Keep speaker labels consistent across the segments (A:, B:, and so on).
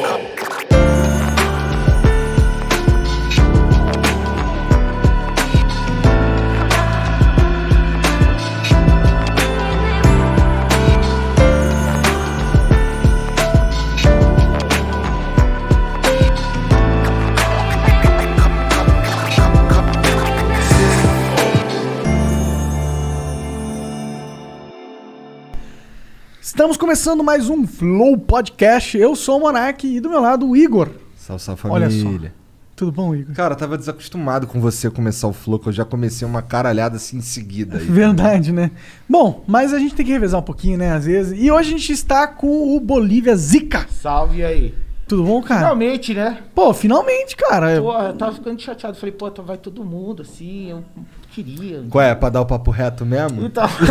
A: Successful.
B: Estamos começando mais um Flow Podcast. Eu sou o Monark e do meu lado o Igor.
C: Salve, salve
B: Olha só.
C: família.
B: Tudo bom, Igor?
C: Cara, eu tava desacostumado com você começar o flow, que eu já comecei uma caralhada assim em seguida. aí.
B: Verdade, né? Bom, mas a gente tem que revezar um pouquinho, né? Às vezes. E hoje a gente está com o Bolívia Zica.
D: Salve aí.
B: Tudo bom,
C: Ah.
B: cara?
D: Finalmente, né?
B: Pô, finalmente, cara.
D: Porra, eu tava ficando chateado. Falei, pô, tá, vai todo mundo assim, eu queria.
C: Qual é? Pra dar o papo reto mesmo?
D: Então.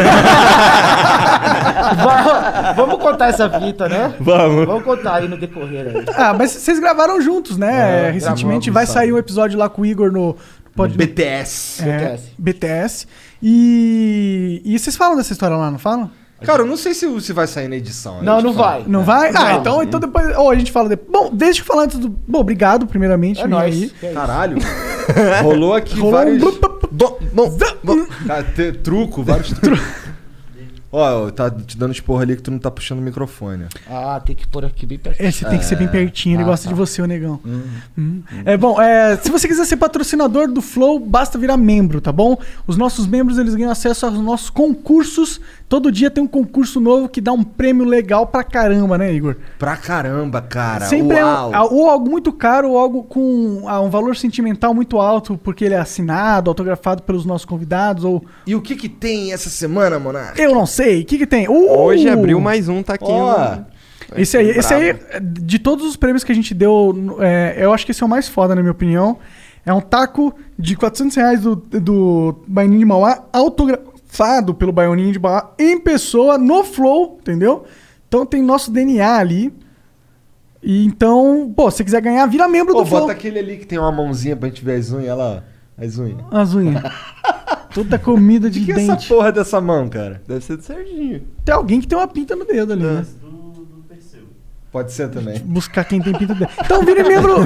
D: Va- Vamos contar essa fita, né?
C: Vamos.
D: Vamos contar aí no decorrer aí.
B: Ah, mas vocês gravaram juntos, né?
C: É,
B: Recentemente
C: gravamos,
B: vai
C: sabe.
B: sair um episódio lá com o Igor no. Pode...
C: BTS.
B: É,
D: BTS.
B: BTS. E... e vocês falam dessa história lá, não falam?
C: Cara, eu não sei se, se vai sair na edição.
D: Não,
C: a gente
D: não
C: fala.
D: vai.
B: É. Não vai? Ah,
D: Não.
B: então, então depois. Ou a gente fala depois. Bom, deixa eu falar antes do. Bom, obrigado, primeiramente.
D: É
B: vir
D: nóis.
B: aí.
D: É isso.
C: Caralho. Rolou aqui
B: Rolou um
C: vários.
B: blup, blup,
C: Bom, bom, bom. Cara, te- truco, vários trucos. Ó, eu tá te dando esporra ali que tu não tá puxando o microfone.
D: Ah, tem que pôr aqui bem perto.
B: É, você tem que ser bem pertinho, ele
D: Ah,
B: gosta
D: tá.
B: de você, o negão. Hum. É bom, é, se você quiser ser patrocinador do Flow, basta virar membro, tá bom? Os nossos membros, eles ganham acesso aos nossos concursos. Todo dia tem um concurso novo que dá um prêmio legal pra caramba, né, Igor?
C: Pra caramba, cara.
B: Sempre é
C: Uau.
B: um- a- ou algo muito caro ou algo com ah, um valor sentimental muito alto, porque ele é assinado, autografado pelos nossos convidados, ou
C: E o que que tem essa semana, Monar?
B: eu não sei, o que que tem? Uh!
E: Hoje abriu mais um, tá aqui.
C: Ó.
E: um-
C: É,
B: Esse aí,
E: Brabo.
B: esse aí, de todos os prêmios que a gente deu, é, eu acho que esse é o mais foda, na minha opinião. É um taco de 400 reais do, do Baianinho de Mauá, autografado pelo Baianinho de Mauá em pessoa, no Flow, entendeu? Então tem nosso DNA ali. E então, pô, se você quiser ganhar, vira membro
C: Pô,
B: do Flow.
C: bota aquele ali que tem uma mãozinha pra gente ver as unhas, olha lá. ó, As unhas.
B: As unhas. Toda comida de
C: O que é essa
B: dente.
C: porra dessa mão, cara?
E: Deve ser do Serginho.
B: Tem alguém que tem uma pinta no dedo
C: É.
B: ali, né?
C: Pode ser também.
B: buscar quem tem pinta dentro. Então vire membro,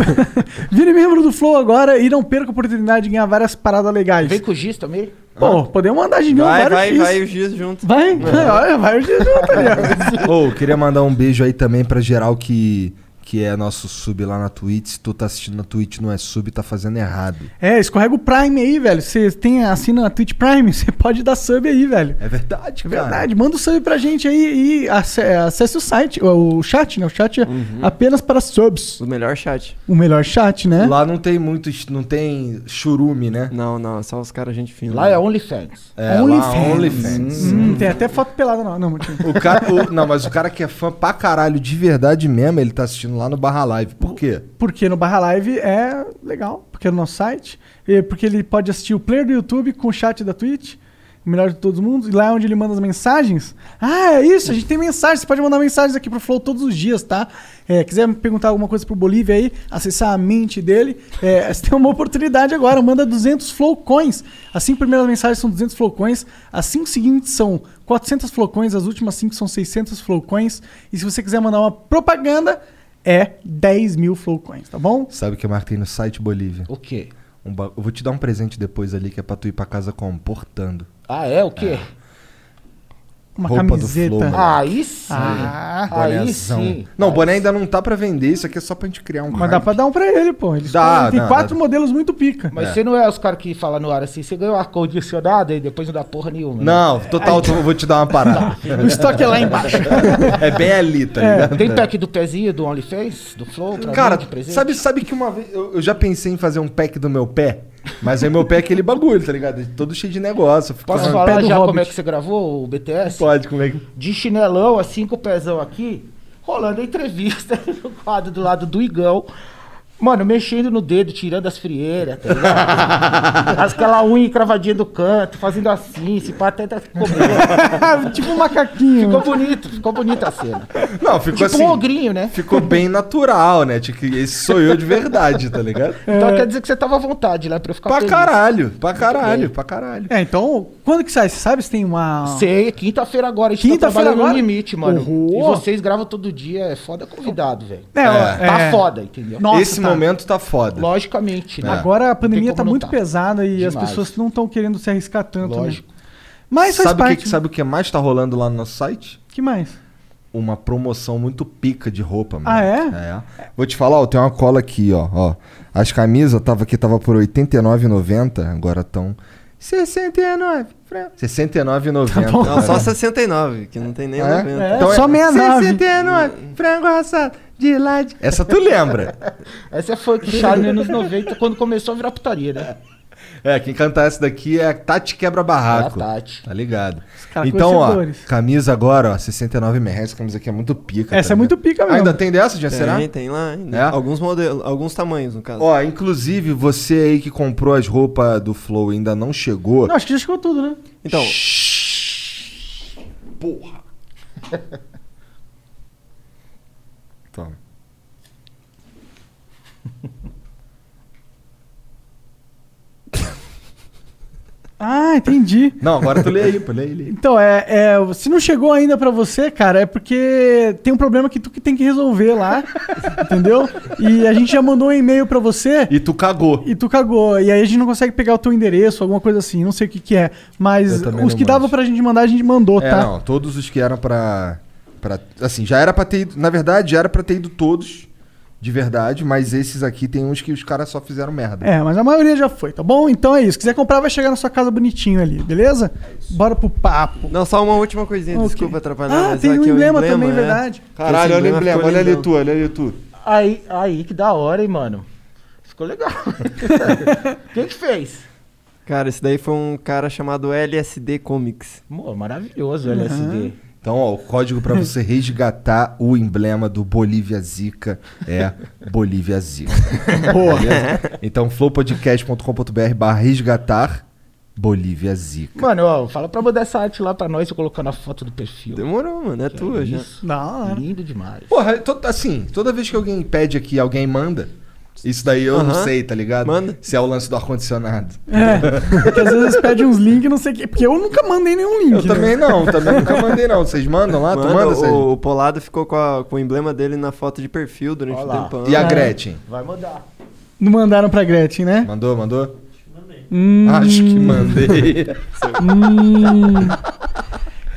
B: vire membro do Flow agora e não perca a oportunidade de ganhar várias paradas legais.
D: Vem com o Giz também?
B: Pô, podemos mandar de mil
E: Vai,
B: vários
E: vai,
B: X.
E: vai os dias juntos.
B: Vai, vai, olha, vai o Jesus, tá ligado?
C: Ô, queria mandar um beijo aí também pra geral que, que é nosso sub lá na Twitch. Se tu tá assistindo na Twitch não é sub, tá fazendo errado.
B: É, escorrega o Prime aí, velho. Você tem, assina a Twitch Prime, você pode dar sub aí, velho.
C: É verdade,
B: É
C: cara.
B: verdade, manda um sub pra gente aí e ace- é, acesse o site, o o chat, né? O chat é apenas para subs.
E: O melhor chat.
B: O melhor chat, né?
C: É? Lá não tem muito, não tem churume, né?
E: Não, não, é só os caras gente fina.
D: Lá é OnlyFans.
C: É, lá,
B: OnlyFans.
C: OnlyFans.
B: Hum, tem até foto pelada, não. Não, mentira.
C: O cara, o- não, mas o cara que é fã pra caralho de verdade mesmo, ele tá assistindo lá no Barra Live. Por quê?
B: Porque no Barra Live é legal, porque é no nosso site, e porque ele pode assistir o player do YouTube com o chat da Twitch, o melhor de todos os mundos, e lá é onde ele manda as mensagens. Ah, é isso, a gente tem mensagem, você pode mandar mensagens aqui pro Flow todos os dias, tá? É, quiser me perguntar alguma coisa pro Bolívia aí, acessar a mente dele, é, você tem uma oportunidade agora, manda 200 Flow Coins. As cinco primeiras mensagens são 200 Flow Coins, as cinco seguintes são 400 Flow Coins, as últimas cinco são 600 Flow Coins, e se você quiser mandar uma propaganda é 10 mil Flowcoins, tá bom?
C: Sabe o que eu marquei no site Bolívia?
D: O quê?
C: Um ba- Eu vou te dar um presente depois ali que é pra tu ir pra casa comportando.
D: Ah, é? O quê?
B: Uma
C: Roupa do
B: camiseta.
C: Flow, mano.
B: Ah,
D: Aí sim.
B: Ah,
D: aí
C: Bonézão.
D: sim.
C: Não, o boné ainda não tá pra vender, isso aqui é só pra gente criar um
B: mas dá pra dar um pra ele, pô. Ele
C: Dá,
B: escolhe- tem
C: dá,
B: quatro
C: dá.
B: modelos muito pica.
D: Mas você não é os caras que falam no ar assim, você ganhou ar-condicionado e depois não dá porra nenhuma. né?
C: Não, total, eu vou te dar uma parada.
B: O estoque é lá embaixo.
C: é bem ali, tá ligado?
D: Tá. Tem pack do pezinho, do OnlyFans, do Flow, pra
C: Cara,
D: mim, de presente?
C: sabe, sabe que uma vez eu, eu já pensei em fazer um pack do meu pé, mas aí meu pé é aquele bagulho, tá ligado? Todo cheio de negócio. eu fico-
D: Posso
B: Ah, pé
D: falar
B: do
D: já
B: Hobbit.
D: como é que você gravou o BTS?
C: Pode, como é que.
D: De chinelão, assim, com o pezão aqui, rolando a entrevista no quadro do lado do Igão. Mano, mexendo no dedo, tirando as frieiras, tá ligado? As- Aquela unha cravadinha do canto, fazendo assim, se pá, até tá- ficou bom.
B: tipo um macaquinho.
D: Ficou bonito, ficou bonita a cena.
C: Não, ficou
D: tipo
C: assim.
D: um ogrinho, né?
C: Ficou bem natural, né? Tipo, esse sou eu de verdade, tá ligado?
B: É.
D: Então quer dizer que você tava à vontade lá pra eu ficar
C: Pra
D: feliz.
C: caralho, pra caralho,
D: é bem.
C: pra caralho.
B: É, então, quando que sai? Você sabe se tem uma.
D: Sei, quinta-feira agora, a gente tá
B: Quinta-feira
D: trabalhando no
B: agora? Uhum.
D: limite, mano.
B: Horror.
D: E vocês gravam todo dia, é foda convidado, velho.
B: É, ó,
D: Tá
B: é.
D: foda, entendeu?
B: Nossa,
C: esse
B: tá.
C: momento tá foda.
D: Logicamente,
C: É.
D: né?
B: Agora a pandemia
D: Não tem
B: tá
D: como não
B: muito
D: tá.
B: pesada e as
D: Demais.
B: pessoas não estão querendo se arriscar tanto. né?
D: Lógico.
B: Mas faz
C: sabe, o
B: parte. né?
C: que, que- sabe o que mais tá rolando lá no nosso site?
B: que mais?
C: Uma promoção muito pica de roupa, mano.
B: Ah, é?
C: É. Vou te falar, ó, tem uma cola aqui, ó. ó. As camisas tava aqui, tava por R$ 89,90, agora estão. 69. R$ 69,90.
B: Tá bom.
E: Não, só
C: cara.
E: 69, que não tem nem
C: É?
E: 90.
B: É,
C: Então é-
B: só meia nave.
C: 69, frango assado, de lá de... Essa tu lembra.
D: Essa é foi que Charme anos 90, quando começou a virar putaria, né?
C: É, quem cantar essa daqui é a Tati Quebra Barraco.
D: É a Tati.
C: Tá ligado?
B: caras
C: Então, ó,
B: conhecedores.
C: camisa agora, ó, 69 reais, essa camisa aqui é muito pica.
B: Essa é
C: ligado?
B: muito pica mesmo.
C: Ainda tem dessa, já
E: Tem,
C: será?
E: tem lá ainda.
C: É?
E: Alguns modelos, alguns tamanhos, no caso.
C: Ó, inclusive, você aí que comprou as roupas do Flow e ainda não chegou.
B: Não, acho que já chegou tudo, né?
E: Então,
C: Porra. Toma.
B: Ah, entendi.
C: Não, agora tu lê aí, pô, lê aí, lê aí.
B: Então, é, é, se não chegou ainda pra você, cara, é porque tem um problema que tu que tem que resolver lá, entendeu? E a gente já mandou um e-mail pra você
C: E tu cagou.
B: e tu cagou. E aí a gente não consegue pegar o teu endereço, alguma coisa assim, não sei o que que é. Mas
C: Eu também
B: os
C: não
B: que dava
C: manjo.
B: pra gente mandar, a gente mandou,
C: É,
B: tá?
C: não, todos os que eram pra, pra. Assim, já era pra ter ido. Na verdade, já era pra ter ido todos, de verdade, mas esses aqui tem uns que os caras só fizeram merda.
B: É, mas a maioria já foi, tá bom? Então é isso. Se quiser comprar, vai chegar na sua casa bonitinho ali, beleza?
C: É
B: Bora pro papo.
E: não, só uma última coisinha,
B: Ok.
E: desculpa atrapalhar.
B: Ah,
E: mas
B: tem
E: aqui
B: um
E: é
B: emblema também, verdade.
E: Esse emblema ficou lindão.
C: olha ali tu.
D: Aí, aí, que da hora, hein, mano. Ficou legal. Quem que fez?
E: Cara, esse daí foi um cara chamado LSD Comics.
D: Mô, maravilhoso o LSD.
C: Então, ó, o código pra você resgatar o emblema do Bolívia Zica é Bolívia Zica. Boa. Então, flowpodcast.com.br barra resgatar Bolívia Zica.
D: Mano, ó, fala pra mandar essa arte lá pra nós, eu colocando a foto do perfil.
E: Demorou, mano, é tua já.
D: Isso.
B: Da hora.
D: Lindo demais.
C: Porra, to- assim, toda vez que alguém pede aqui, alguém manda. Isso daí eu não
E: Aham.
C: sei, tá ligado?
E: Manda.
C: Se é o lance do ar-condicionado.
B: É, porque às vezes pede uns links, não sei o quê. Porque eu nunca mandei nenhum
E: Uhum.
B: link.
C: Eu
B: né?
C: também não, também nunca mandei não. Vocês mandam lá? Ah, tu manda,
E: Mano,
C: Sérgio?
E: o, o Polado ficou com, a- com o emblema dele na foto de perfil durante um
D: Ó
E: o
D: lá.
E: tempão.
C: E a Gretchen?
D: Vai mandar.
B: Não mandaram pra Gretchen, né?
C: Mandou, mandou?
B: Hum,
C: Acho que mandei.
B: hum.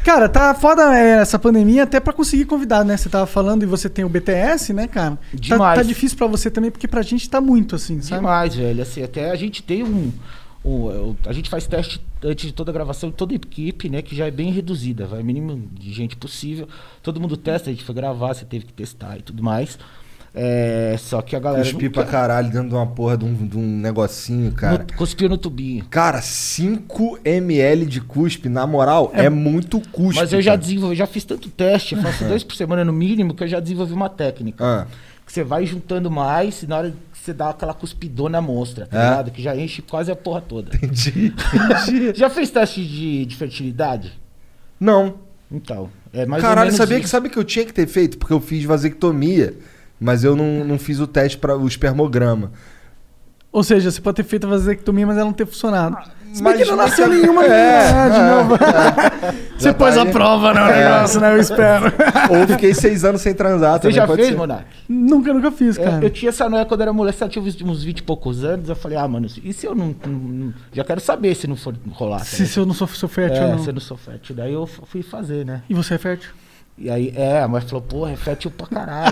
B: Cara, tá foda é, essa pandemia até pra conseguir convidar, né? Você tava falando e você tem o BTS, né, cara? Tá- Tá,
D: Demais.
B: difícil pra você também, porque pra gente tá muito, assim, sabe?
D: Demais, velho. Assim, até a gente tem um. um- é, o- a gente faz teste antes de toda a gravação, de toda a equipe, né? Que já é bem reduzida, vai mínimo de gente possível. Todo mundo testa, a gente foi gravar, você teve que testar e tudo mais. É, só que a galera. não
C: Cuspi pra
D: quer-
C: caralho dentro de uma porra de um, de um negocinho, cara.
D: no- cuspiu no tubinho.
C: Cara, 5 ml de cuspe, na moral, é, muito cuspe.
D: Mas eu já
C: cara.
D: desenvolvi, já fiz tanto teste, eu faço dois por semana no mínimo, que eu já desenvolvi uma técnica.
C: Ah.
D: Que você vai juntando mais e na hora que você dá aquela cuspidona monstra, tá
C: É.
D: ligado? Que já enche quase a porra toda.
C: Entendi.
D: já fez teste de, de fertilidade?
C: Não.
D: Então, é mais ou
C: Caralho,
D: menos
C: sabia
D: isso.
C: que, sabe que eu tinha que ter feito? Porque eu fiz vasectomia, mas eu não, não fiz o teste para o espermograma.
B: Ou seja, você pode ter feito a vasectomia, mas ela não ter funcionado. Se bem
C: mas-
B: que não nasceu nenhuma
C: É,
B: menina, né, de
C: é,
B: novo. Você
C: Já tá
B: pôs a
C: aí.
B: prova no negócio, né? Eu espero.
C: Ou fiquei seis anos sem transar.
D: Você
C: também
D: já
C: pode
D: fez,
C: ser.
D: Monark?
B: nunca, nunca fiz,
D: É,
B: cara.
D: eu tinha essa noia quando era mulher, só tinha uns, uns 20 e poucos anos. Eu falei, ah, mano, e se eu não. não- não- já quero saber se não for rolar. tá
B: Se,
D: ligado?
B: se eu não sou, sou fértil
D: é,
B: ou não.
D: se eu não sou fértil. Daí eu f- fui fazer, né?
B: E você é fértil?
D: E aí, é, a mãe falou, porra, é fértil pra caralho.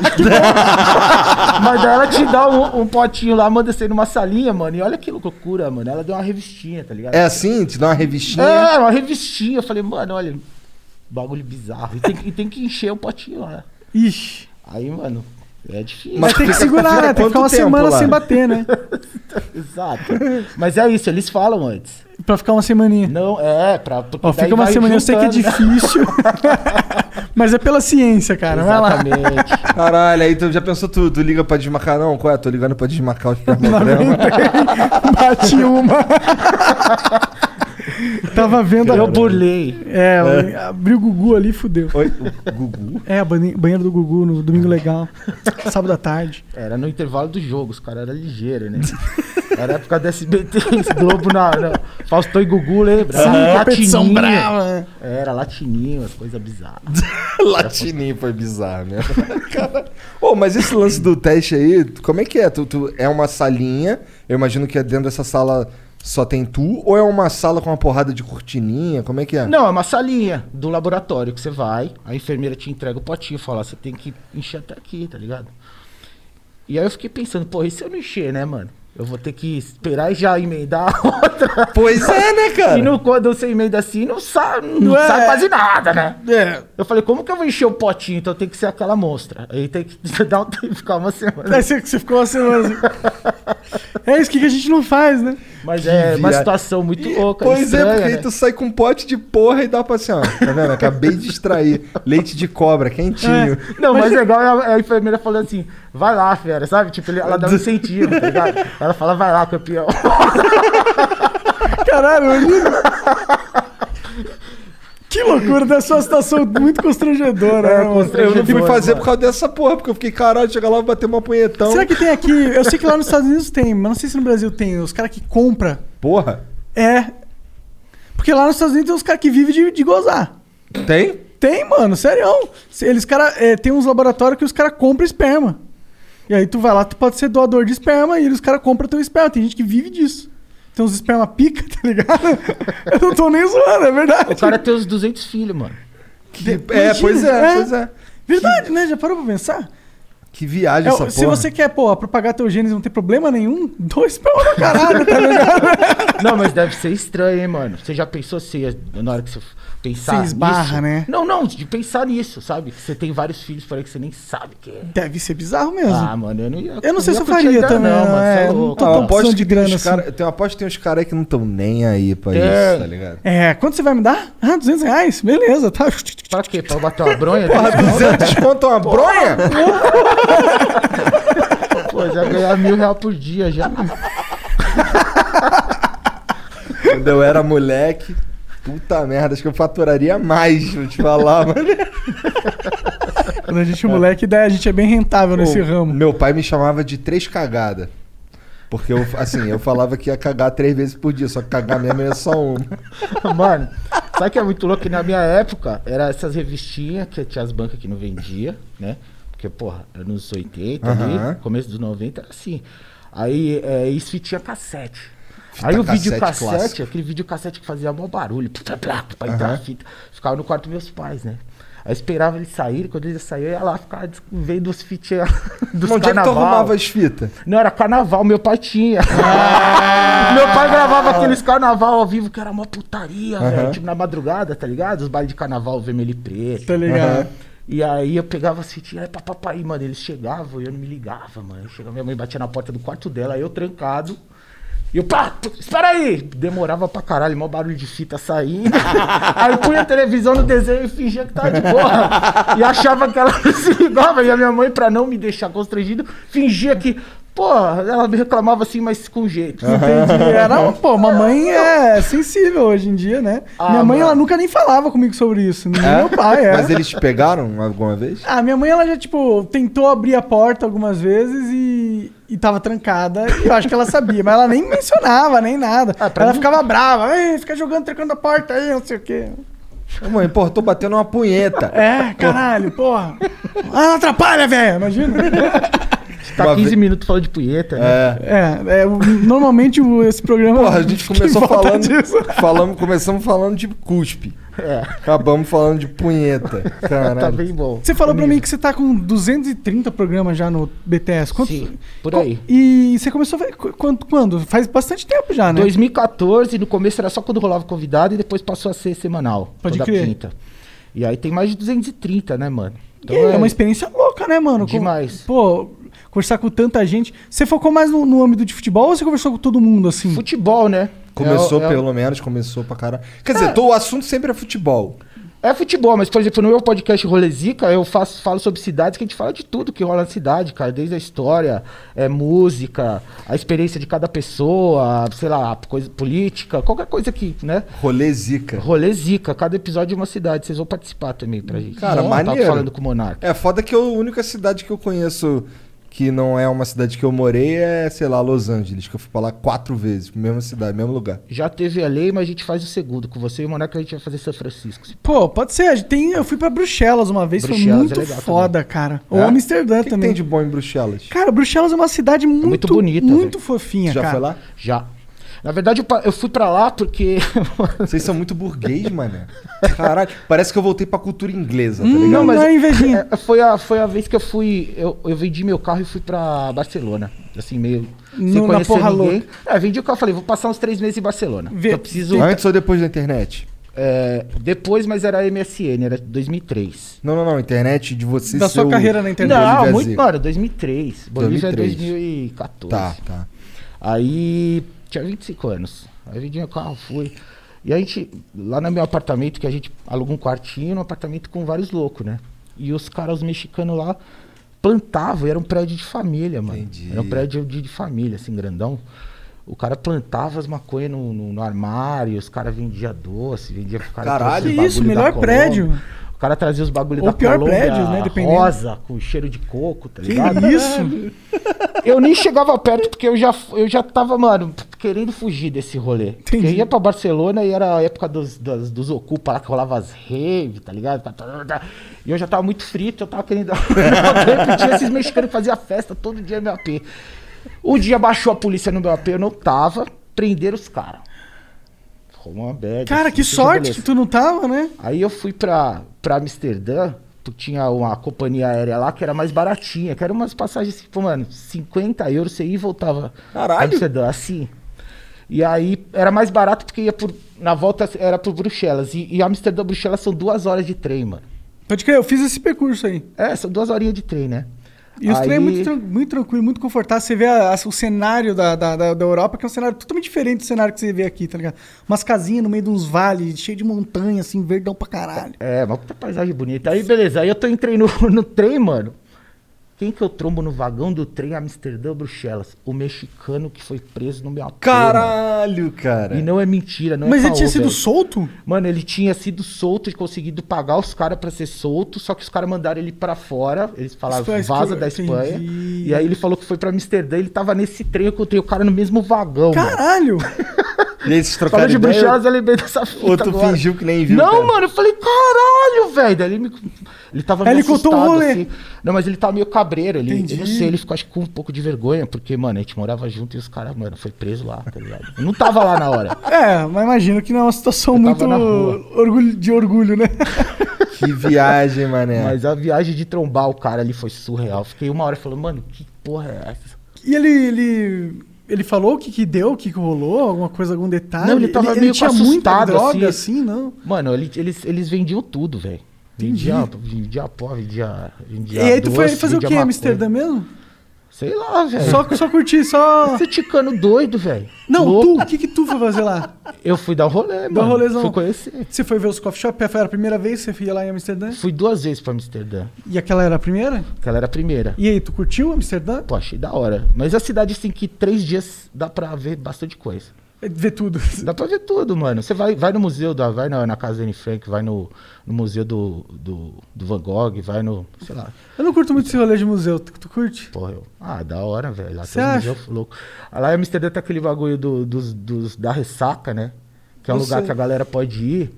D: Mas daí ela te dá um, um potinho lá, manda você numa salinha, mano. E olha que loucura, mano. Ela deu uma revistinha, tá ligado?
C: É assim? Te dá uma revistinha?
D: É, uma revistinha. Eu falei, mano, olha, bagulho bizarro. E tem, que- e tem que encher o potinho lá.
B: Ixi.
D: Aí, mano, é difícil.
B: Mas tem que
C: fica-
B: segurar,
C: fica
B: né? Tem que
C: quanto
B: ficar uma
C: tempo
B: semana
C: lá?
B: sem bater, né?
D: Exato. Mas é isso, eles falam antes.
B: Pra ficar uma semaninha.
D: Não, é, pra. porque
B: Ó,
D: daí
B: fica uma
D: vai
B: semana, eu sei que é
D: juntando, né?
B: difícil. Mas é pela ciência, cara. Vai lá.
D: Exatamente.
C: Caralho, aí tu já pensou tu, tu liga pra desmarcar? Não, qual é? Tô ligando pra desmarcar os espermograma.
B: Bati uma. Tava vendo a.
D: Eu burlei.
B: É, abriu o Gugu ali, fudeu.
C: Oi, o Gugu?
B: É, bane- banheiro do Gugu no domingo legal. Sábado à tarde.
D: Era no intervalo dos jogos, cara. Era ligeiro, né? Era época da SBT, esse Globo na, na- Faustão e Gugu, lembra? Era
B: competição
D: latininho.
B: brava.
D: Era latininho, as coisas bizarras.
C: Latininho foi bizarro, né? Cara, Ô, mas esse lance do teste aí, como é que é? Tu, tu- é uma salinha, eu imagino que é dentro dessa sala só tem tu, ou é uma sala com uma porrada de cortininha? Como é que é?
D: Não, é uma salinha do laboratório que você vai, a enfermeira te entrega o potinho e fala, você tem que encher até aqui, tá ligado? E aí eu fiquei pensando, pô, e se eu não encher, né, mano? Eu vou ter que esperar e já emendar a outra.
C: Pois é, né,
D: E
C: cara?
D: não, quando você emenda assim, não sai, não
B: É.
D: sai quase nada, né?
B: É.
D: Eu falei, como que eu vou encher o potinho? Então tem que ser aquela monstra. Aí tem que dar um tempo, ficar uma semana.
B: Aí você, você ficou uma semana assim. É isso que a gente não faz, né?
D: Mas é uma
C: viagem.
D: situação muito louca.
C: Pois
D: estranha,
C: é, porque aí
D: né?
C: tu sai com um pote de porra e dá pra assim, ó. Tá vendo? Acabei de extrair leite de cobra, quentinho.
D: Não, mas legal é a- é a enfermeira falando assim, vai lá, fera, sabe? Tipo, ele- ela dá um incentivo, tá ligado? Ela fala, vai lá, campeão.
B: Caralho, imagina. Que loucura, deve ser uma situação muito constrangedora. né, mano?
D: constrangedora.
C: Eu não fui
D: Boa,
C: fazer
D: boa.
C: por causa dessa porra, porque eu fiquei, caralho, chega lá, vou bater uma
D: Então-
C: punhetão.
B: Será que tem aqui? Eu sei que lá nos Estados Unidos tem, mas não sei se no Brasil tem. Os caras que compram.
C: Porra,
B: É. Porque lá nos Estados Unidos tem uns caras que vivem de, de gozar.
C: tem?
B: Tem, mano, sério. Eles, cara, é, tem uns laboratórios que os caras compram esperma. E aí tu vai lá, tu pode ser doador de esperma e eles- os caras compram teu esperma. Tem gente que vive disso. Tem uns esperma pica, tá ligado? Eu não tô nem zoando, é verdade.
D: O cara tem uns 200 filhos, mano.
C: Que- é,
B: Imagina,
C: pois é,
B: é.
C: pois é.
B: Verdade, né? Já parou pra pensar?
C: Que viagem
B: É,
C: essa porra.
B: se você quer, pô, propagar teu genes e não ter problema nenhum, dois esperma pra caralho, tá ligado?
D: Não, mas deve ser estranho, hein, mano. Você já pensou se é, na hora que você pensar
B: Você esbarra,
D: nisso?
B: né?
D: Não, não, de pensar nisso, sabe? Você tem vários filhos por aí que você nem sabe que é.
B: Deve ser bizarro mesmo.
D: Ah, mano, eu não ia.
B: Eu não sei
D: ia
B: se eu
D: curtir
B: faria
D: ainda
B: também,
D: Não, mano,
B: é,
D: você é
B: não
D: louco.
B: tô
C: Ah,
B: tão
C: eu aposto
B: opção de
C: que
B: grana,
C: tem uns
B: assim.
C: cara, eu aposto que tem uns caras que não estão nem aí pra
D: É.
C: isso, tá ligado?
B: É, quanto você vai me dar? Ah, 200 reais? Beleza, tá.
D: Pra quê? Pra bater uma bronha?
C: Porra, 200 conto é uma bronha?
D: Pô, já ganhar mil reais por dia já.
C: Quando eu era moleque, puta merda, acho que eu faturaria mais, vou te falar, mano.
B: Quando a gente é moleque, daí a gente é bem rentável nesse
C: Pô,
B: ramo.
C: Meu pai me chamava de três cagada. Porque eu, assim, eu falava que ia cagar três vezes por dia, só que cagar mesmo era só uma.
D: Mano, sabe que é muito louco? Que na minha época, era essas revistinhas que tinha as bancas que não vendia, né? Porque, porra, era nos 80
C: Aham.
D: ali, começo dos 90, era assim. Aí, é, isso e tinha cassete.
C: Fita
D: Aí o
C: cassete
D: vídeo cassete,
C: clássico.
D: aquele vídeo cassete que fazia mó barulho, plá, plá, plá, pra entrar a fita, ficava no quarto dos meus pais, né? Aí eu esperava eles saírem, quando eles saíam, eu ia lá ficar des- vendo os fitinhas dos
C: Onde é que tu
D: carnaval.
C: arrumava as fitas?
D: Não, era carnaval, meu pai tinha. meu pai gravava aqueles carnaval ao vivo que era uma putaria, velho. Tipo, na madrugada, tá ligado? Os bailes de carnaval vermelho e preto.
B: Tá ligado?
D: E aí eu pegava assim, tinha papai, mano, eles chegavam e eu não me ligava, mano. Chegava, minha mãe batia na porta do quarto dela, aí eu trancado. E eu, pá, pô, espera aí! Demorava pra caralho, mó barulho de fita saindo. aí punha a televisão no desenho e fingia que tava de boa. e achava que ela não se ligava. E a minha mãe, pra não me deixar constrangido, fingia que, pô, ela me reclamava assim, mas com jeito.
B: Entendi. Era, uma- pô, mamãe é sensível hoje em dia, né?
D: Ah,
B: minha mãe,
D: mano.
B: ela nunca nem falava comigo sobre isso. Nem meu pai, é.
C: Mas eles te pegaram alguma vez?
B: Ah, minha mãe, ela já, tipo, tentou abrir a porta algumas vezes e, e tava trancada. E eu acho que ela sabia, mas ela nem mencionava, nem nada.
D: Ah, pra
B: ela
D: mim-
B: ficava brava. Ei, fica jogando, trancando a porta aí, não sei o quê.
C: Ô, Mãe, pô, tô batendo uma punheta.
B: É, caralho, porra. Ah, não atrapalha, velho. Imagina.
D: Tá
C: Uma
D: 15
C: ve-
D: minutos falando de punheta, né?
C: É.
B: É, é, o- normalmente o- esse programa.
C: Porra, a gente começou
B: que volta
C: falando,
B: disso.
C: falamos, começamos falando de cuspe.
D: É.
C: Acabamos falando de punheta. Caralho.
D: Tá bem bom.
B: Você falou pra mim que você tá com 230 programas já no BTS. Quanto,
D: Sim, por aí.
B: E você começou a ver qu- quando, quando? Faz bastante tempo já, né?
D: 2014, no começo era só quando rolava convidado e depois passou a ser semanal.
B: Pode
D: toda
B: crer.
D: quinta. E aí tem mais de 230, né, mano?
B: E é uma experiência louca, né, mano? Com-
D: Demais.
B: pô, conversar com tanta gente. Você focou mais no, no âmbito de futebol ou você conversou com todo mundo, assim?
D: Futebol, né?
C: Começou,
D: É o- Ah. é o-
C: pelo menos, começou pra caralho. Quer dizer, tô- o assunto sempre é futebol.
D: É futebol, mas, por exemplo, no meu podcast Rolezica, eu faço, falo sobre cidades que a gente fala de tudo que rola na cidade, cara. Desde a história, é, música, a experiência de cada pessoa, sei lá, coisa política, qualquer coisa que, né?
C: Rolê zica.
D: Rolezica, cada episódio de uma cidade. Vocês vão participar também pra gente.
C: Cara,
D: Eu
C: maneiro.
D: Tava falando com o Monarca.
C: É foda que eu- a única cidade que eu conheço que não é uma cidade que eu morei é, sei lá, Los Angeles, que eu fui pra lá quatro vezes, mesma cidade, mesmo lugar.
D: Já teve a lei, mas a gente faz o segundo. Com você e o Monarca a gente vai fazer São Francisco. se
B: Pô, pode ser. a gente Tem, eu fui pra Bruxelas uma vez, foi
D: Bruxelas
B: muito
D: é legal
B: foda, cara. Ou
C: É?
B: Amsterdã
C: O que que
B: também.
C: tem de bom em Bruxelas?
B: Cara, Bruxelas é uma cidade muito, muito
D: bonita,
B: muito fofinha,
C: Já
B: cara.
C: foi lá?
D: Já. Na verdade, eu, pa- eu fui pra lá porque.
C: Vocês são muito burguês, mané. Caralho, parece que eu voltei pra cultura inglesa, tá
B: Hum,
C: ligado?
B: não, mas é invejinha.
D: É, foi, a, foi a vez que eu fui. Eu, eu vendi meu carro e fui pra Barcelona. Assim, meio.
B: No- na porra
D: É, vendi o carro falei, vou passar uns três meses em Barcelona.
B: Vê-
D: Eu preciso.
C: Antes ou depois da internet?
D: é, depois, mas era MSN, era 2003.
C: Não, não, não. Internet de você
B: Da
C: ser
B: sua
C: o-
B: carreira na internet.
D: Não,
C: Bolívia
D: muito.
C: Zica.
D: Não, era 2003. Bolívia
C: 2003.
D: é 2014.
C: Tá, tá.
D: Aí tinha 25 anos. Aí vendi meu carro, fui. E a gente, lá no meu apartamento, que a gente alugou um quartinho, um apartamento com vários loucos, né? E os caras, os mexicanos lá, plantavam, e era um prédio de família, mano.
C: Entendi.
D: Era um prédio de, de família, assim, grandão. O cara plantava as maconhas no, no- no armário, os caras vendiam doce, vendia o cara
C: Caralho,
D: trazia os
B: que isso,
D: bagulho da
B: melhor
D: Colômbia.
B: prédio.
D: O cara trazia os bagulhos
B: Ou
D: da
B: pior
D: Colômbia,
B: prédios, né, dependendo.
D: rosa, com cheiro de coco, tá
B: Que
D: ligado? é
B: isso?
D: Eu nem chegava perto porque eu já, eu já tava, mano, querendo fugir desse rolê. Porque eu
B: Entendi.
D: ia pra Barcelona e era a época dos, dos, dos Ocupa lá que rolava as rave, tá ligado? Tá, tá, tá, tá. E eu já tava muito frito, eu tava querendo. Eu tinha esses mexicanos que faziam festa todo dia no meu AP. Um dia baixou a polícia no meu AP, eu não tava, prenderam os caras. Rolou uma bad.
B: Cara,
D: assim,
B: que
D: seja
B: sorte
D: beleza.
B: que tu não tava, né?
D: Aí eu fui pra, pra Amsterdã, tu tinha uma companhia aérea lá que era mais baratinha, que era umas passagens, tipo, mano, 50 euros, você ia e voltava
C: Caralho!
D: pra Amsterdã, assim. E aí era mais barato porque ia por. Na volta era por Bruxelas. E, e Amsterdã e Bruxelas são duas horas de trem, mano.
B: Pode crer, eu fiz esse percurso aí.
D: É, são duas horinhas de trem, né?
B: E os
D: Aí-
B: trem é muito, tran- muito tranquilo, muito confortável. Você vê a- a- o cenário da, da, da, da Europa, que é um cenário totalmente diferente do cenário que você vê aqui, tá ligado? Umas casinhas no meio de uns vales, cheio de montanha, assim, verdão pra caralho.
D: É, uma puta paisagem bonita. Aí, beleza. Aí eu tô entrei no, no trem, mano. Quem que eu trombo no vagão do trem Amsterdã Bruxelas? O mexicano que foi preso no meu apê, mano.
C: Caralho, cara.
D: E não é mentira, não é
B: Mas ele
D: caô,
B: tinha sido
D: velho.
B: solto?
D: Mano, ele tinha sido solto e conseguido pagar os caras pra ser solto, só que os caras mandaram ele pra fora. Eles falaram,
B: Isso é
D: vaza
B: escro-
D: da Espanha.
B: Entendi.
D: E aí ele falou que foi pra Amsterdã, ele tava nesse trem, eu encontrei o cara no mesmo vagão, mano.
B: Caralho!
C: E aí vocês trocaram
D: Falando de
C: ideia?
D: bruxelas, eu lembrei dessa fita
C: Ou tu
D: agora.
C: fingiu que nem viu,
D: Não,
C: cara?
D: mano, eu falei, caralho, velho. Daí Ele, me... ele tava
B: Aí
D: meio
B: ele contou o
D: assustado,
B: rolê.
D: assim. Não, mas ele tava meio cabreiro. Ele,
B: Entendi.
D: eu não sei, ele ficou acho, que, com um pouco de vergonha, porque, mano, a gente morava junto e os caras, mano, foi preso lá, tá ligado? Eu não tava lá na hora.
B: É, mas imagino que não é uma situação
D: Eu
B: muito
D: tava na rua.
B: orgulho, de orgulho, né?
C: Que viagem, mané.
D: Mas a viagem de trombar o cara ali foi surreal. Fiquei uma hora falando, mano, que porra é essa?
B: E ele, ele, ele falou o que, que deu, o que, que rolou, alguma coisa, algum detalhe?
D: Não, ele tava meio
B: tinha
D: que
B: muita
D: assustado,
B: droga, assim,
D: assim.
B: não?
D: Mano, ele- eles, eles vendiam tudo, velho. Vendia, vendia pó, vendia, vendia
B: e aí tu foi
D: doce,
B: fazer o
D: vendia
B: que em
D: maconha.
B: Amsterdã mesmo?
D: Sei lá, velho. Só
B: Só, só curtir, só...
D: esse ticano doido, velho.
B: Não,
D: Louco.
B: tu, o que que tu foi fazer lá?
D: Eu fui dar um rolê,
B: Dá um
D: mano.
B: rolezão.
D: Fui conhecer.
B: Você foi ver os coffee shop? Foi a primeira vez que você ia lá em Amsterdã?
D: Fui duas vezes pra Amsterdã.
B: E aquela era a primeira?
D: Aquela era a primeira.
B: E aí, tu curtiu Amsterdã?
D: Pô, achei da hora. Mas é a cidade, assim, que três dias dá pra ver bastante coisa.
B: Ver tudo.
D: Dá pra ver tudo, mano. Você vai, vai no museu, da, vai na, na casa do Anne Frank, vai no, no museu do, do, do Van Gogh, vai no. Sei lá.
B: Eu não curto muito esse rolê de museu. Tu, tu curte?
D: Porra, eu. Ah, da hora, velho. Lá
B: Cê
D: tem um
B: acha?
D: museu louco. Ah, Lá em Amsterdã tem aquele bagulho do, dos, dos, da ressaca, né? Que é um
B: Eu
D: lugar
B: sei.
D: que a galera pode ir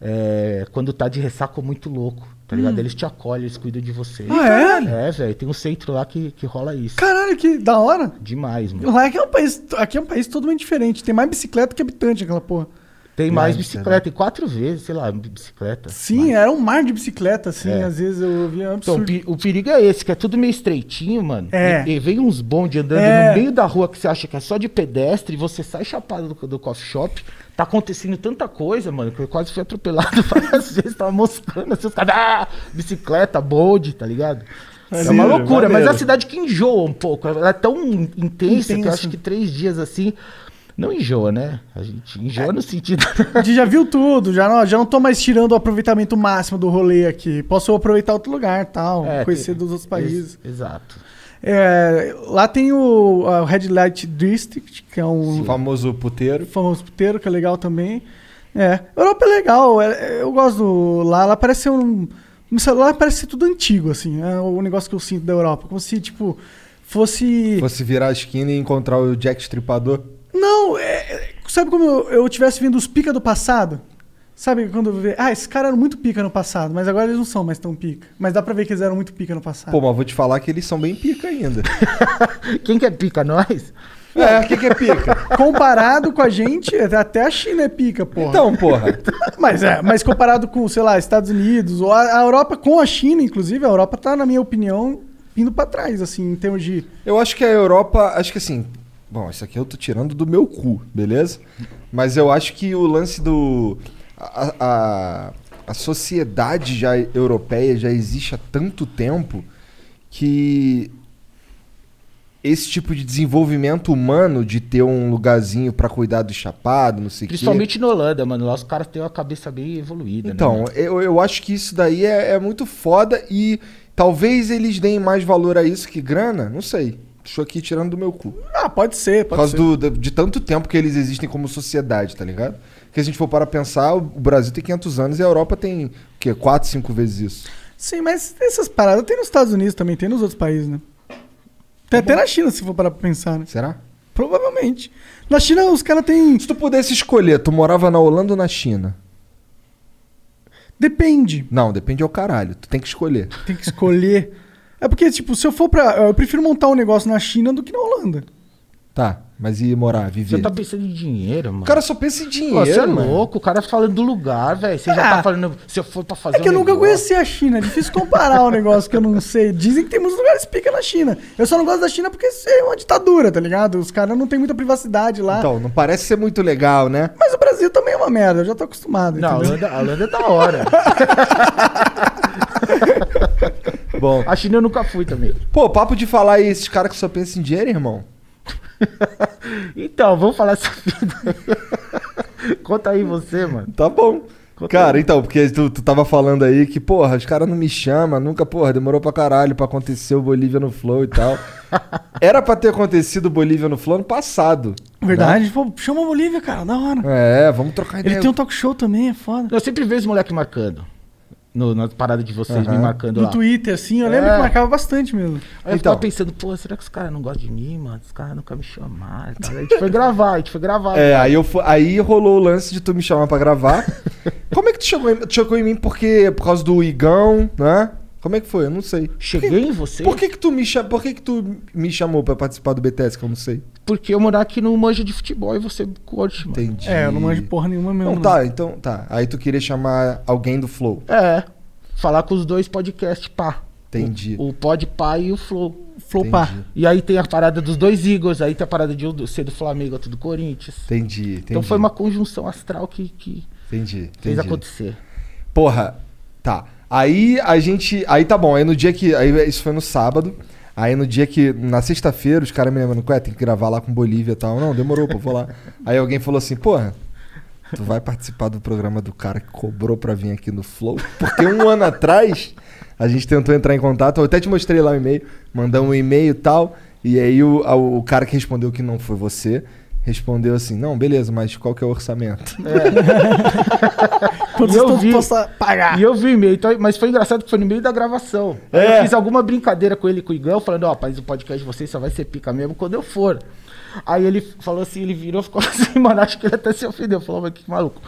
D: é, quando tá de ressaca muito louco, tá ligado? Eles te acolhem, eles cuidam de você.
B: Hum. Ah, é?
D: É, velho. Tem um centro lá que, que rola isso.
B: Caralho, que da hora.
D: Demais, mano.
B: Lá aqui é um país, aqui é um país totalmente diferente. Tem mais bicicleta que habitante aquela porra.
D: Tem mais
C: Amsterdã.
D: bicicleta, tem quatro vezes, sei lá, bicicleta.
B: Sim, era um mar de bicicleta, assim.
D: É.
B: Às vezes eu via um
D: Então, o
B: absurdo.
D: pe- o perigo é esse, que é tudo meio estreitinho, mano.
B: É.
D: E, e vem uns bondes andando
B: É.
D: no meio da rua que você acha que é só de pedestre, e você sai chapado do, do coffee shop. Tá acontecendo tanta coisa, mano, que eu quase fui atropelado várias vezes, tava moscando assim, os caras. Ah, bicicleta, bonde, tá ligado? é uma
C: Maneiro,
D: loucura, mas é
C: maneiro.
D: a cidade que enjoa um pouco. Ela é tão intensa que
B: Intenso.
D: eu acho que três dias assim. Não enjoa, né? A gente
B: É.
D: enjoa no sentido.
B: A gente já viu tudo, já não, já não tô mais tirando o aproveitamento máximo do rolê aqui. Posso aproveitar outro lugar tal,
D: É,
B: conhecer
D: tem-
B: dos outros países.
D: Ex- Exato.
B: É, lá tem o a Red Light District, que é um
C: O famoso puteiro.
B: famoso puteiro, que é legal também. É, Europa é legal, é- é- eu gosto do, lá, lá parece ser um... um sei Lá parece ser tudo antigo, assim, é o negócio que eu sinto da Europa. Como se, tipo, fosse...
C: Fosse virar a esquina e encontrar o Jack Stripador.
B: Não, é- é- sabe como eu, eu tivesse vindo os pica do passado? Sabe quando eu vê, ah, esses caras eram muito pica no passado, mas agora eles não são mais tão pica. Mas dá pra ver que eles eram muito pica no passado.
C: Pô, mas vou te falar que eles são bem pica ainda.
D: Quem quer pica nós?
C: é, o que, que é pica?
B: Comparado com a gente, até a China é pica, porra.
C: Então, porra.
B: Mas é, mas comparado com, sei lá, Estados Unidos, ou a, a Europa com a China, inclusive, a Europa tá, na minha opinião, indo pra trás, assim, em termos de.
C: Eu acho que a Europa, acho que assim, bom, isso aqui eu tô tirando do meu cu, beleza? Mas eu acho que o lance do a, a, a sociedade já europeia já existe há tanto tempo que esse tipo de desenvolvimento humano de ter um lugarzinho pra cuidar do chapado, não sei o quê.
D: Principalmente na Holanda, mano. Lá os caras têm uma cabeça bem evoluída. né,
C: Então,
D: mano?
C: eu, eu acho que isso daí é, é muito foda e talvez eles deem mais valor a isso que grana, não sei. Estou aqui tirando do meu cu.
B: Ah, pode ser,
C: Por
B: pode
C: causa
B: ser.
C: do, do- de tanto tempo que eles existem como sociedade, tá ligado? Porque se a gente for para pensar, o Brasil tem 500 anos e a Europa tem, o quê? 4, 5 vezes isso.
B: Sim, mas essas paradas tem nos Estados Unidos também, tem nos outros países, né? Tem
C: Tá
B: até na China, se for parar pra pensar, né?
C: Será?
B: Provavelmente. Na China, os caras têm.
C: Se tu pudesse escolher, tu morava na Holanda ou na China?
B: Depende.
C: Não, depende ao caralho. Tu tem que escolher.
B: Tem que escolher. É porque, tipo, se eu for pra. Eu prefiro montar um negócio na China do que na Holanda.
C: Tá, mas e morar, viver?
D: Você tá pensando em dinheiro, mano.
C: O cara só pensa em dinheiro,
D: Pô, você é
C: mano.
D: louco, o cara falando do lugar, velho. Você
B: Ah.
D: já tá falando. Se eu for pra fazer.
B: É que eu
D: um
B: nunca
D: negócio-
B: conheci a China. É difícil comparar um negócio que eu não sei. Dizem que tem muitos lugares pica na China. Eu só não gosto da China porque é uma ditadura, tá ligado? Os caras não têm muita privacidade lá.
C: Então, não parece ser muito legal, né?
B: Mas o Brasil também é uma merda. Eu já tô acostumado.
D: Não, a
B: entendeu?
D: Holanda, a Holanda é da hora.
C: Bom,
D: A China eu nunca fui também.
C: pô, papo de falar aí, esses caras que só pensam em dinheiro, irmão.
D: Então, vamos falar essa vida. Conta aí você, mano.
C: Tá bom.
D: Conta
C: Cara,
D: aí.
C: então, porque tu, tu tava falando aí que, porra, os caras não me chamam, nunca, porra, demorou pra caralho pra acontecer o Bolívia no Flow e tal. Era pra ter acontecido o Bolívia no Flow ano passado.
B: Verdade. Pô, chama a Bolívia, cara. Da hora.
C: né? É, vamos trocar ideia.
B: Ele tem um talk show também, é foda.
D: Eu sempre vejo os moleques marcando. No, na parada de vocês
C: Aham.
D: me marcando
B: No
D: lá.
B: Twitter, assim, eu lembro
D: É.
B: que marcava bastante mesmo.
D: Aí
C: Então.
D: eu ficava pensando, pô, será que os caras não gostam de mim, mano? Os caras nunca me chamaram. e tal. Aí A gente foi gravar, a gente foi
B: um
D: gravar.
C: É, aí, eu fu- aí rolou o lance de tu me chamar pra gravar. Como é que tu chegou em, tu chegou em mim? Porque, por causa do Igão, né? Como é que foi? Eu não sei.
D: Cheguei em você
C: Por que que tu me, cha- por que que tu me chamou pra participar do BTS, que eu não sei?
D: porque eu morar aqui no manjo de futebol e você curte, mano.
C: Entendi.
B: É, eu não manjo porra nenhuma mesmo.
C: Não, tá, então, tá. Aí tu queria chamar alguém do Flow.
D: É. Falar com os dois podcasts, pá.
C: Entendi.
D: O, o Pod Pá e o Flow.
B: Flopar.
C: Entendi.
D: E aí tem a parada dos dois Eagles, aí tem a parada de eu do- ser do Flamengo, outro do Corinthians.
C: Entendi, entendi.
D: Então foi uma conjunção astral que, que
C: Entendi,
D: fez
C: entendi.
D: acontecer.
C: Porra, tá. Aí a gente. Aí tá bom, aí no dia que. Aí isso foi no sábado. Aí no dia que. Na sexta-feira, os caras me lembrando, ué, tem que gravar lá com Bolívia e tal. Não, demorou, pô, vou lá. Aí alguém falou assim, porra. Tu vai participar do programa do cara que cobrou pra vir aqui no Flow? Porque um ano atrás a gente tentou entrar em contato, eu até te mostrei lá o e-mail, mandamos um e-mail e tal, e aí o, a- o cara que respondeu que não foi você, respondeu assim, não, beleza, mas qual que é o orçamento?
B: Quando
D: E
B: vocês
D: eu
B: estão
D: vi.
B: dispostos a pagar.
D: E eu vi o e-mail, então- mas foi engraçado que foi no meio da gravação. Aí
C: É.
D: Eu fiz alguma brincadeira com ele e com o Igão, falando, ó, rapaz, o podcast de vocês só vai ser pica mesmo quando eu for. Aí ele falou assim, ele virou, ficou assim, mano, acho que ele até se ofendeu. Falou, mas que maluco.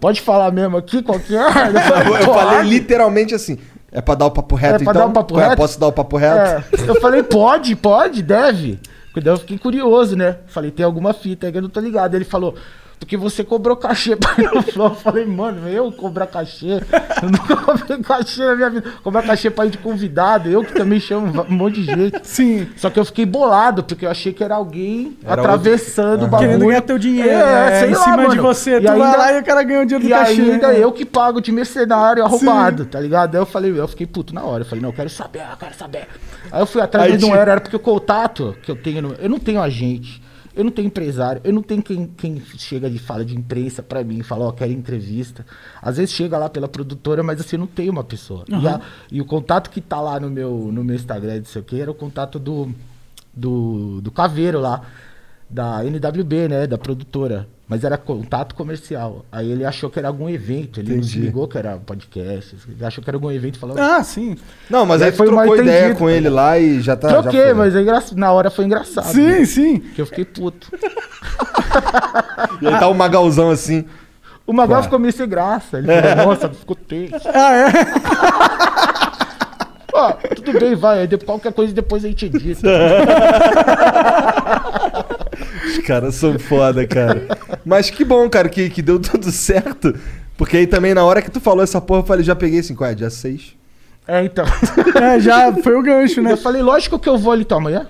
D: Pode falar mesmo aqui, qualquer. Eu
C: Eu,
D: falei,
C: eu falei
D: "Pode".
C: literalmente assim. É pra dar o papo reto,
D: É pra
C: então?
D: dar o papo
C: Ué,
D: reto?
C: Posso dar o papo reto?
D: É, eu falei, pode, pode, deve. Porque daí eu fiquei curioso, né? Falei, tem alguma fita aí que eu não tô ligado. Ele falou, porque você cobrou cachê pra ir no Flow. Eu falei, mano, eu cobrar cachê? Eu nunca cobrei cachê na minha vida. Cobrar cachê pra ir de convidado, eu que também chamo va- um monte de gente.
B: Sim.
D: Só que eu fiquei bolado, porque eu achei que era alguém
C: Era
D: atravessando o
B: Querendo
D: bagulho.
B: ganhar teu dinheiro.
D: É,
B: né?
D: sei
B: em
D: lá,
B: cima de
D: mano.
B: você.
D: E
B: tu vai
D: ainda-
B: lá e o cara ganha o dinheiro
D: E
B: do cachê.
D: ainda
B: né?
D: eu que pago de mercenário arrombado, tá ligado? Aí eu falei, eu fiquei puto na hora. Eu falei, não, eu quero saber, eu quero saber. Aí eu fui atrás, um
B: Aí,
D: mas não
B: tipo-
D: era, era porque o contato que eu tenho, no- eu não tenho agente. Eu não tenho empresário, eu não tenho quem, quem chega e fala de imprensa pra mim, fala, ó, quero entrevista. Às vezes chega lá pela produtora, mas assim, não tem uma pessoa. E, a- e o contato que tá lá no meu, no meu Instagram, não sei o que, era o contato do, do, do Caveiro lá, da NWB, né, da produtora. Mas era contato comercial. Aí ele achou que era algum evento, ele nos
C: Entendi.
D: ligou que era podcast, ele achou que era algum evento, falou...
B: Ah, sim.
C: Não, mas
D: E
C: aí
D: aí
C: tu
D: foi o
C: trocou
D: mal
C: ideia
D: entendido,
C: com ele lá e já tá. já
D: Troquei,
C: foi.
D: mas é engra... na hora foi engraçado.
B: Sim, sim.
D: Porque eu fiquei puto.
C: E aí tá o Magalzão assim.
D: O Magal
C: Claro.
D: ficou meio sem graça. Ele falou, nossa, ficou tenso.
B: Ah, é?
D: Ó, tudo bem, vai. aí de- Qualquer coisa depois a gente diz.
C: Os caras são foda, cara. Mas que bom, cara, que, que deu tudo certo. Porque aí também, na hora que tu falou essa porra, eu falei, já peguei assim, qual é? Dia 6.
D: É, então.
B: É, já foi o gancho, né?
D: Eu falei, lógico que eu vou ali, então, amanhã.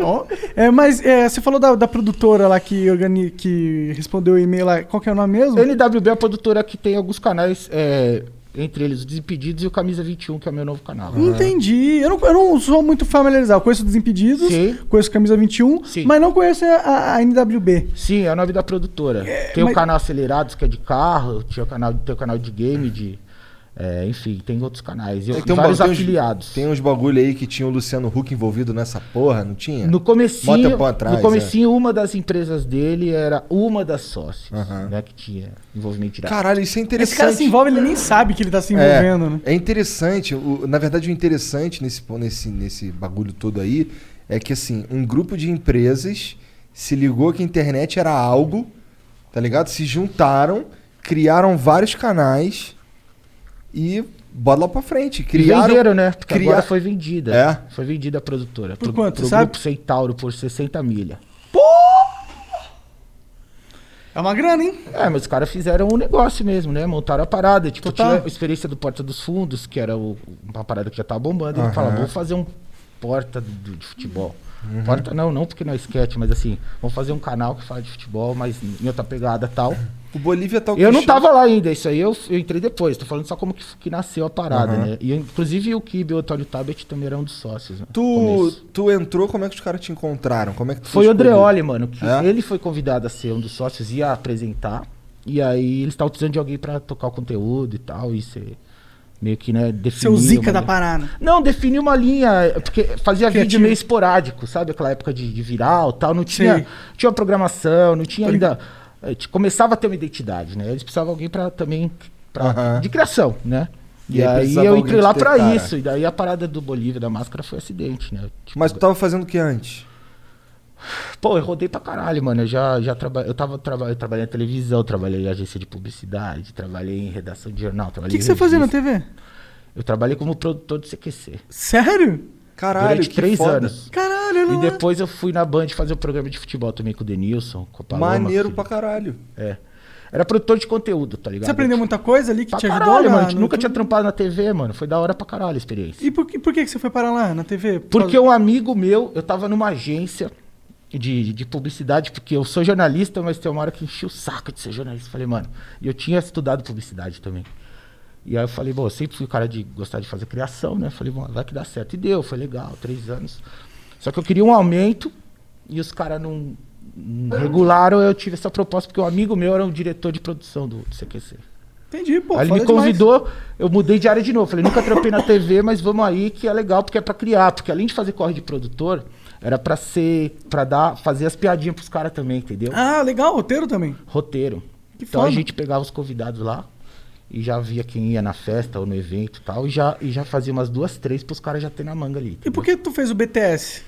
B: Ó. é, mas é, você falou da, da produtora lá que, organi... que respondeu o e-mail lá. Qual que é o nome mesmo?
D: NWB é a produtora que tem alguns canais, é, entre eles o Desimpedidos e o Camisa 21, que é o meu novo canal.
B: Ah. Entendi. Eu não, eu não sou muito familiarizado. Eu conheço Desimpedidos,
D: Sim.
B: conheço Camisa 21,
D: Sim.
B: mas não conheço a, a NWB.
D: Sim, é o nome da produtora.
C: É,
D: tem
B: mas-
D: o canal Acelerados, que é de carro, tem o canal, tem o canal de game, de. é, enfim, tem outros canais. E
C: Tem, um
D: vários
C: bagulho-
D: afiliados.
C: Tem uns bagulho aí que tinha o Luciano Huck envolvido nessa porra, não tinha?
D: No
C: um Bota é. a
D: comecinho,
C: pão atrás,
D: no comecinho uma das empresas dele era uma das sócias,
C: Aham.
D: né, que tinha envolvimento direto.
C: Caralho, isso é interessante.
B: Esse cara
D: assim,
B: se envolve, ele nem sabe que ele tá se
C: É,
B: envolvendo, né?
C: É interessante, o- na verdade o interessante nesse, po- nesse, nesse bagulho todo aí é que assim, um grupo de empresas se ligou que a internet era algo, tá ligado? Se juntaram, criaram vários canais e bora lá pra frente.
D: E
C: Criaram,
D: venderam, né? Porque
C: criar-
D: agora foi vendida.
C: É?
D: Foi vendida a produtora.
B: Por quanto,
D: Pro
B: sabe?
D: grupo Centauro por 60 milha.
B: É uma grana, hein?
D: É, mas os caras fizeram um negócio mesmo, né? Montaram a parada. Tipo,
B: Total.
D: tinha a experiência do Porta dos Fundos, que era o- uma parada que já tava bombando. Ele
C: Aham. Uhum.
D: fala, vou fazer um porta do- de futebol. Porta não, não porque não é sketch, mas assim, vamos fazer um canal que fala de futebol, mas em outra pegada tal.
C: O Bolívia tá o
D: Eu não
C: queixo-
D: tava lá ainda, isso aí eu, eu entrei depois, tô falando só como que, que nasceu a parada, né? E inclusive o Kibe e o Antônio Tabet também eram dos sócios, né? no
C: Tu,
D: começo.
C: tu entrou, como é que os caras te encontraram? Como é que tu
D: Foi o
C: escolhido?
D: Andreoli, mano, que
C: É?
D: ele foi convidado a ser um dos sócios e a apresentar. E aí eles estavam precisando de alguém pra tocar o conteúdo e tal, e ser meio que, né, definir.
B: Seu zica
D: uma-
B: da parada.
D: Não, defini uma linha, porque fazia vídeo
B: Criativo.
D: meio esporádico, sabe? Aquela época de, de viral tal, não tinha,
B: Sei.
D: tinha uma programação, não tinha
B: Pode-
D: ainda... eh, t- Começava a ter uma identidade, né? Eles precisavam de alguém para também... pra-
C: Aham.
D: De criação, né?
C: E
D: E,
C: aí
D: aí,
C: precisava
D: eu
C: alguém
D: entrei lá
C: te
D: pra
C: tentar.
D: isso, e daí a parada do Bolívia, da máscara, foi um acidente, né? Tipo,
C: Mas tu tava fazendo o que antes?
D: Pô, eu rodei pra caralho, mano. Eu já, já traba... eu tava traba... eu trabalhei na televisão, trabalhei em agência de publicidade, trabalhei em redação de jornal,
B: O que,
D: trabalhei
B: que
D: em
B: você fazia na
D: revista.
B: TV?
D: Eu trabalhei como produtor de CQC
B: Sério?
C: Caralho,
D: durante
C: que
D: três
C: foda.
D: anos.
B: Caralho, eu não...
D: E depois eu fui na Band fazer o programa de futebol também com o Denilson, com a Paloma.
C: Maneiro
D: que-
C: pra caralho.
D: É. Era produtor de conteúdo, tá ligado?
B: Você aprendeu muita coisa ali que
D: pra
B: te ajudou?
D: caralho,
B: na-
D: mano.
B: no
D: Nunca tinha
B: YouTube?
D: trampado na TV, mano. Foi da hora pra caralho a experiência.
B: E por, que- por que que você foi parar lá, na TV? Por
D: Porque
B: causa-
D: um amigo meu, eu tava numa agência de, de publicidade, porque eu sou jornalista, mas tem uma hora que enchi o saco de ser jornalista. Falei, mano, e eu tinha estudado publicidade também. E aí eu falei, bom, eu sempre fui o cara de gostar de fazer criação, né? Falei, bom, vai que dá certo. E deu, foi legal, três anos. Só que eu queria um aumento e os caras não, não regularam, eu tive essa proposta, porque um amigo meu era um diretor de produção do, do CQC.
B: Entendi, pô.
D: Aí ele
B: foda demais.
D: me convidou, eu mudei de área de novo. Falei, nunca trampei na TV, mas vamos aí que é legal, porque é pra criar. Porque além de fazer corre de produtor, era pra ser, pra dar, fazer as piadinhas pros caras também, entendeu?
B: Ah, legal, roteiro também.
D: Roteiro.
B: Que
D: então
B: foda.
D: a gente pegava os convidados lá e já via quem ia na festa ou no evento e tal, e já, e já fazia umas duas, três pros caras já ter na manga ali.
B: E por que tu fez o BTS?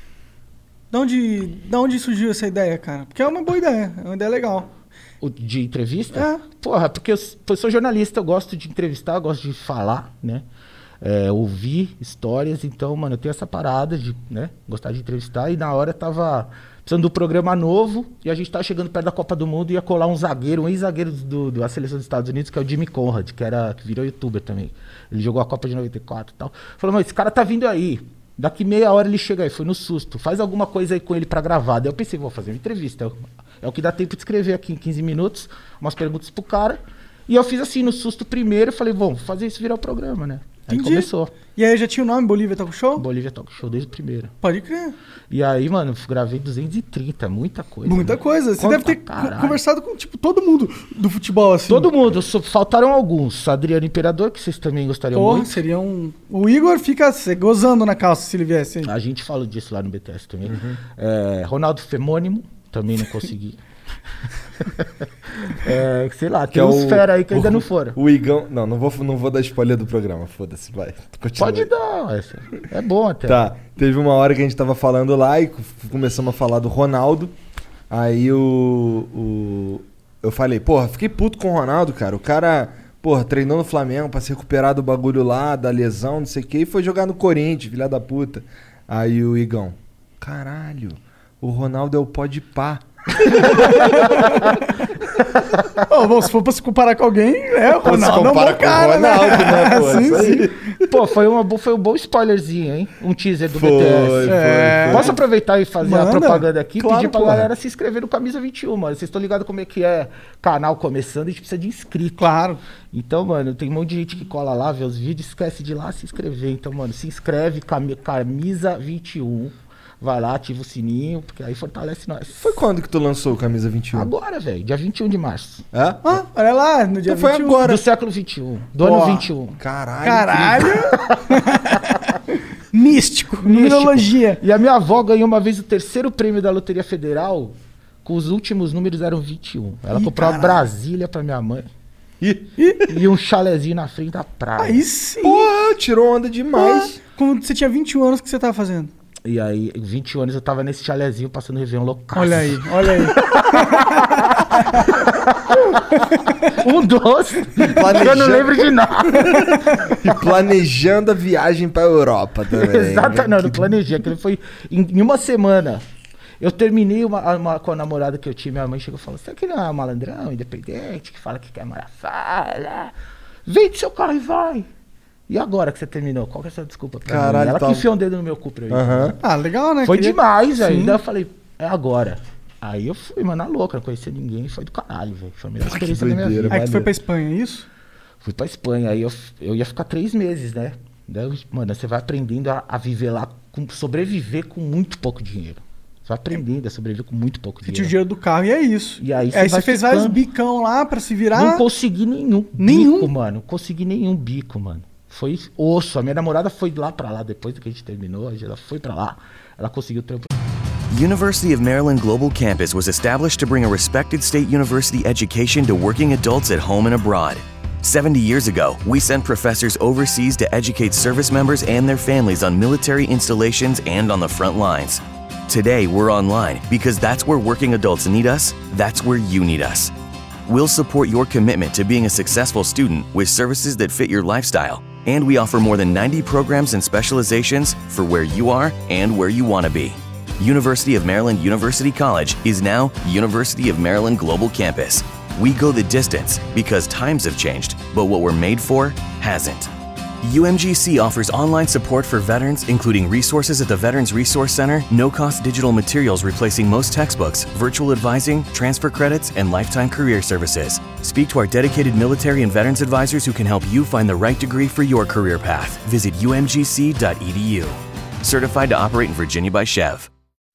B: Da onde, da onde surgiu essa ideia, cara? Porque é uma boa ideia, é uma ideia legal.
D: O de entrevista?
B: É.
D: Porra, porque eu, s- eu sou jornalista, eu gosto de entrevistar, eu gosto de falar, né? É, ouvir histórias, então, mano, eu tenho essa parada de, né, gostar de entrevistar. E na hora eu tava precisando do programa novo e a gente tava chegando perto da Copa do Mundo e ia colar um zagueiro, um ex-zagueiro do, do- da seleção dos Estados Unidos, que é o Jimmy Conrad, que, era, que virou youtuber também. Ele jogou a Copa de 94 e tal. Falou, mano, esse cara tá vindo aí. Daqui meia hora ele chega aí, foi no susto. Faz alguma coisa aí com ele pra gravar. Daí eu pensei, vou fazer uma entrevista. É o- É o que dá tempo de escrever aqui em 15 minutos, umas perguntas pro cara. E eu fiz assim, no susto primeiro, eu falei, bom, vou fazer isso virar o programa, né? Aí
B: Entendi.
D: começou.
B: E aí já tinha o nome Bolívia Talk Show?
D: Bolívia Talk Show desde o primeiro.
B: Pode crer.
D: E aí, mano, eu gravei 230, muita coisa.
B: Muita
D: né?
B: coisa. Você
D: Conta
B: deve ter
D: pra caralho.
B: co- conversado com, tipo, todo mundo do futebol, assim.
D: Todo mundo, só- faltaram alguns. Adriano Imperador, que vocês também gostariam
B: Porra,
D: muito.
B: seria um... O Igor fica se- gozando na calça se ele assim. viesse, hein?
D: A gente fala disso lá no BTS também.
C: Uhum.
D: É, Ronaldo Femônimo, também não consegui. É, sei lá, tem uns fera aí que ainda
C: o-
D: não foram.
C: O Igão. Não, não vou, não vou dar spoiler do programa, foda-se, vai. Continua
D: Pode
C: aí.
D: dar, ué, é bom até.
C: Tá, teve uma hora que a gente tava falando lá e c- começamos a falar do Ronaldo. Aí o, o- Eu falei, porra, fiquei puto com o Ronaldo, cara. O cara, porra, treinou no Flamengo pra se recuperar do bagulho lá, da lesão, não sei o quê, e foi jogar no Corinthians, filha da puta. Aí o Igão, caralho, o Ronaldo é o pó de pá.
B: Ô, bom, se for pra se comparar com alguém, é o
C: Pô, se
B: Ronaldo. é um
C: compara
B: bom
C: com o
B: cara, né?
C: Ronaldo, né, pô? Isso aí.
B: sim, sim.
D: Pô, foi, uma, bo- foi um bom spoilerzinho, hein? Um teaser do
C: Foi,
D: BTS.
B: É.
D: Posso aproveitar e fazer a
B: Manda.
D: propaganda aqui e
C: Claro,
D: pedir pra
C: porra.
D: galera se inscrever no Camisa 21, mano. Vocês estão ligados como é que é canal começando, a gente precisa de inscrito.
B: Claro.
D: Então, mano, tem um monte de gente que cola lá, vê os vídeos, esquece de ir lá se inscrever. Então, mano, se inscreve, cami- camisa 21. Vai lá, ativa o sininho, porque aí fortalece nós.
C: Foi quando que tu lançou o Camisa 21?
D: Agora, velho, dia 21 de março.
C: Hã?
B: Ah, olha lá, no dia
C: Então foi
B: 21.
C: agora.
D: Do século 21. Do
B: Porra.
D: ano 21.
C: Caralho.
B: Caralho. Místico. Numerologia.
D: E a minha avó ganhou uma vez o terceiro prêmio da Loteria Federal, com os últimos números eram 21. Ela
B: Ih,
D: comprou uma
B: caralho.
D: Brasília pra minha mãe
C: Ih,
D: e um chalezinho na frente da praia.
B: Aí sim.
C: porra, tirou onda demais.
B: Ah, Quando você tinha 21 anos, o que você tava fazendo?
D: E aí, em 20 anos eu tava nesse chalezinho passando Réveillon local.
B: Olha aí, olha aí.
D: Um doce.
C: Planejando.
D: eu não lembro de nada.
C: E planejando a viagem pra Europa também. né?
D: Exato, não, eu não
C: Que
D: planejei. Aquilo foi em, em uma semana. Eu terminei uma, uma- com a namorada que eu tinha, minha mãe chegou e falou: Você que não é um malandrão, independente, que fala que quer morar fora? Vende seu carro e vai. E agora que você terminou? Qual que é a sua desculpa pra mim?
C: Caralho,
D: Ela
C: tá-
D: que enfiou um dedo no meu cu pra eu ir.
C: Aham.
B: Ah, legal, né?
D: Foi
B: Queria-
D: demais, velho.
B: Sim.
D: Daí eu falei, é agora. Aí eu fui, mano, na louca, não conhecia ninguém, foi do caralho, velho. Foi a melhor experiência da minha
C: Ah, doideira,
D: vida.
B: Aí tu foi
C: Maneiro.
B: pra Espanha, é isso?
D: Fui pra Espanha, aí eu, f- eu ia ficar três meses, né? Daí, eu- mano, você vai aprendendo a, a viver lá, com- sobreviver com muito pouco dinheiro. Você vai aprendendo a sobreviver com muito pouco
B: Você tinha o
D: dinheiro.
B: dinheiro do carro e é isso.
D: E aí você
B: aí
D: vai
B: você fez
D: ficando.
B: vários bicão lá pra se virar.
D: Não consegui nenhum.
B: um Nenhum?
D: Bico, mano. Consegui nenhum bico, mano. Foi osso. A minha namorada foi lá pra lá, depois que a gente terminou, ela foi pra lá. Ela conseguiu trampo
A: University of Maryland Global Campus was established to bring a respected state university education to working adults at home and abroad. 70 years ago, we sent professors overseas to educate service members and their families on military installations and on the front lines. Today, we're online because that's where working adults need us, that's where you need us. We'll support your commitment to being a successful student with services that fit your lifestyle, and we offer more than 90 programs and specializations for where you are and where you want to be. University of Maryland University College is now University of Maryland Global Campus. We go the distance because times have changed, but what we're made for hasn't. UMGC offers online support for veterans, including resources at the Veterans Resource Center, no cost digital materials replacing most textbooks, virtual advising, transfer credits, and lifetime career services. Speak to our dedicated military and veterans advisors who can help you find the right degree for your career path. Visit umgc.edu. E Certified to operate in Virginia by Chev.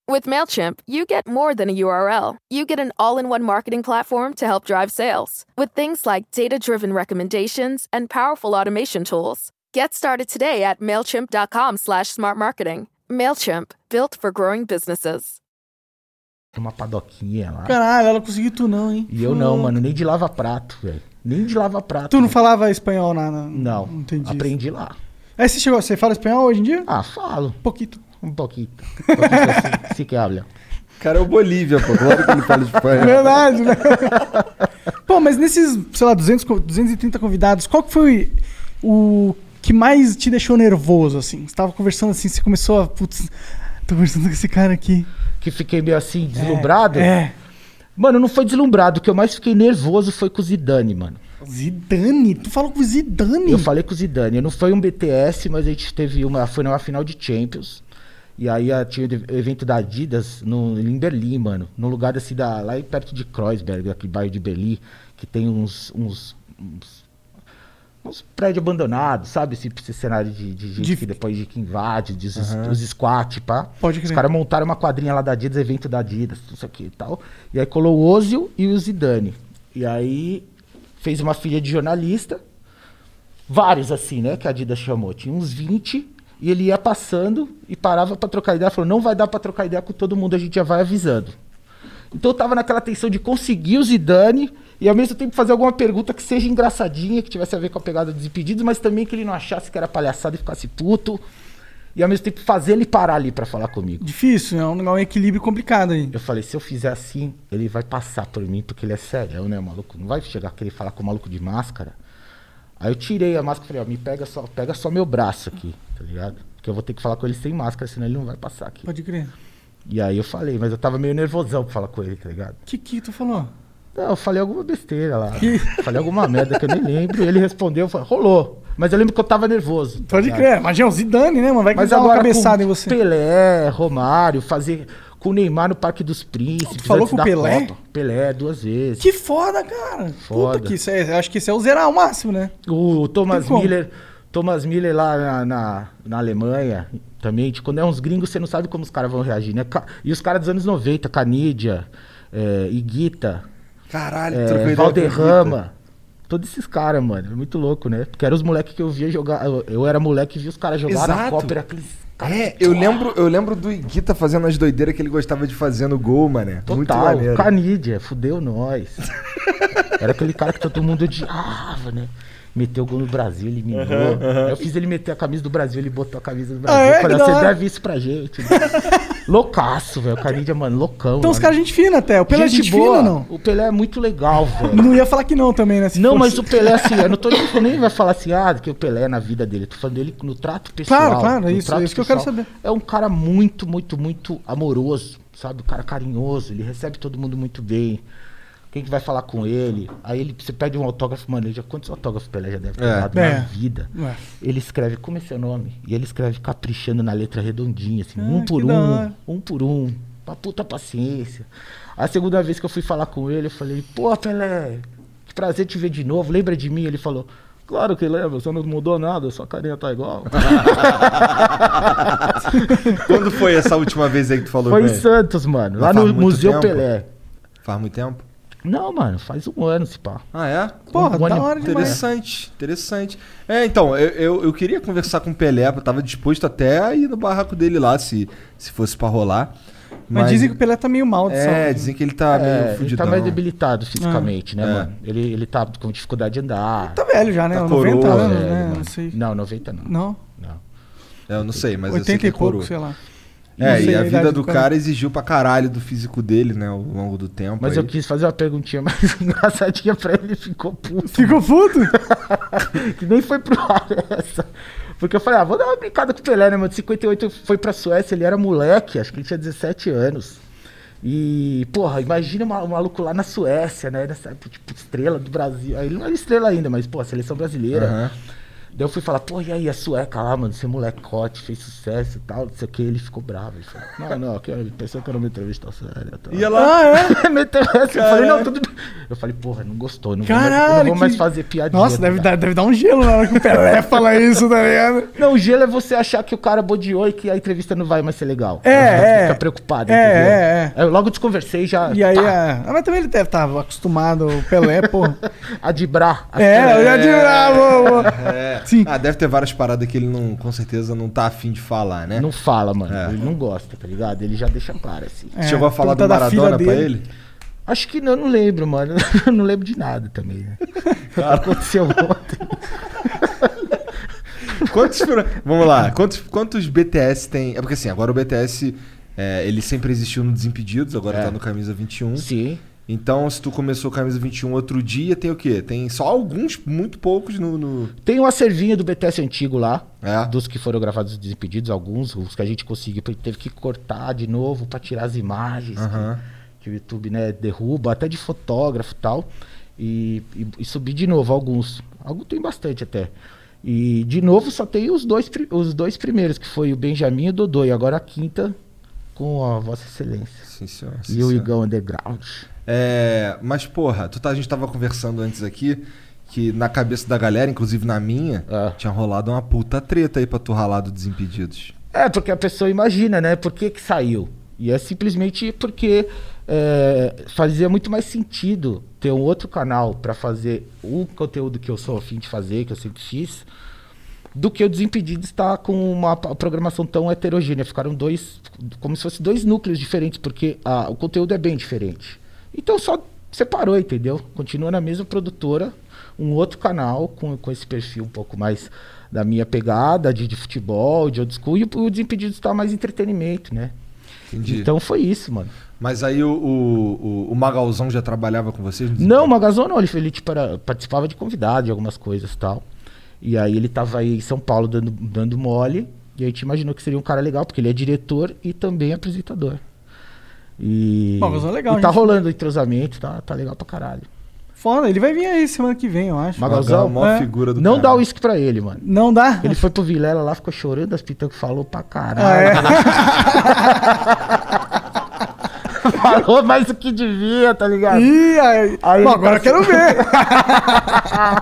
F: With MailChimp, you get more than a URL. You get an all in one marketing platform to help drive sales with things like data driven recommendations and powerful automation tools. Get started today at MailChimp.com slash smart marketing. MailChimp, built for growing businesses.
D: uma padoquinha lá.
B: Caralho, ela conseguiu tu não, hein?
D: E eu não, mano, nem de lava-prato, velho. Nem de lava-prato.
B: Tu não
D: velho.
B: falava espanhol nada?
D: Não,
B: Entendi.
D: aprendi lá.
B: Aí você chegou, você fala espanhol hoje em dia?
D: Ah, falo.
B: Um pouquinho.
D: Um pouquinho. Um pouquinho se- se que habla.
C: O cara é o Bolívia, pô. Claro que ele fala espanhol.
B: Verdade, né? Pô, mas nesses, sei lá, 200, co- 230 convidados, qual que foi o que mais te deixou nervoso, assim? Você tava conversando assim, você começou a... Putz, tô conversando com esse cara aqui.
D: Que fiquei meio assim, deslumbrado.
B: É.
D: Mano, não foi deslumbrado. O que eu mais fiquei nervoso foi com o Zidane, mano.
B: Zidane? Tu falou com o Zidane?
D: Eu falei com o Zidane. Não foi um BTS, mas a gente teve uma. Foi numa final de Champions. E aí ah, tinha o evento da Adidas no, em Berlim, mano. Num lugar assim, da, lá perto de Kreuzberg, aquele bairro de Berlim, que tem uns. uns, uns uns prédios abandonados, sabe? Esse, esse cenário de, de gente
B: De-
D: que depois de que invade, de, os squat, pá.
B: Pode
D: Os
B: crer.
D: caras montaram uma quadrinha lá da Adidas, evento da Adidas, tudo isso aqui e tal. E aí colou o Ozil e o Zidane. E aí fez uma filha de jornalista, vários assim, né, que a Adidas chamou. Tinha uns 20 e ele ia passando e parava pra trocar ideia. Falou, não vai dar pra trocar ideia com todo mundo, a gente já vai avisando. Então eu tava naquela tensão de conseguir o Zidane e ao mesmo tempo fazer alguma pergunta que seja engraçadinha, que tivesse a ver com a pegada dos impedidos, mas também que ele não achasse que era palhaçada e ficasse puto. E ao mesmo tempo fazer ele parar ali pra falar comigo.
B: Difícil, é um, é um equilíbrio complicado aí.
D: Eu falei, se eu fizer assim, ele vai passar por mim, porque ele é sério, né, maluco? Não vai chegar querer falar com o maluco de máscara. Aí eu tirei a máscara e falei, ó, me pega só, pega só meu braço aqui, tá ligado? Porque eu vou ter que falar com ele sem máscara, senão ele não vai passar aqui.
B: Pode crer.
D: E aí eu falei, mas eu tava meio nervosão pra falar com ele, tá ligado?
B: O que que tu falou?
D: Não, eu falei alguma besteira lá. falei alguma merda que eu nem lembro. E ele respondeu, falou, rolou. Mas eu lembro que eu tava nervoso. tá
B: Pode
D: ligado?
B: crer, imagina o Zidane, né, mano? Vai que
D: Mas
B: dá uma
D: agora
B: cabeçada
D: com
B: em você.
D: Pelé, Romário, fazer com o Neymar no Parque dos Príncipes.
B: Tu falou
D: antes
B: com o
D: da
B: Pelé?
D: Copa. Pelé, duas vezes.
B: Que foda, cara.
D: Foda.
B: Puta que isso é, acho que isso é o zerar o máximo, né?
D: O Thomas
B: Tem como.
D: Miller, Thomas Miller lá na, na, na Alemanha, também, tipo, quando é uns gringos, você não sabe como os caras vão reagir, né? Ca- E os caras dos anos 90, Canidia, é, Iguita,
C: Caralho,
D: é,
C: trocou ideia com o Vitor.
D: Valderrama. Todos esses caras, mano. É muito louco, né? Porque eram os moleques que eu via jogar. Eu, eu era moleque e via os caras jogar na
C: Exato.
D: Copa. Era aqueles caras
C: É, eu lembro, eu lembro do Iguita fazendo as doideiras que ele gostava de fazer no gol, mané. Muito
D: Total,
C: maneiro.
D: Canídia, fudeu nós. Era aquele cara que todo mundo odiava, né? Meteu o gol no Brasil, eliminou. Eu fiz ele meter a camisa do Brasil, ele botou a camisa do Brasil.
B: Ah, é?
D: Eu falei,
B: Que da
D: você
B: hora."
D: deve isso pra gente. né? Loucaço, velho. O Canídia, mano, loucão.
B: Então os caras gente fina até. O Pelé é gente fina, não?
D: O Pelé é muito legal, velho.
B: Não ia falar que não também, né? se
D: Não, mas
B: fosse.
D: o Pelé, assim, eu não tô nem, nem vai falar assim, ah, que o Pelé é na vida dele. Eu tô falando dele no trato pessoal.
B: Claro, claro,
D: no
B: é isso,
D: trato
B: é isso que eu quero
D: pessoal.
B: saber.
D: É um cara muito, muito, muito amoroso, sabe? Um cara carinhoso, ele recebe todo mundo muito bem. Quem que vai falar com ele? Aí ele, você pede um autógrafo, mano, ele já, quantos autógrafos o Pelé já deve ter
C: É.
D: dado
B: É.
D: na vida?
B: Ué.
D: Ele escreve, como é seu nome? E ele escreve caprichando na letra redondinha, assim,
B: Ah,
D: um por
B: que da
D: um,
B: hora.
D: um por um, pra puta paciência. A segunda vez que eu fui falar com ele, eu falei, pô, Pelé, que prazer te ver de novo, lembra de mim? Ele falou, claro que lembra, você não mudou nada, sua carinha tá igual.
C: Quando foi essa última vez aí que tu falou
D: Foi
C: com
D: em
C: ele?
D: Santos, mano, lá
C: Mas faz
D: no
C: muito
D: Museu
C: tempo?
D: Pelé.
C: Faz muito tempo?
D: Não, mano, faz um ano, se pá.
C: Ah, é?
B: Porra,
D: o
B: da
D: ônibus-
B: hora demais.
C: Interessante, interessante. É, então, eu, eu, eu queria conversar com o Pelé, eu tava disposto até a ir no barraco dele lá, se, se fosse pra rolar.
B: Mas, dizem que o Pelé tá meio mal de
C: É,
B: saúde.
C: dizem que ele tá
D: É,
C: meio
D: ele tá
C: fudidão.
D: mais debilitado fisicamente, né,
C: É.
D: mano? Ele, ele tá com dificuldade de andar.
B: Tá velho já, né?
C: Tá
B: 90
C: coroa,
B: anos,
D: velho,
B: né?
D: é, mano.
B: Não sei.
D: Não, 90 não.
B: Não?
D: não.
C: É, eu não sei, mas
B: 80 e
C: eu sei que ele
B: pouco, sei
C: corou.
B: lá. Não
C: É,
B: sei
C: e a
B: idade
C: vida do
B: Pelé.
C: cara exigiu pra caralho do físico dele, né, ao longo do tempo.
D: Mas
C: aí.
D: eu quis fazer uma perguntinha mais engraçadinha pra ele, ele ficou puto.
B: Ficou puto?
D: que nem foi pro ar essa. Porque eu falei, ah, vou dar uma brincada com o Pelé, né, mano? 58 foi pra Suécia, ele era moleque, acho que ele tinha 17 anos. E, porra, imagina um maluco lá na Suécia, né? Nessa, tipo, estrela do Brasil. Aí Ele não era estrela ainda, mas, pô, a seleção brasileira.
C: Aham.
D: Daí eu fui falar, pô, e aí a sueca lá, mano, você é molecote, fez sucesso e tal, não sei o que, ele ficou bravo. Ele falou, não, não, tá que- ele pensou que era uma entrevista séria. Tal.
C: E
B: Ah,
C: ela...
B: é?
D: Meteu essa, eu falei, não, tudo bem. Eu falei, porra, não gostou, não vou mais, eu não
B: Caralho.
D: vou mais
B: que-
D: fazer piadinha.
B: Nossa,
D: tá
B: deve
D: ligado?
B: dar, deve dar um gelo na hora que o Pelé fala isso, tá ligado?
D: Não, o gelo é você achar que o cara bodeou e que a entrevista não vai mais ser legal.
B: É,
D: Você
B: é.
D: Fica preocupado,
B: É,
D: entendeu?
B: é,
D: Eu logo desconversei e já...
B: E aí,
D: tá,
B: ah, mas também ele deve estar acostumado, o Pelé, porra.
D: A dibrar. a
B: É, eu
D: tela.
B: já digo, ah, boa, boa.
C: É.
B: Sim.
C: Ah, deve ter várias paradas que ele não, com certeza, não tá afim de falar, né?
D: Não fala, mano.
C: É.
D: Ele não gosta, tá ligado? Ele já deixa claro, assim.
B: É,
C: Chegou a falar do
B: perguntar da filha
C: Maradona pra
B: dele.
C: ele?
D: Acho que não, eu não lembro, mano. Eu não lembro de nada também, né? Aconteceu ontem.
C: Quantos, pro- vamos lá, quantos, quantos BTS tem? É porque assim, agora o BTS, é, ele sempre existiu no Desimpedidos, agora
D: É.
C: tá no Camisa 21.
D: Sim.
C: Então, se tu começou o Camisa 21 outro dia, tem o quê? Tem só alguns, muito poucos no... no-
D: Tem uma servinha do BTS antigo lá.
C: É.
D: Dos que foram gravados desimpedidos, alguns, os que a gente conseguiu, porque teve que cortar de novo pra tirar as imagens. que-
C: Aham.
D: Que, o YouTube, né, derruba, até de fotógrafo e tal. E, e, e subir de novo alguns. Alguns tem bastante até. E de novo só tem os dois, pri- os dois primeiros, que foi o Benjamin e o Dodô. E agora a quinta com a Vossa Excelência.
C: Sim, senhor. sim,
D: E o
C: senhor.
D: Igão Underground.
C: É, mas porra, tu tá- a gente tava conversando antes aqui que na cabeça da galera, inclusive na minha,
D: É.
C: tinha rolado uma puta treta aí pra tu ralar do Desimpedidos.
D: É, porque a pessoa imagina, né? Por que, que saiu? E é simplesmente porque é, fazia muito mais sentido ter um outro canal pra fazer o conteúdo que eu sou afim de fazer, que eu sempre fiz, do que o Desimpedidos estar com uma pa- programação tão heterogênea. Ficaram dois, como se fossem dois núcleos diferentes, porque a- o conteúdo é bem diferente. Então só separou, entendeu? Continua na mesma produtora, um outro canal com, com esse perfil um pouco mais da minha pegada, de, de futebol, de old school, e o, o Desimpedidos está mais entretenimento, né?
C: Entendi.
D: Então foi isso, mano.
C: Mas aí o, o, o- o Magalzão já trabalhava com vocês? no
D: Não, o
C: Desimpedidos?
D: Magazon não, ele, ele tipo, era- participava de convidado de algumas coisas e tal. E aí ele tava aí em São Paulo dando, dando mole, e a gente imaginou que seria um cara legal, porque ele é diretor e também apresentador. E,
B: Bom, mas é legal,
D: e tá
B: gente.
D: rolando entrosamento, tá, tá legal pra caralho.
B: Foda, ele vai vir aí semana que vem, eu acho.
D: Mas-
C: Magal,
D: Magalzão,
C: a maior
B: é.
C: figura do
D: Não dá
C: caralho.
D: uísque pra ele, mano.
B: Não dá?
D: Ele foi pro Vilela lá, ficou chorando, as pitancas falou pra
B: Ah,
D: caralho.
B: é. é?
D: Falou mais do que devia, tá ligado?
B: Ih, aí-
D: Aí
B: Bom,
D: ele
B: agora eu quero
D: passou-
B: ver.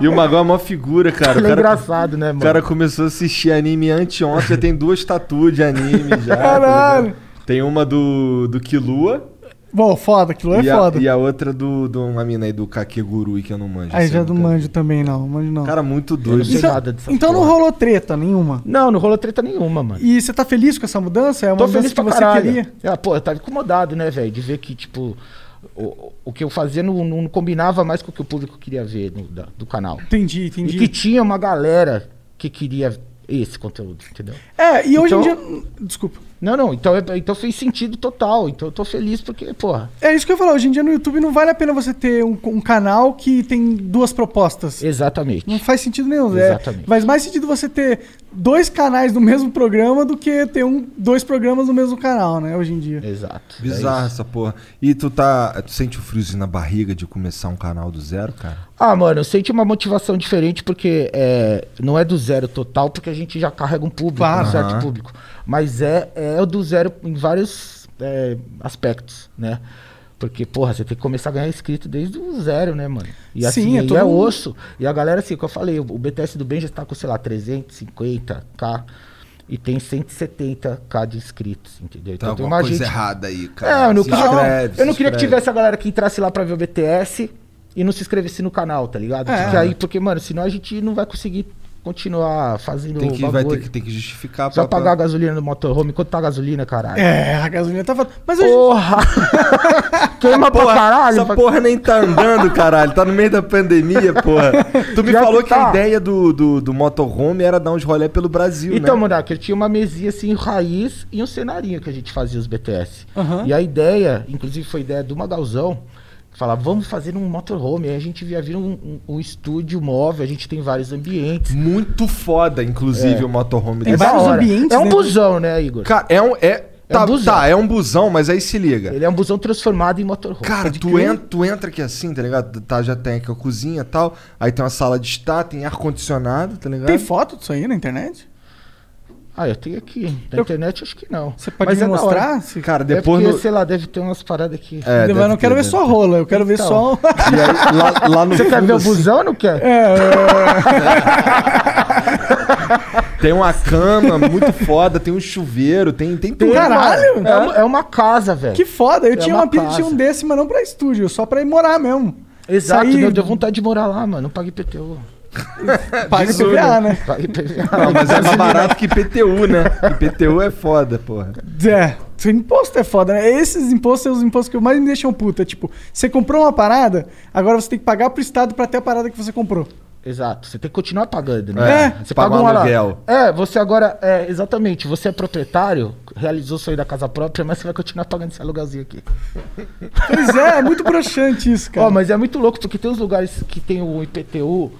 C: E o Magal é uma figura, cara. O
D: Ele é
C: cara,
D: engraçado, né,
C: o
D: mano?
C: cara começou a assistir anime anteontem, já tem duas tatuas de anime já. tá
B: Caralho.
C: ligado? tem uma do, do Kilua
B: Bom, foda, aquilo é
C: e,
B: foda.
C: A, e a outra do, do uma mina aí do Kakegurui que eu não manjo.
B: Aí
C: isso
B: já
C: eu
B: não
C: nunca vi.
B: manjo também, não. Manjo não.
C: Cara, muito doido.
D: Eu não sei
B: Então-
D: nada dessa
B: então não
D: porra.
B: rolou treta nenhuma.
D: Não, não rolou treta nenhuma, mano.
B: E você tá feliz com essa mudança? É uma
D: Tô
B: mudança
D: feliz
B: que
D: pra
B: você
D: caralho.
B: queria?
D: Ah, pô, eu tava incomodado, né, velho? De ver que, tipo, o, o que eu fazia não, não combinava mais com o que o público queria ver no- da- do canal.
B: Entendi,
D: E
B: entendi.
D: que tinha uma galera que queria esse conteúdo, entendeu?
B: É, e hoje em
D: Então-
B: dia. Desculpa.
D: Não, não, então, é- então fez sentido total. Então eu tô feliz porque, porra,
B: É isso que eu ia falar. Hoje em dia no YouTube não vale a pena você ter um, um canal que tem duas propostas.
D: exatamente.
B: Não faz sentido nenhum. é.
D: Exatamente.
B: faz mais sentido você ter dois canais no mesmo programa do que ter um, dois programas no mesmo canal, né? Hoje em dia.
D: Exato. é
C: Bizarro
D: isso.
C: essa porra. E tu tá. Tu sente o friozinho na barriga de começar um canal do zero, cara?
D: Ah, mano, eu senti uma motivação diferente porque é, não é do zero total, porque a gente já carrega um público,
B: Claro.
D: um certo
C: Aham.
D: público. Mas é, é o do zero em vários é, aspectos, né? Porque, porra, você tem que começar a ganhar inscrito desde o zero, né, mano? E assim,
B: Sim, é
D: e
B: todo
D: é
B: um-
D: osso. E a galera, assim, que eu falei, o o BTS do Benja tá com, sei lá, 350k e tem 170k de inscritos, entendeu?
C: Tá
D: Então,
C: alguma coisa errada aí, cara.
D: É, eu não,
C: Se
D: queria-
C: inscreve,
D: eu não
C: se
D: queria que
C: inscreve.
D: tivesse a galera que entrasse lá pra ver o BTS e não se inscrevesse no canal, tá ligado?
B: É.
D: Porque aí, porque, mano, senão a gente não vai conseguir continuar fazendo
C: Tem
D: o
C: que, vai ter
D: bagulho.
C: que, tem que justificar
D: Só pagar a gasolina no motorhome. Quanto tá a gasolina, caralho?
B: É, a gasolina tá falando. Mas hoje.
D: Porra! Queima pra caralho!
C: Essa
D: pra-
C: porra nem tá andando, caralho. Tá no meio da pandemia, porra. Tu me
D: Já
C: falou que
D: que tá.
C: a ideia do, do, do motorhome era dar uns rolé pelo Brasil,
D: Então,
C: né?
D: Monark, eu tinha uma mesinha assim, raiz e um cenarinho que a gente fazia os BTS.
B: Aham.
D: E a ideia, inclusive foi ideia do Magalzão, falar, vamos fazer um motorhome. Aí a gente via vir um, um- um estúdio móvel, a gente tem vários ambientes.
C: Muito foda, inclusive, o motorhome
B: Tem
D: É
C: dessa
D: da
B: vários
D: hora.
B: ambientes,
D: É um
B: né?
D: busão, né, Igor?
C: Cara, é um. É,
D: É
C: tá,
D: um busão.
C: tá, é um busão, mas aí se liga.
D: Ele é um busão transformado em motorhome.
C: Cara, tu, en- tu entra aqui assim, tá ligado? Tá, já tem aqui a cozinha e tal. Aí tem uma sala de estar, tem ar-condicionado, tá ligado?
D: É.
B: Tem foto disso aí na internet?
D: Ah, eu tenho aqui. Na
B: Eu-
D: internet acho que não.
B: Você pode me
D: é da hora.
B: mostrar? Se...
C: Cara,
D: É
C: depois.
D: porque,
C: no-
D: sei lá, deve ter umas paradas aqui.
C: É,
B: mas
C: deve
B: eu não quero ver
C: ter, deve
B: só
C: ter.
B: rola, eu quero ver
D: Então.
B: só.
C: E aí, lá, lá no
D: Você quer
C: fundo,
D: ver o
C: assim,
D: busão ou não quer?
B: É,
C: Tem uma cama muito foda, tem um chuveiro, tem, tem tudo.
B: Caralho!
D: mano. É, uma- é uma casa, velho.
B: Que foda, eu
D: É
B: tinha
D: uma
B: uma pilha tinha um
D: casa.
B: desse, mas não pra estúdio, só pra ir morar mesmo.
D: Exato,
B: Saí-
D: né? deu vontade de morar lá, mano. Não paga IPTU. É,
B: Paga IPVA, né?
D: Paga IPVA.
C: Não, mas é mais barato que IPTU, né? IPTU é foda, porra.
B: É, seu imposto é foda, né? Esses impostos são os impostos que mais me deixam puta. É tipo, você comprou uma parada, agora você tem que pagar pro Estado pra ter a parada que você comprou.
D: Exato, você tem que continuar pagando, né?
B: É.
D: você
C: Paga
D: paga
C: um
D: um ala-
C: aluguel.
D: É, você agora, é, exatamente, você é proprietário, realizou o sonho da casa própria, mas você vai continuar pagando esse aluguelzinho aqui.
B: Pois é, é muito broxante isso, cara.
D: Ó, mas é muito louco, porque tem uns lugares que tem o IPTU,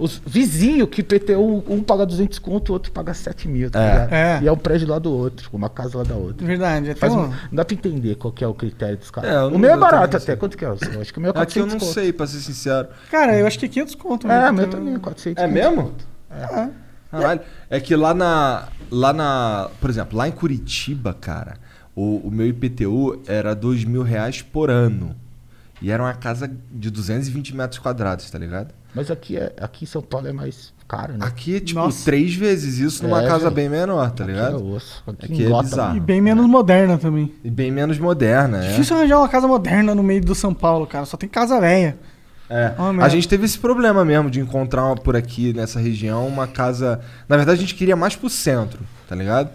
D: os vizinhos que IPTU, um paga 200 conto, o outro paga 7 mil, tá
C: É.
D: ligado?
B: É.
D: E é um prédio lá do outro, uma casa lá da outra.
B: Verdade, é
D: Faz
B: tão-
D: um- Não dá pra entender qual que é o critério dos caras.
C: É, eu não-
D: o meu é
C: eu também
D: barato
C: não
D: até,
C: sei.
D: quanto que é? Eu acho que o meu é
C: Aqui eu
D: 400
C: não
D: conto.
C: sei, pra ser sincero.
B: Cara, eu acho que é 500 conto.
D: É,
B: né?
D: o meu também é 400
C: É
D: conto.
C: mesmo? Caralho. É que lá na. Lá na. Por exemplo, lá em Curitiba, cara, o, o meu IPTU era dois mil reais por ano. E era uma casa de 220 metros quadrados, tá ligado?
D: Mas aqui, é, aqui em São Paulo é mais caro, né?
C: Aqui é tipo
B: Nossa.
C: três vezes isso numa
D: É,
C: casa
D: velho.
C: bem menor, tá
D: aqui
C: ligado?
D: É osso. Aqui,
C: Aqui é
D: engota,
C: bizarro.
B: E bem menos moderna também.
C: E bem menos moderna, é.
B: Difícil arranjar uma casa moderna no meio do São Paulo, cara. Só tem casa velha.
C: É.
B: Oh,
C: a
B: merda.
C: gente teve esse problema mesmo de encontrar uma- por aqui nessa região uma casa. Na verdade, a gente queria mais pro centro, tá ligado?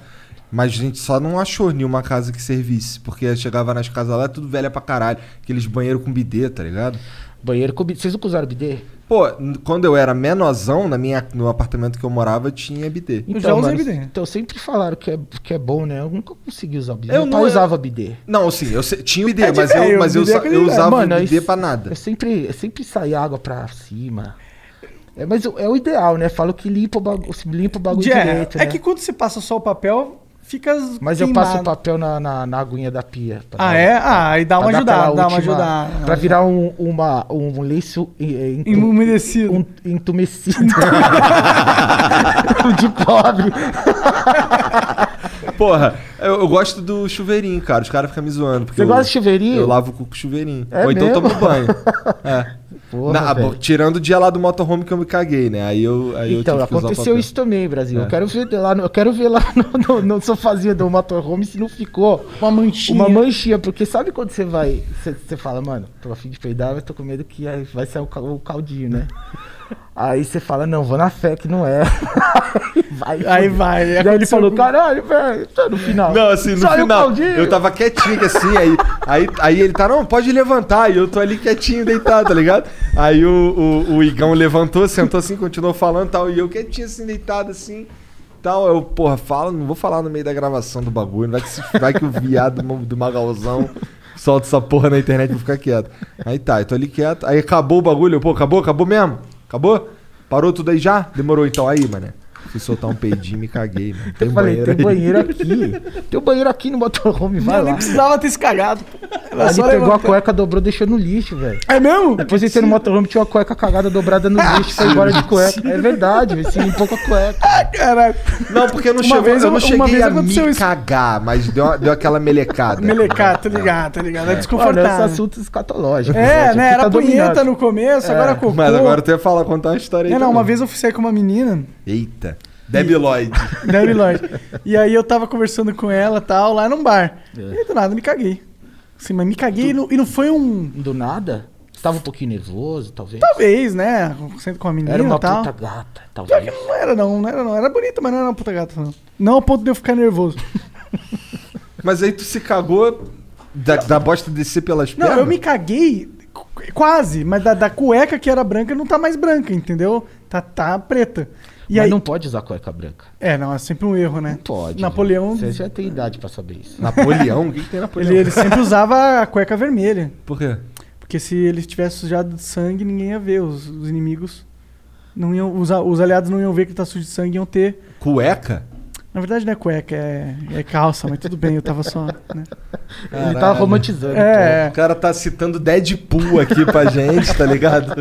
C: Mas a gente só não achou nenhuma casa que servisse. Porque chegava nas casas lá, tudo velha pra caralho. Aqueles banheiro com bidê, tá ligado?
D: Banheiro com bidê. Vocês nunca usaram bidê?
C: Pô, n- quando eu era menorzão, na minha, no apartamento que eu morava, tinha bidê.
B: já usei bidê.
D: Então sempre falaram que é, que é bom, né? Eu nunca consegui usar bidê.
C: Eu
D: Eu
C: não-
D: não
C: eu-
D: usava bidê.
C: Não, assim, eu se- tinha o bidê,
B: É de
C: mas, eu,
B: velho,
C: mas eu,
B: bidê é
C: sa-
B: aquele-
C: eu usava
D: Mano,
C: o
D: aí
C: bidê
D: s-
C: pra nada.
D: Eu sempre, eu sempre saía água pra cima. É, mas o- é o ideal, né? Falo que limpa o bagulho, limpa o bagulho
B: Já é.
D: direito,
B: é
D: né?
B: que quando você passa só o papel, fica z-
D: Mas eu passo o
B: queimado.
D: papel na, na, na aguinha da pia. pra
B: Ah,
D: dar-
B: é? Ah, aí dá
D: pra
B: uma ajudada,
D: dar aquela
B: dá uma
D: última-
B: ajudada.
D: Pra virar um, uma, um lenço eh, eh, entum-
B: Umedecido.
D: um, entumecido. de pobre.
C: Porra, eu, eu gosto do chuveirinho, cara. Os caras ficam me zoando. porque
D: Você
C: eu-
D: gosta de chuveirinho?
C: Eu lavo o cu com chuveirinho.
D: É
C: Ou então eu
D: mesmo?
C: tomo banho. É.
D: Porra,
C: Na-
D: velho.
C: bom, tirando o dia lá do motorhome que eu me caguei, né? Aí eu, aí
D: Então,
C: eu tive que usar o
D: aconteceu
C: papel.
D: isso também, Brasil.
C: É.
D: Eu quero ver lá, no, eu quero ver lá no, no, no sofazinho do motorhome se não ficou
B: Uma manchinha.
D: uma manchinha, porque sabe quando você vai, você, você fala, mano, tô afim de peidar, mas tô com medo que aí vai sair o, ca- o caldinho, né? Aí você fala, não, vou na fé que não é. vai,
B: Aí
D: fudeu.
B: vai. é
D: E aí ele falou, caralho, velho, tá no final.
C: Não, assim, no
D: Saiu o
C: final,
D: caldinho.
C: eu tava quietinho, assim, aí, aí, aí ele tá, não, pode levantar, e eu tô ali quietinho, deitado, tá ligado? Aí o, o, o Igão levantou, sentou assim, continuou falando e tal, e eu quietinho, assim, deitado, assim, tal, eu, porra, fala, não vou falar no meio da gravação do bagulho, vai que, se- vai que o viado mo- do Magalzão solta essa porra na internet e vou ficar quieto. Aí tá, eu tô ali quieto, aí acabou o bagulho, eu, pô, acabou, acabou mesmo? Acabou? Parou tudo aí já? Demorou então, aí, mané. Fui soltar um peidinho, me caguei, mano. Tem
D: Eu falei,
C: banheiro
D: tem
C: aí?"
D: banheiro aqui. Tem um banheiro aqui no motorhome, vai
B: Não,
D: lá.
B: nem precisava ter se cagado. pô. Ela
D: Aí
B: só
D: ele pegou a
B: levantou.
D: cueca, dobrou, deixou no lixo, velho.
B: É mesmo?
D: Depois ele entrou no motorhome, tinha uma cueca cagada dobrada no lixo, foi embora de cueca. É verdade, ele se limpou com a cueca.
B: Caralho.
C: Não, porque eu não,
B: Uma
C: chegou,
B: vez
C: eu não
B: eu- uma
C: cheguei
B: vez
C: a me
B: aconteceu isso.
C: cagar, mas deu, deu aquela melecada.
B: Melecar, tá ligado, tá ligado. É
D: Mano, esses
B: desconfortável.
D: assuntos escatológicos.
B: É,
D: velho,
B: né?
D: aqui tá
B: Era punheta
D: dominado. É.
B: no começo, agora cocô.
C: Mas agora tu ia falar, contar uma história aí.
B: É, não,
C: também.
B: uma vez eu fui sair com uma menina,
C: Eita. Debbie Lloyd.
B: Debbie Lloyd. e aí eu tava conversando com ela tal, lá num bar.
D: É.
B: E do nada me caguei. Assim, mas me caguei e, não, e não foi um.
D: Do nada? Você tava um pouquinho nervoso, talvez?
B: Talvez, né? Sendo com a menina
D: Era uma
B: e tal.
D: puta gata,
B: Pior que
D: talvez.
B: não era, não, não era, não. Era bonita, mas não era uma puta gata, não. Não ao ponto de eu ficar nervoso.
C: Mas aí tu se cagou da, da bosta descer pelas
B: Não,
C: pernas?
B: eu me caguei qu- quase, mas da, da cueca que era branca não tá mais branca, entendeu? Tá, tá preta. E
D: Mas
B: aí.
D: não pode usar cueca branca.
B: É, não, é sempre um erro, né?
D: Não pode.
B: Napoleão,
D: velho. Você já tem idade pra saber isso.
C: Napoleão? O que, que tem Napoleão?
B: ele, ele sempre usava a cueca vermelha.
C: Por quê?
B: Porque se ele tivesse sujado de sangue, ninguém ia ver. Os, os inimigos não iam. Os, a- os aliados não iam ver que tá sujo de sangue iam ter.
C: Cueca?
B: Na verdade, não é cueca, é, é calça, mas tudo bem, eu tava só. Né?
D: Ele tava romantizando. então.
B: É.
C: O cara tá citando Deadpool aqui pra gente, tá ligado?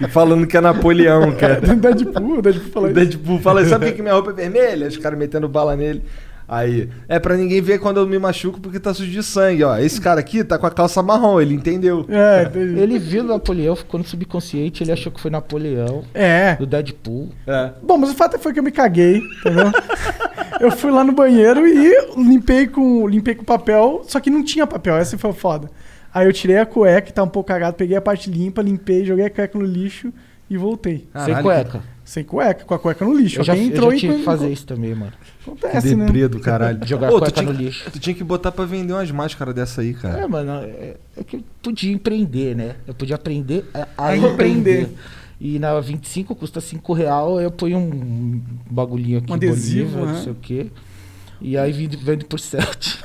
C: E falando que é Napoleão, cara.
B: Deadpool, Deadpool fala
C: O
B: isso.
C: Deadpool fala, sabe por que que minha roupa é vermelha? Os caras metendo bala nele. Aí, é pra ninguém ver quando eu me machuco porque tá sujo de sangue, ó. Esse cara aqui tá com a calça marrom, ele entendeu.
B: É, entendi.
D: Ele viu Napoleão, ficou no subconsciente, ele achou que foi Napoleão,
B: É.
D: do Deadpool.
C: É.
B: Bom, mas o fato foi que eu me caguei, entendeu? eu fui lá no banheiro e limpei com, limpei com papel, só que não tinha papel, essa foi foda. Aí eu tirei a cueca, que tá um pouco cagado, peguei a parte limpa, limpei, joguei a cueca no lixo e voltei.
C: Caralho,
D: sem cueca.
B: Sem cueca, com a cueca no lixo.
D: Eu já,
B: Alguém
D: eu já tive
B: e
D: que fazer isso também, mano.
C: Que
B: Acontece, né?
C: deprê do caralho.
D: Jogar
C: Pô, tu,
D: cueca
C: tinha,
D: no lixo.
C: que- tu tinha que botar pra vender umas máscaras dessa aí, cara.
D: É, mano, é, é que eu podia empreender, né? Eu podia aprender a, a
B: A empreender.
D: empreender. E na 25 custa 5 real, eu ponho um bagulhinho aqui,
B: Um adesivo,
D: Bolívar,
B: né?
D: não sei o quê. E aí vende, vende por 7.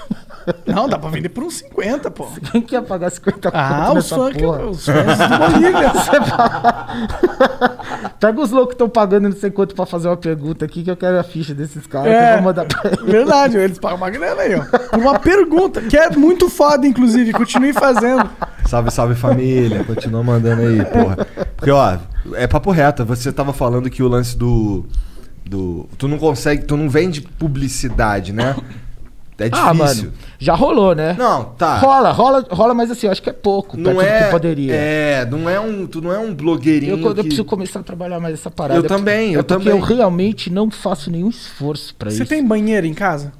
B: Não, dá pra vender por uns 50, pô.
D: Quem quer pagar 50
B: Ah,
D: conto
B: os
D: nessa
B: fãs que-
D: porra? é
B: os fãs do Bolívia.
D: Pega os loucos que estão pagando não sei quanto pra fazer uma pergunta aqui, que eu quero a ficha desses caras, que
B: É.
D: eu vou mandar pra eles.
B: Verdade, eles pagam uma grana aí, ó. Por uma pergunta, que é muito foda, inclusive. Continue fazendo.
C: Salve, salve família. Continua mandando aí, porra. Porque, ó, é papo reto. Você tava falando que o lance do. do tu não consegue. Tu não vende publicidade, né? É
D: Ah,
C: difícil.
D: mano, já rolou, né?
C: Não, tá.
D: Rola, rola, rola, mas assim, eu acho que é pouco.
C: não
D: perto do
C: é,
D: que poderia.
C: É, não é um, tu não é um blogueirinho.
D: Eu, eu
C: que-
D: preciso começar a trabalhar mais essa parada.
C: Eu
D: É porque-
C: também, eu
D: é porque
C: também.
D: eu realmente não faço nenhum esforço
C: É
D: pra
B: Você
D: isso.
B: tem banheiro em casa?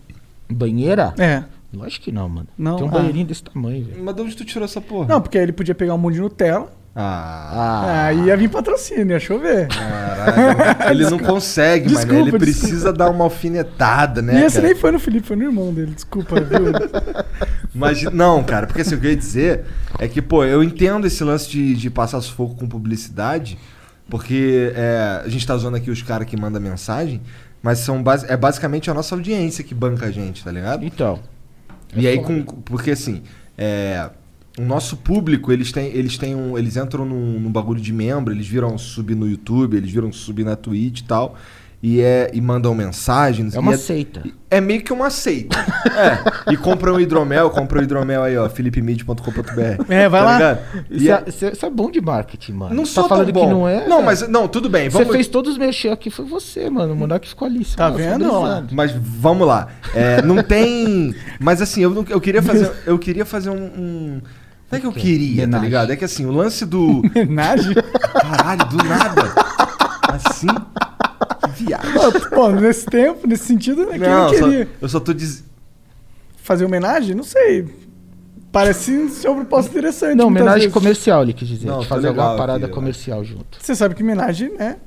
D: Banheira?
B: É.
D: Lógico que não, mano.
B: Não?
D: Tem um
B: Ah.
D: banheirinho desse tamanho, velho.
C: Mas de onde tu tirou essa porra?
B: Não, porque aí ele podia pegar um monte de Nutella. né,
C: Ah,
B: Aí ia vir patrocínio, ia chover.
C: caralho. Ele não consegue,
B: Desculpa,
C: mano. Ele
B: desculpa.
C: precisa dar uma alfinetada, né?
B: e esse
C: cara?
B: nem foi no Felipe, foi no irmão dele. Desculpa, viu?
C: Mas, não, cara, porque assim, o que eu ia dizer é que, pô, eu entendo esse lance de, de passar sufoco com publicidade, porque é, a gente tá zoando aqui os caras que mandam mensagem, mas são basi- é basicamente a nossa audiência que banca a gente, tá ligado?
D: Então.
C: E aí, com, porque assim, é, o nosso público, eles têm, eles têm um, eles entram num, num bagulho de membro, eles viram sub no YouTube, eles viram sub na Twitch e tal, e, é, e mandam mensagens.
D: É uma
C: e
D: seita.
C: É meio que uma seita. é. E compram hidromel, compram um hidromel aí, ó, philipemid.com.br.
B: É, vai lá.
C: E
D: Isso
C: é-
D: é, isso é- isso é bom de marketing, mano.
C: não
D: Tá
C: sou
D: falando
C: tão bom.
D: que não é?
C: Não,
D: cara.
C: mas não, tudo bem.
D: Você
C: Vamos,
D: fez todos os mexer aqui, foi você, mano. O Monark ficou ali.
B: Tá vendo, ó?
C: Mas vamos lá. É, não tem. Mas assim, eu, não- eu queria fazer. Eu queria fazer um. um- Não é que eu queria, tá
D: Homenagem.
C: ligado? É que assim, o lance do.
B: Homenagem?
C: Caralho, do nada. Assim. Que viagem.
B: Pô, nesse tempo, nesse sentido, né? Quem não
C: Não, eu
B: queria
C: só, eu só tô dizendo.
B: fazer homenagem? Não sei. Parece ser uma proposta interessante.
D: Não,
B: muitas
D: homenagem
B: vezes.
D: comercial, ele quis dizer.
C: Não,
D: de
C: tá
D: fazer
C: legal
D: alguma parada
C: aqui, ó.
D: comercial junto.
B: Você sabe que homenagem, né?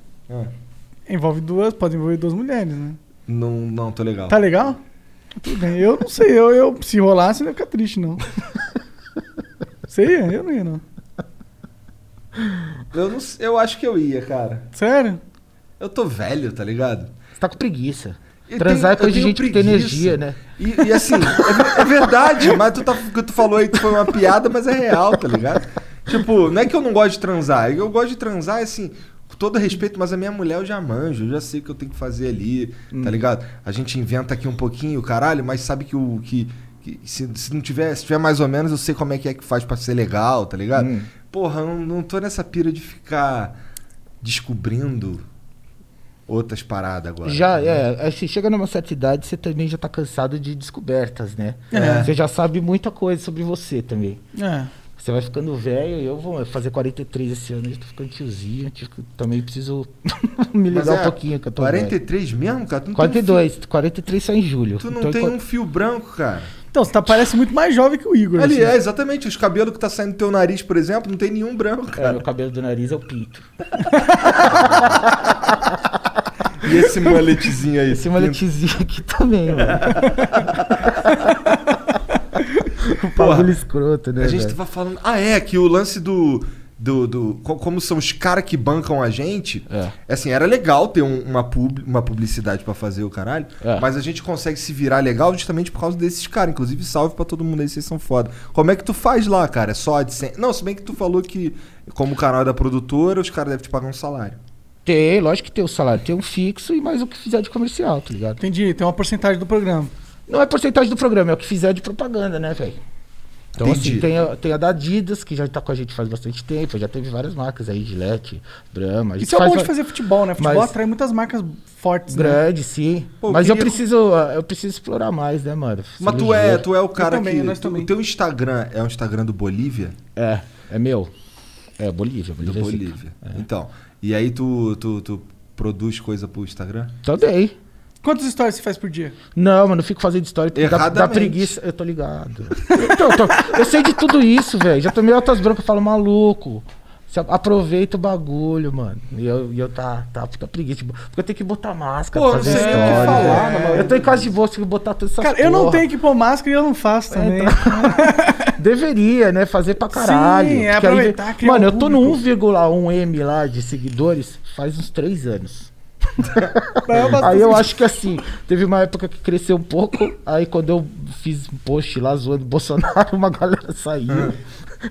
B: Envolve duas, pode envolver duas mulheres, né?
C: Não, não, tô legal.
B: Tá legal? Tudo bem. Eu não sei, eu, eu se rolasse, eu não ia ficar triste, não. Você ia? Eu não ia, não.
C: Eu, não, s- eu acho que eu ia, cara.
B: Sério?
C: Eu tô velho, tá ligado?
D: Você tá com preguiça.
C: Eu
D: Transar é
C: tenho-
D: coisa
C: eu
D: de
C: tenho
D: gente que tem
C: preguiça.
D: energia, né?
C: E, e assim, é, ver- é verdade, mas tu, tá, o que tu falou aí que foi uma piada, mas é real, tá ligado? Tipo, não é que eu não gosto de transar, é que eu gosto de transar, assim, com todo respeito, mas a minha mulher eu já manjo, eu já sei o que eu tenho que fazer ali,
D: Hum.
C: tá ligado? A gente inventa aqui um pouquinho, caralho, mas sabe que o que. que se, se não tiver, se tiver mais ou menos, eu sei como é que é que faz pra ser legal, tá ligado?
D: Hum.
C: Porra, eu não, não tô nessa pira de ficar descobrindo outras paradas agora.
D: Já, é. Aí você chega numa certa idade, você também já tá cansado de descobertas, né?
B: É.
D: Você já sabe muita coisa sobre você também.
B: É.
D: Você vai ficando velho, eu vou fazer 43 esse ano, eu tô ficando tiozinho, tipo, também preciso me
C: Mas
D: ligar
C: é
D: um pouquinho que eu tô 40... velho.
C: 43 mesmo, cara? Tu não tem um filho?
D: 42, 43 só em julho.
C: Tu não
D: Então,
C: tem
D: enquanto-
C: um fio branco, cara.
B: Então, você tá, parece muito mais jovem que o Igor.
C: Ali
B: assim.
C: é, exatamente. Os cabelos que tá saindo do teu nariz, por exemplo, não tem nenhum branco,
D: É,
C: cara.
D: meu cabelo do nariz é o pinto.
C: E esse moletezinho aí?
D: Esse maletezinho aqui também, mano. o
C: Porra.
D: bagulho escroto, né?
C: A gente
D: velho?
C: tava falando. Ah, é, que o lance do. do, do co- como são os caras que bancam a gente.
D: É.
C: Assim, era legal ter um- uma, pub, uma publicidade pra fazer o caralho.
D: É.
C: Mas a gente consegue se virar legal justamente por causa desses caras. Inclusive, salve pra todo mundo aí, vocês são foda. Como é que tu faz lá, cara? É só AdSense? Não, se bem que tu falou que, como o canal é da produtora, os caras devem te pagar um salário.
D: Tem, lógico que tem o salário. Tem um fixo e mais o que fizer de comercial, tá ligado?
B: Entendi, tem uma porcentagem do programa.
D: Não é porcentagem do programa, é o que fizer de propaganda, né, velho? Então,
C: Entendi.
D: assim, tem a, tem a da Adidas, que já tá com a gente faz bastante tempo, já teve várias marcas aí, Gillette, Brahma. a gente
B: Isso é
D: faz
B: bom de
D: va-
B: fazer futebol, né? Futebol
D: mas-
B: atrai muitas marcas fortes, né?
D: Grande, sim.
C: Pô, eu
D: Mas eu
C: queria-
D: preciso, eu preciso explorar mais, né, mano? Ser
C: Mas tu é,
D: ligeiro.
C: tu é o cara
B: também,
C: que.
B: nós
C: tu-
B: também.
C: O teu Instagram é o Instagram do Bolívia?
D: É, é meu. É, Bolívia,
C: Do
D: Bolívia. é zica.
C: Bolívia. Então. E aí tu, tu, tu produz coisa pro Instagram?
D: Também.
B: Quantas histórias você faz por dia?
D: Não, mano, não fico fazendo história porque dá, dá
C: Erradamente.
D: preguiça. Eu tô ligado. Então, eu, tô- eu sei de tudo isso, velho. Já tomei altas broncas, eu falo, maluco. se a- Aproveita o bagulho, mano. E eu, e eu tá, tá, puta preguiça. Porque eu tenho que botar máscara,
C: Pô,
D: pra fazer
C: não sei nem o que
D: história.
C: falar,
D: velho.
C: né, mano?
D: eu tô em casa de boa, tenho que botar todas essas
B: Cara, eu não
D: Tá porra. É, então.
B: tenho que pôr máscara e eu não faço também.
D: Deveria, né? Fazer pra caralho.
B: Sim, é
D: Porque aí-
B: aproveitar, criar
D: Mano,
B: um
D: eu tô no
B: público.
D: 1,1M lá de seguidores faz uns três anos.
B: Pra eu bater-
D: Aí eu acho que assim, teve uma época que cresceu um pouco, aí quando eu fiz um post lá zoando o Bolsonaro, uma galera
B: É.
D: saiu.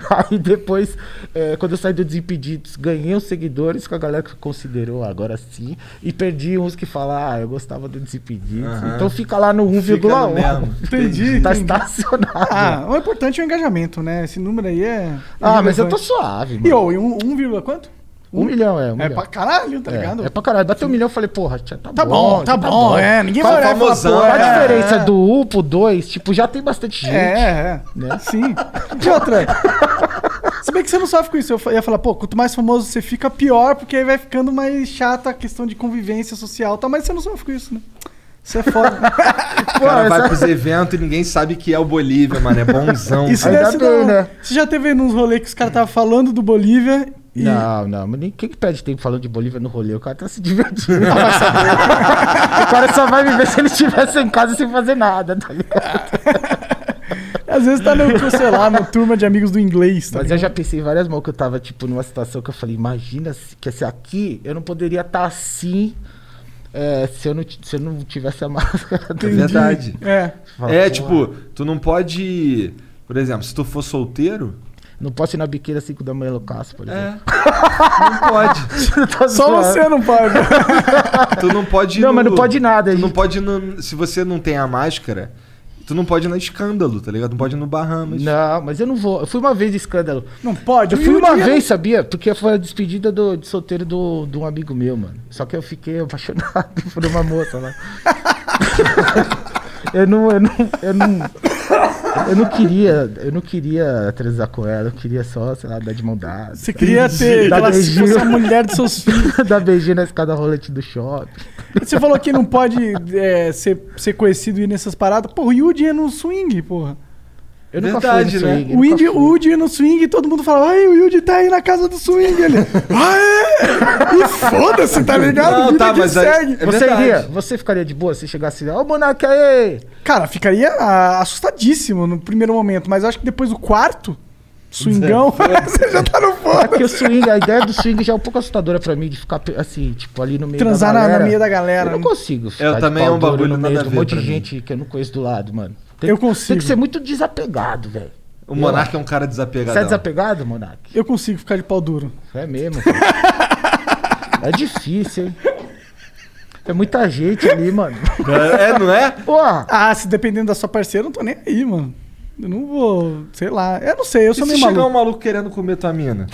D: Aí depois, eh, quando eu saí do Desimpedidos, ganhei uns seguidores com a galera que considerou agora sim, e perdi uns que falaram, ah, eu gostava do Desimpedidos.
C: Aham.
D: Então fica lá no
C: Fica no
D: 1,1.
C: mesmo.
B: Entendi.
D: Tá
B: entendi.
D: estacionado.
B: Ah, o importante é o engajamento, né? Esse número aí é.
D: Ah, mas eu tô
B: irrelevante.
D: suave,
B: E
D: mano.
B: ou, e um, um vírgula quanto?
D: Um milhão, é. Um
B: É
D: milhão.
B: pra caralho, tá ligado?
D: É, é pra caralho. Bateu um milhão, eu falei, porra, tia, tá,
B: Tá bom, tá, bom, é. Ninguém vai
E: Fala
B: olhar e falar,
E: famosão,
B: pô,
D: Qual a
B: é,
D: diferença
B: é,
D: do 1 pro 2? Tipo, já tem bastante gente.
B: É, é.
D: Né?
B: Sim. De outra. Se bem que você não sofre com isso. Eu fa- ia falar, pô, quanto mais famoso você fica, pior, porque aí vai ficando mais chata a questão de convivência social e tal. Mas você não sofre com isso, né? Você é foda.
C: O cara vai pros eventos e ninguém sabe que é o Bolívia, mano. É bonzão.
B: Isso
C: cara.
D: Ainda
B: deve ser
D: bem,
B: da-
D: né?
B: Você já teve nos rolês que os caras estavam falando do Bolívia e.
D: Não, não, mas nem quem que perde tempo falando de Bolívia no rolê, o cara tá se divertindo. Não vai saber. o cara só vai me ver se ele estivesse em casa sem fazer nada, tá ligado?
B: Às vezes tá no, sei lá, no turma de amigos do inglês. Tá
D: Mas é eu
B: ligado?
D: já pensei em várias mãos que eu tava, tipo, numa situação que eu falei, imagina se- que se aqui eu não poderia estar assim é, se, eu não, ti- se eu não tivesse a máscara.
C: É verdade.
B: É.
C: É, tipo, tu não pode. Por exemplo, se tu for solteiro.
D: Não posso ir na biqueira às 5 da manhã loucaço, por exemplo. Tá
C: É. Não pode.
B: Só você não pode.
C: Tu não pode ir
D: Não, mas não pode nada,
C: Tu não
D: gente.
C: pode ir no- Se você não tem a máscara, tu não pode ir no escândalo, tá ligado? Não pode ir no Bahamas.
D: Não, mas eu não vou. Eu fui uma vez de escândalo.
B: Não pode.
D: Eu
B: E
D: fui
B: o
D: uma
B: dia-
D: vez, sabia? Porque foi a despedida do, de solteiro do- de um amigo meu, mano. Só que eu fiquei apaixonado por uma moça lá. eu não, eu não, eu não, eu não queria, eu não queria transar com ela. Eu queria só, sei lá, dar de mão dada.
B: Você queria ter.
D: Dá
B: que Ela se
D: beijinho.
B: fosse a mulher dos seus filhos.
D: dar beijinho na escada rolante do shopping.
B: Você falou que não pode é, ser, ser conhecido e ir nessas paradas. Porra, e o Woody ia no swing, porra.
D: Eu
C: Verdade, né?
D: swing,
B: O
D: nunca
B: Woody,
D: fui.
B: o Woody ia no swing e todo mundo falava, ai, o Woody tá aí na casa do swing. Ele, ah, é? E foda-se, tá ligado?
C: Não,
B: Vida
C: tá,
B: que
C: mas aí-
B: segue.
C: É
D: Você
C: verdade.
D: iria? Você ficaria de boa se chegasse lá? Ô, Monarca, aí!
B: Cara, ficaria ah, assustadíssimo no primeiro momento, mas eu acho que depois do quarto, swingão,
C: É.
B: você já tá no foda.
D: É Porque o swing, a ideia do swing já é um pouco assustadora pra mim, de ficar pe- assim, tipo, ali no meio
B: Transar na-
D: da
B: na
D: galera.
B: meio da galera,
D: Eu não
B: né?
D: consigo
C: Eu
D: de
C: também
D: pau
C: é um
D: duro
C: bagulho
D: no
C: nada
D: meio
C: a
D: de um
C: ver
D: monte
C: pra
D: de
C: mim.
D: gente que eu não conheço do lado, mano. Tem,
B: Eu
D: que- Tem
B: consigo.
D: que ser muito desapegado, velho.
C: O Monarca é um cara desapegadão.
D: Você é desapegado, Monark?
B: Eu consigo ficar de pau duro.
D: É mesmo. cara. é difícil, hein? É muita gente ali, mano.
C: É, não é?
D: Porra!
B: Ah, se dependendo da sua parceira, eu não tô nem aí, mano. Eu não vou, sei lá. Eu não sei, eu
C: E
B: sou
C: se
B: meio
C: chegar
B: maluco.
C: um maluco querendo comer tua mina?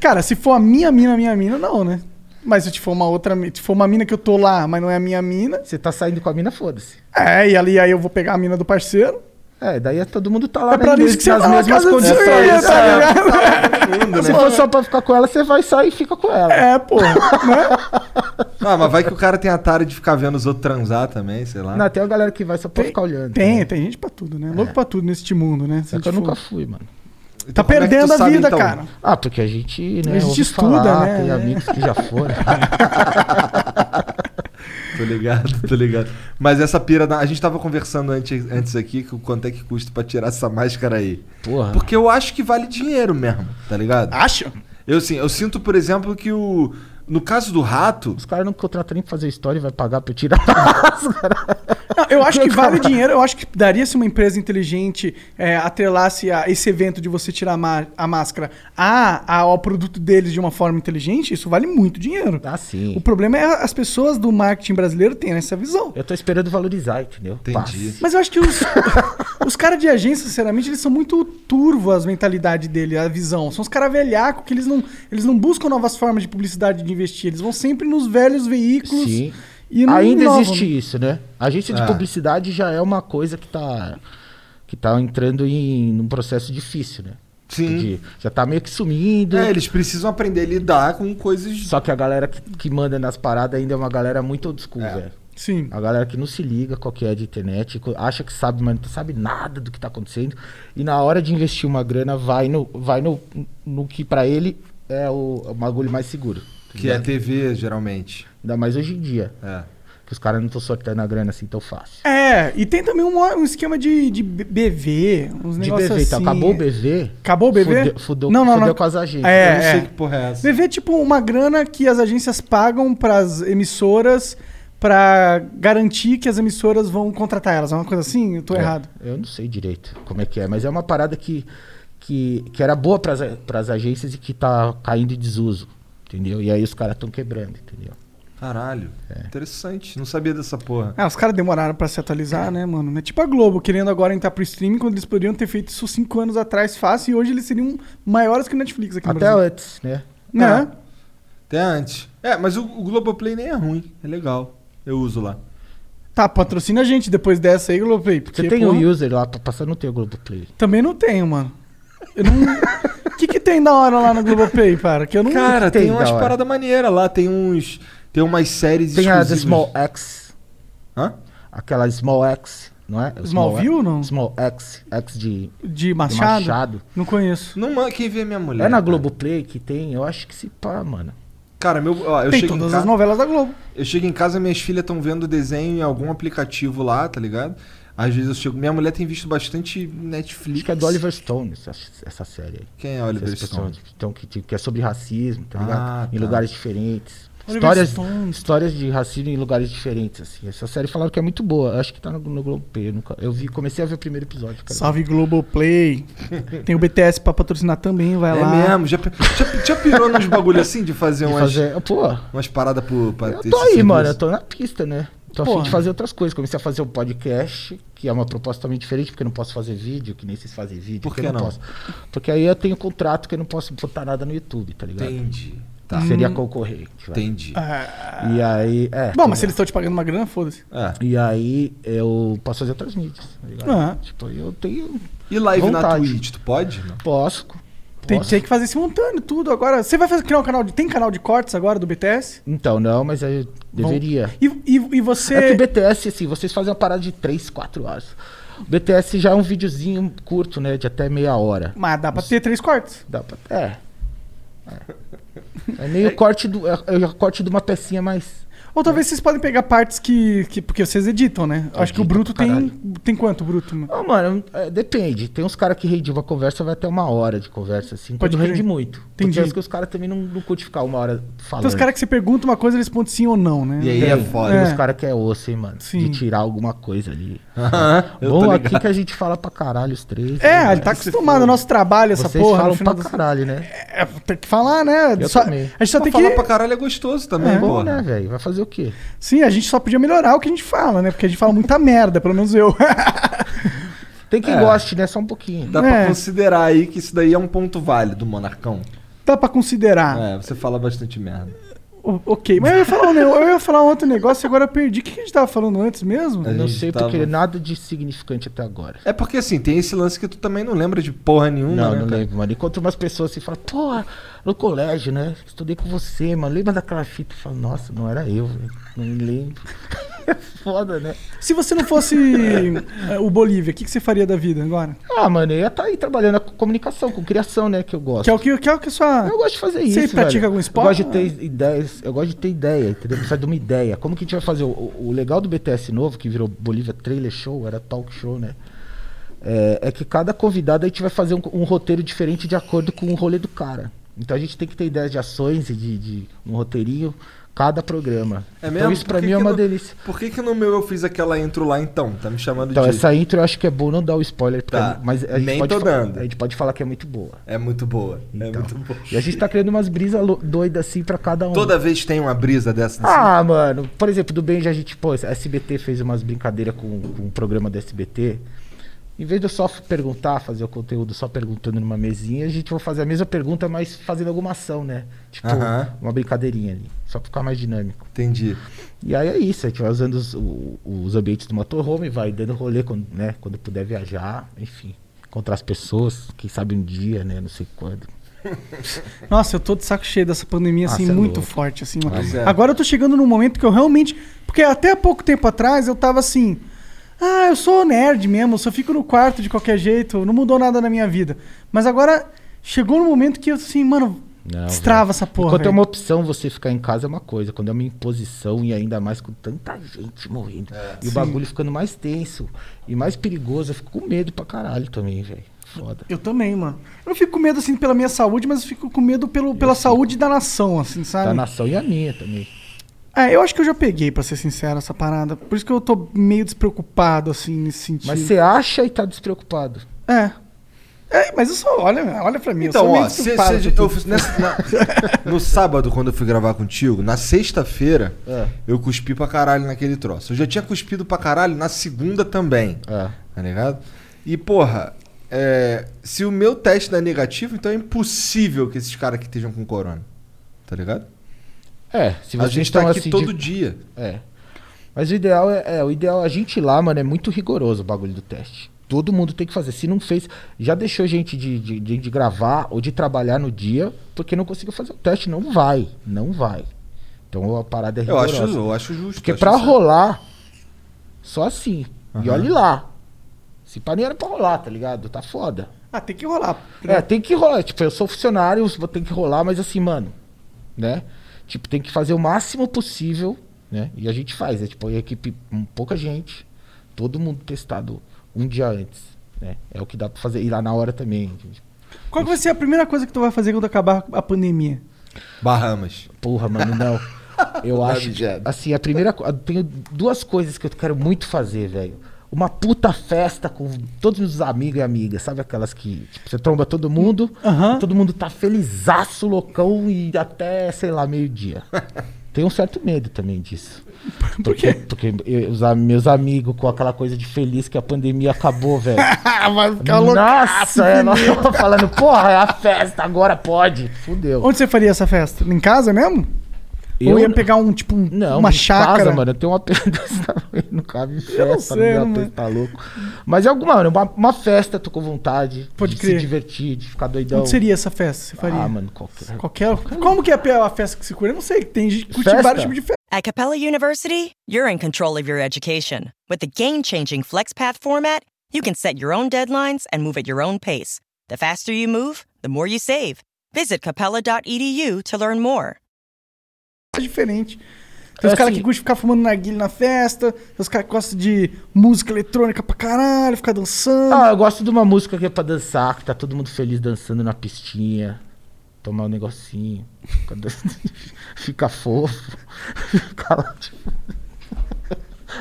B: Cara, se for a minha mina, minha mina, não, né? Mas se for uma outra, mi- se for uma mina que eu tô lá, mas não é a minha mina,
D: Você tá saindo com a mina, foda-se.
B: é, e ali aí eu vou pegar a mina do parceiro.
D: É, daí é todo mundo tá lá
B: É pra
D: nas
B: isso que você vai na
D: mesmas
B: casa do
D: condições.
B: swing,
C: É só isso, é.
B: tá ligado?
D: Se for só pra ficar com ela, você vai sair e fica com ela.
B: É, porra.
C: Ah, mas vai que o cara tem a tara de ficar vendo os outros transar também, sei lá.
D: Não, tem uma galera que vai só pra ficar olhando.
B: Tem, tem gente pra tudo, né? Louco pra tudo neste mundo, né? Se
D: Só
B: a
D: que eu
B: gente
D: nunca
B: for-
D: fui, mano.
B: Tá
C: Como é que tu
B: perdendo a
C: sabe,
B: vida,
C: então?
B: cara.
D: Ah, porque a gente, né?
B: A gente
D: ouve
B: estuda,
D: falar,
B: né?
D: Tem
B: É.
D: amigos que já foram.
C: Tô ligado, tô ligado. Mas essa pira. da- A gente tava conversando antes, antes aqui que o quanto é que custa pra tirar essa máscara aí.
D: Porra.
C: Porque eu acho que vale dinheiro mesmo, tá ligado?
B: Acho?
C: Eu sim, eu sinto, por exemplo, que o. No caso do rato.
D: Os caras não contratam nem pra fazer história e vai pagar pra eu tirar a máscara.
B: Não, eu acho que vale dinheiro. Eu acho que daria se uma empresa inteligente é, atrelasse a esse evento de você tirar a, má- a máscara a, a- ao produto deles de uma forma inteligente, isso vale muito dinheiro.
D: Ah, sim.
B: O problema é as pessoas do marketing brasileiro têm essa visão.
D: Eu tô esperando valorizar, entendeu?
C: Entendi.
D: Passe.
B: Mas eu acho que os, os caras de agência, sinceramente, eles são muito turvo as mentalidade dele, a visão. São os caras velhacos que eles não, eles não buscam novas formas de publicidade de investir. Eles vão sempre nos velhos veículos.
D: Sim.
B: E não
D: Ainda
B: inovam,
D: existe
B: né?
D: isso, né? A agência de
C: Ah.
D: publicidade já é uma coisa que tá, que tá entrando em num processo difícil, né?
C: Sim.
D: De- já tá meio que sumindo.
C: É, eles precisam aprender a lidar com coisas.
D: Só que a galera que, que manda nas paradas ainda é uma galera muito old school,
B: É.
D: velho.
B: Sim.
D: A galera que não se liga qual que é de internet, co- acha que sabe, mas não sabe nada do que tá acontecendo. E na hora de investir uma grana, vai no, vai no, no que pra ele é o, o bagulho mais seguro.
C: Que é TV, geralmente.
D: Ainda mais hoje em dia.
C: É.
D: Que os caras não estão sorteando a grana assim tão fácil.
B: É, e tem também um, um esquema de, de BV, uns
D: De
B: negócios
D: BV,
B: assim.
D: então, acabou o BV.
B: Acabou o BV?
D: Fudeu, fudeu,
B: Não, não,
D: fudeu
B: não.
D: com as agências.
B: É,
C: eu não
B: é.
C: sei que porra é essa.
B: BV é tipo uma grana que as agências pagam pras emissoras pra garantir que as emissoras vão contratar elas. É uma coisa assim? Eu tô
D: É,
B: errado.
D: Eu não sei direito como é que é, mas é uma parada que, que, que era boa pras, pras agências e que tá caindo em desuso. Entendeu? E aí os caras estão quebrando, entendeu?
C: Caralho. Interessante. Não sabia dessa porra.
B: Ah, os caras demoraram pra se atualizar, né, mano? É tipo a Globo querendo agora entrar pro streaming quando eles poderiam ter feito isso cinco anos atrás fácil e hoje eles seriam maiores que o Netflix aqui no
D: Até
B: Brasil.
D: antes, né?
B: Né?
C: Até antes. É, mas o, o Globoplay nem é ruim. É legal. Eu uso lá.
B: Tá, patrocina a gente depois dessa aí, Globoplay. Porque,
D: Você tem
B: pô,
D: o user lá, tá passando o teu Globoplay.
B: Também não tenho, mano. Eu não... O que, que tem da hora lá no Globopay, cara? Que eu não.
C: Cara,
D: tem
C: tem,
D: da
C: umas
D: hora.
C: paradas maneiras lá. Tem uns. Tem umas séries
D: Tem as
C: exclusivas.
D: Small X,
C: Hã?
D: aquela Small X, não é?
B: Smallville, não?
D: Small X, X de, de
B: De Machado?
D: Machado.
B: Não conheço.
C: Não man- quem vê minha mulher.
D: É na
C: cara.
D: Globoplay que tem, eu acho que se pá, mano.
C: Cara, meu, ó, eu,
B: tem
C: chego em
B: todas
C: ca...
B: as novelas da Globo.
C: eu chego em casa, minhas filhas estão vendo desenho em algum aplicativo lá, tá ligado? Às vezes eu chego. Minha mulher tem visto bastante Netflix.
D: Acho que é do Oliver Stone essa, essa série aí.
C: Quem é Oliver
D: Essas
C: Stone?
D: pessoas, Então, que, tipo, que é sobre racismo, tá
C: Ah,
D: ligado? Em
C: tá.
D: lugares diferentes.
B: Oliver
D: Histórias,
B: Stone.
D: histórias de racismo em lugares diferentes, assim. Essa série falaram que é muito boa. Acho que tá no, no Globo Play. Eu, nunca- eu vi, comecei a ver o primeiro episódio, cara.
B: Salve Globoplay. Tem o BTS pra patrocinar também, vai
C: É
B: lá.
C: mesmo? Já, pi- já, já pirou nos bagulho assim de fazer
D: De
C: umas,
D: fazer, pô,
C: umas paradas pro, pra
D: eu
C: ter
D: tô
C: esse
D: aí,
C: serviço?
D: mano. Eu tô na pista, né? Tô a fim
B: Porra.
D: de fazer outras coisas. Comecei a fazer um podcast, que é uma proposta totalmente diferente, porque eu não posso fazer vídeo, que nem vocês fazem vídeo.
C: Por
D: que
C: que
D: eu não,
C: não?
D: posso. Porque aí eu tenho contrato que eu não posso botar nada no YouTube, tá ligado?
C: Entendi.
D: Tá. Seria É. concorrente. vai.
C: Entendi.
B: Ah,
D: E aí, é.
B: Bom, mas se eles estão te pagando uma grana, foda-se.
C: É.
D: E aí eu posso fazer outras mídias, tá ligado?
B: Ah.
D: Tipo, eu tenho.
C: E live na
D: Vontade.
C: Twitch, tu pode? Não.
D: Posso.
B: Tem,
D: posso.
B: tem que fazer simultâneo tudo agora. Você vai fazer criar um canal de. Tem canal de cortes agora do BTS?
D: Então, não, mas eu deveria.
B: E, e, e você.
D: É que o BTS, assim, vocês fazem uma parada de 3, 4 horas. O BTS já é um videozinho curto, né? De até meia hora.
B: Mas dá pra ter três cortes.
D: Dá pra. É. É, é meio corte do. É, é o corte de uma pecinha mais.
B: Ou talvez vocês podem pegar partes que. que porque vocês editam, né? Acho que o
D: Edito
B: Bruto
D: pra
B: tem. Tem quanto, Bruto? mano?
D: Ah, mano, é, depende. Tem uns caras que rende uma conversa, vai até uma hora de conversa, assim.
B: Pode
D: Pode
B: crer.
D: rende muito.
B: Entendi.
D: Porque acho que os caras também não, não curtem ficar uma hora falando.
B: Tem os caras que você pergunta uma coisa, eles respondem sim ou não, né?
C: E aí é foda.
B: É.
D: Tem uns caras que é osso, hein, mano?
B: Sim.
D: De tirar alguma coisa ali.
C: Eu tô
D: Bom, aqui
C: ligado.
D: que a gente fala pra caralho os três.
B: É,
D: né,
B: ele tá
D: velho?
B: acostumado ao nosso trabalho, essa
D: Vocês
B: porra.
D: falam
B: no final
D: pra
B: das-
D: caralho, né?
B: É, tem que falar, né?
D: Eu
B: Só-
D: também.
B: a gente só tem
C: Mas
B: que.
C: falar pra caralho é gostoso também,
D: É,
C: é,
D: bom,
C: porra.
D: né, velho? Vai fazer o quê?
B: Sim, a gente só podia melhorar o que a gente fala, né? Porque a gente fala muita merda, pelo menos eu.
D: Tem quem
C: É.
D: goste, né? Só um pouquinho.
C: Dá pra
B: É.
C: considerar aí que isso daí é um ponto válido, Monarcão.
B: Dá pra considerar.
D: Ah.
C: É, você fala bastante merda.
B: O- ok, mas eu ia falar, um ne- eu ia falar um outro negócio e agora eu perdi. O que que a gente tava falando antes mesmo?
C: É.
D: Não
C: A gente
D: sei
C: tava-
D: porque nada de significante até agora.
C: É porque assim, tem esse lance que tu também não lembra de porra nenhuma,
D: Não,
C: né?
D: não
C: cara?
D: lembro, mano. Encontro umas pessoas assim e fala, pô, no colégio, né? Estudei com você, mano. Lembra daquela fita? Eu falo, nossa, não era eu, velho. Não me lembro. É foda, né?
B: Se você não fosse eh, o Bolívia, o que, que você faria da vida agora?
D: Ah, mano, eu ia estar aí trabalhando com comunicação, com criação, né? Que eu gosto.
B: Que é o que, que, é o que a sua.
D: Eu gosto de fazer isso.
B: Você pratica
D: velho.
B: algum esporte?
D: Eu gosto de ter ideias. Eu gosto de ter ideia, entendeu? Precisa de uma ideia. Como que a gente vai fazer? O, o legal do BTS novo, que virou Bolívia Trailer Show, era talk show, né? É, é que cada convidado a gente vai fazer um, um roteiro diferente de acordo com o rolê do cara. Então a gente tem que ter ideias de ações e de, de um roteirinho, cada programa.
C: É mesmo?
D: então isso pra
C: Por que
D: mim é
C: que
D: uma
C: no-
D: delícia.
C: Por que que no meu eu fiz aquela intro lá então? Tá me chamando
D: Então,
C: de...
D: essa intro eu acho que é bom não dar o spoiler, porque
C: Tá.
D: é- mas a gente,
C: Nem
D: pode
C: tô
D: fa-
C: dando.
D: a gente pode falar que é muito boa.
C: É muito boa, é
D: Então.
C: muito boa.
D: E a gente tá criando umas brisas lo- doidas assim pra cada um.
C: Toda vez tem uma brisa dessa. assim, desse-
D: Ah, mano, por exemplo, do Benji a gente, pô, a SBT fez umas brincadeiras com, com um programa da SBT. Em vez de eu só f- perguntar, fazer o conteúdo só perguntando numa mesinha, a gente vai fazer a mesma pergunta, mas fazendo alguma ação, né? Tipo,
C: Aham.
D: uma brincadeirinha ali, só pra ficar mais dinâmico.
C: Entendi.
D: E aí é isso, a gente vai usando os, o- os ambientes do motorhome, vai dando rolê quando, né, quando puder viajar, enfim. Encontrar as pessoas, quem sabe um dia, né? Não sei quando.
B: Nossa, eu tô de saco cheio dessa pandemia,
D: Ah,
B: assim,
D: cê é
B: muito
D: louco.
B: forte, assim. mano.
C: Pois é.
B: Agora eu tô chegando num momento que eu realmente. Porque até há pouco tempo atrás eu tava assim. Ah, eu sou nerd mesmo, eu só fico no quarto de qualquer jeito, não mudou nada na minha vida. Mas agora chegou no momento que eu, assim, mano,
D: Não,
B: destrava
D: velho.
B: essa porra.
D: Enquanto é
B: velho.
D: uma opção você ficar em casa é uma coisa, quando é uma imposição e ainda mais com tanta gente morrendo
C: É,
D: e o bagulho ficando mais tenso e mais perigoso, eu fico com medo pra caralho também, velho. Foda.
B: Eu também, mano. Eu não fico com medo, assim, pela minha saúde, mas eu fico com medo pelo, pela saúde da nação, assim, sabe?
D: Da nação Tá e a minha também.
B: É, eu acho que eu já peguei, pra ser sincero, essa parada. Por isso que eu tô meio despreocupado, assim, nesse sentido.
D: Mas você acha e tá despreocupado.
B: É. É, mas eu sou... Olha, olha pra mim, eu
C: Então,
B: sou meio
C: ó, cê,
B: despreocupado.
C: cê-
B: com
C: eu
B: tudo.
C: fiz- nessa- na- no sábado, quando eu fui gravar contigo, na sexta-feira,
D: É.
C: eu cuspi pra caralho naquele troço. Eu já tinha cuspido pra caralho na segunda também.
D: É.
C: Tá ligado? E, porra, é, se o meu teste dá negativo, então é impossível que esses caras que estejam com corona. Tá ligado?
D: É, se
C: A
D: vocês
C: gente tá
D: tão
C: aqui
D: assim de-
C: todo dia.
D: É. Mas o ideal é, é, o ideal a gente ir lá, mano, é muito rigoroso o bagulho do teste. Todo mundo tem que fazer. Se não fez, já deixou gente de, de, de- de gravar ou de trabalhar no dia porque não conseguiu fazer o teste. Não vai, não vai. Então a parada é
C: Eu
D: rigorosa.
C: acho, eu acho justo.
D: porque
C: acho
D: pra
C: certo.
D: rolar, só assim. E
C: Aham.
D: olhe lá. Se pá, nem era pra rolar, tá ligado? Tá foda.
B: Ah, tem que rolar.
D: É, tem que rolar. Tipo, eu sou funcionário, tem que rolar, mas assim, mano, né? Tipo, tem que fazer o máximo possível, né? E a gente faz, é tipo, a equipe, hum, pouca gente, todo mundo testado um dia antes, né? É o que dá pra fazer, ir lá na hora também. gente.
B: Qual que vai ser a primeira coisa que tu vai fazer quando acabar a pandemia?
C: Bahamas.
D: Porra, mano, não. Eu acho, que,
C: Abjad.
D: assim, a primeira coisa, tenho duas coisas que eu quero muito fazer, velho. Uma puta festa com todos os amigos e amigas, sabe aquelas que tipo, você tromba todo mundo,
B: Aham.
D: todo mundo tá felizaço, loucão e até, sei lá, meio-dia. Tenho um certo medo também disso. Por quê? Porque, eu- os am- meus amigos com aquela coisa de feliz que a pandemia acabou, velho.
B: Vai
D: Nossa, é, nós tava falando, porra, é a festa, agora pode. Fudeu.
B: Onde você faria essa festa? Em casa mesmo?
D: Eu-
B: Ou ia pegar um, tipo, um-
D: Não,
B: uma
D: em
B: chácara?
D: Casa, mano, tem uma pedra desse tamanho, não cabe em festa,
B: não
D: não
B: sei,
D: dá
B: não,
D: pra-
B: mano.
D: tá louco. Mas é alguma, mano, uma, uma festa, tô com vontade
B: Pode
D: de
B: crer.
D: se divertir, de ficar doidão.
B: Onde seria essa festa? Você faria?
D: então- Ah, mano, qualquer.
B: Qualquer. Como que é a pe- a festa que se cura? Eu não sei. Tem gente que curte
D: Festa?
B: vários tipos de festa.
G: At Capella University, you're in control of your education. With the game changing FlexPath format, you can set your own deadlines and move at your own pace. The faster you move, the more you save. Visit capella.edu to learn more.
B: diferente. Tem os
D: É
B: caras
D: assim-
B: que gostam de ficar fumando narguilha na festa, tem os caras que gostam de música eletrônica pra caralho, ficar dançando.
D: Ah, eu gosto de uma música que é pra dançar, que tá todo mundo feliz dançando na pistinha. Tomar um negocinho. Fica, dan- fica fofo. Fica lá, tipo...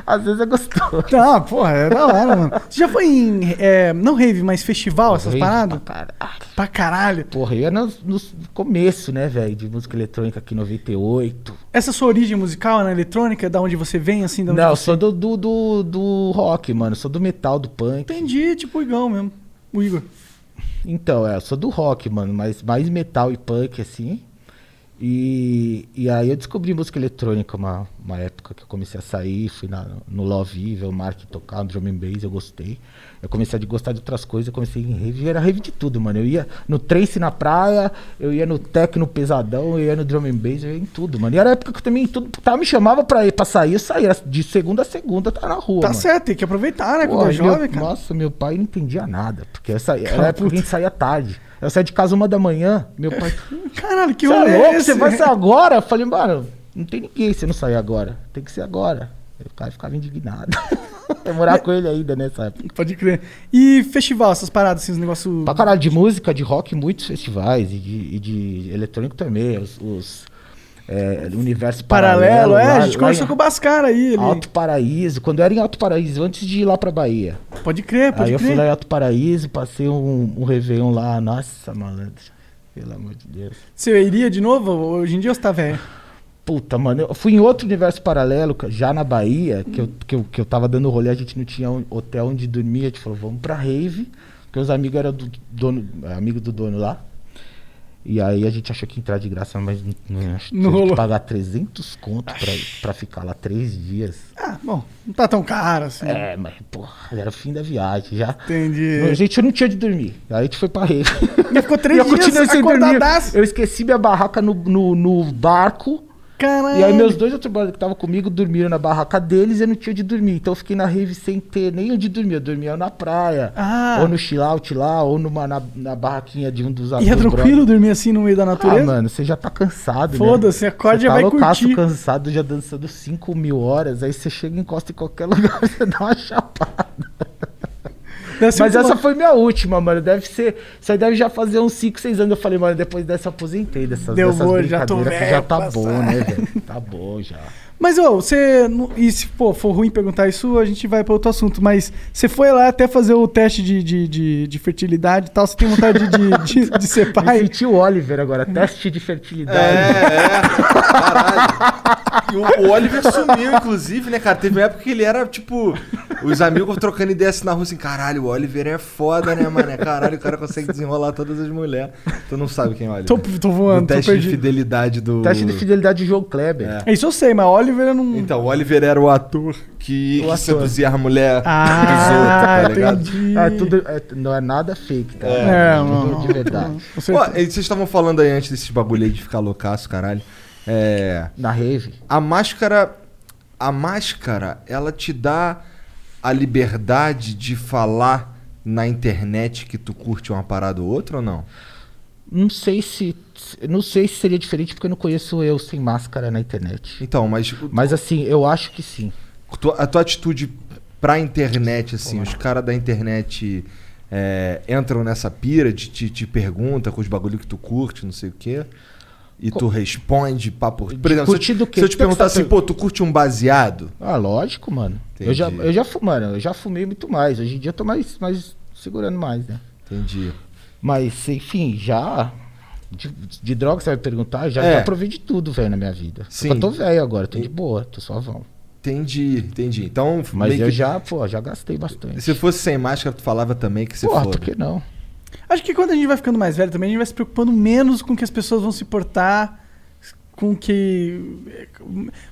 D: Às vezes é gostoso.
B: Tá, porra, é da hora, mano. Você já foi em, é, não rave, mas festival, essas
D: Rave
B: paradas?
D: pra caralho.
B: Pra caralho.
D: Porra, eu era no, no começo, né, velho, de música eletrônica aqui em 98.
B: Essa sua origem musical é na eletrônica, da onde você vem, assim? Da onde
D: Não, eu
B: você-
D: sou do, do, do, do rock, mano. Sou do metal, do punk.
B: Entendi, tipo o Igão mesmo. O Igor.
D: Então, é, eu sou do rock, mano, mas mais metal e punk, assim. E, e aí eu descobri música eletrônica uma, uma época que eu comecei a sair, fui na, no Love Evil, o Mark tocar, um drum and bass, eu gostei. Eu comecei a de- gostar de outras coisas, eu comecei em rave, era rave de tudo, mano. Eu ia no trace na praia, eu ia no techno pesadão, eu ia no drum and bass, eu ia em tudo, mano. E era a época que eu também tudo, tá, me chamava pra ir pra sair, eu saía, Era de segunda a segunda, tá na rua,
B: Tá
D: mano.
B: certo, tem que aproveitar, né?
D: Pô,
B: Quando é
D: aí meu-
B: jovem, cara.
D: Nossa, meu pai não entendia nada. Porque essa era
B: Cara,
D: a época que a gente saía tarde. Eu saía de casa uma da manhã, meu pai.
B: Caralho, que
D: Você
B: rolê
D: é
B: é
D: louco?
B: esse?
D: Você vai sair agora? Eu falei, mano, não tem ninguém se não sair agora. Tem que ser agora. Aí O cara ficava indignado. Eu morava com ele ainda nessa época.
B: Pode crer. E festival, essas paradas, assim, os negócios...
D: Pra caralho, de música, de rock, muitos festivais. E de, e de eletrônico também. Os. os, é, universo
B: Paralelo,
D: paralelo.
B: é,
D: lá-
B: a gente
D: lá
B: conversou
D: em
B: com o Bascara aí. Ele...
D: Alto Paraíso. Quando eu era em Alto Paraíso, antes de ir lá pra Bahia.
B: Pode crer,
D: Aí
B: pode
D: eu fui
B: crer.
D: lá em Alto Paraíso, passei um, um Réveillon lá. Nossa, malandro. Pelo amor de Deus.
B: Você iria de novo? Hoje em dia você tá velho.
D: Puta, mano, eu fui em outro universo paralelo, ca- já na Bahia, que eu, que eu, que eu tava dando rolê, a gente não tinha um hotel onde dormir. A gente falou, vamos pra Rave, porque os amigos eram do dono, amigo do dono lá. E aí a gente achou que ia entrar de graça, mas não, não, acho que
B: Não
D: teve que
B: rolou.
D: pagar 300 conto pra, pra ficar lá três dias.
B: Ah, bom, não tá tão caro assim.
D: É, mas, porra, era o fim da viagem já.
B: Entendi.
D: Não, gente, eu não tinha de dormir. Aí a gente foi pra rave.
B: Ainda ficou três
D: E eu continuei
B: dias
D: sem dormir.
B: acordadaço.
D: Eu esqueci minha barraca no, no, no barco.
B: Caralho.
D: E aí meus dois outros brothers que estavam comigo dormiram na barraca deles e eu não tinha onde dormir. Então eu fiquei na rave sem ter nem onde dormir. Eu dormia na praia,
B: Ah.
D: ou no chillout lá, ou numa, na, na barraquinha de um dos
B: E é
D: dos
B: tranquilo
D: brothers.
B: dormir assim no meio da
D: Ah,
B: natureza?
D: mano, você já tá cansado,
B: Foda-se,
D: né?
B: acorda e
D: Você
B: já
D: tá
B: vai
D: loucaço,
B: curtir.
D: cansado, já dançando 5 mil horas. Aí você chega, encosta em qualquer lugar, você dá uma chapada.
B: Deve ser
D: Mas
B: muito
D: essa
B: bom.
D: foi minha última, mano. Deve ser. Isso aí deve já fazer uns 5, 6 anos. Eu falei, mano, depois dessa eu aposentei dessas,
B: Deu
D: dessas
B: bom, já tô
D: brincadeiras que
B: velho
D: já tá
B: pra
D: bom,
B: essa-
D: né, velho? Tá bom já.
B: Mas, ô, você. não- E se pô, for ruim perguntar isso, a gente vai pra outro assunto. Mas você foi lá até fazer o teste de, de, de, de fertilidade e tal. Você tem vontade de, de, de, de ser
D: Me
B: pai? É.
D: senti o Oliver agora, teste de fertilidade.
C: E o, o Oliver sumiu, inclusive, né, cara? Teve uma época que ele era, tipo, os amigos trocando ideia assim na rua, assim, caralho, o Oliver é foda, né, mano? Caralho, o cara consegue desenrolar todas as mulheres. Tu não sabe quem é o Oliver.
B: Tô, tô
C: o
B: voando, tô
C: teste de
B: perdido.
C: fidelidade do...
D: Teste de fidelidade de João Kleber.
C: É.
B: Isso eu sei, mas Oliver eu não.
C: Então, o Oliver era o ator que,
D: O
C: que
D: ator.
C: seduzia a mulher
B: Ah,
C: dos outros, tá ligado?
B: entendi.
D: Ah, é tudo, é- não é nada fake, tá?
B: É,
D: tudo
B: mano.
D: de verdade.
B: Com certeza.
C: Pô, e vocês estavam falando aí antes desses bagulho aí de ficar loucaço, caralho. É...
D: Na rave.
C: A máscara, a máscara, ela te dá a liberdade de falar na internet que tu curte uma parada ou outra ou não?
D: Não sei se. Não sei se seria diferente porque eu não conheço eu sem máscara na internet.
C: Então, mas o-
D: Mas assim, eu acho que sim.
C: tu- a tua atitude pra internet, assim, os caras da internet é, entram nessa pira de te, te pergunta com os bagulho que tu curte, não sei o quê. E tu responde papo. Por exemplo, se
D: curtir
C: eu,
D: do
C: te-
D: quê?
C: se eu te
D: Por que que
C: perguntar
D: você tá
C: assim, pô, tu curte um baseado?
D: Ah, lógico, mano. Eu
C: Entendi.
D: já, eu já fumei, mano, eu já fumei muito mais. Hoje em dia eu tô mais, mais segurando mais, né?
C: Entendi.
D: Mas, enfim, já. De, de droga, você vai perguntar, já,
C: É.
D: já provei de tudo, velho, na minha vida.
C: Sim.
D: Só tô velho agora, tô de boa, tô suavão.
C: Entendi, entendi. Então,
D: Mas
C: meio
D: eu
C: que-
D: já, pô, já gastei bastante.
C: Se fosse sem máscara, tu falava também que você
D: Porra,
C: foda.
D: por que não?
B: Acho que quando a gente vai ficando mais velho também, a gente vai se preocupando menos com que as pessoas vão se portar, com que.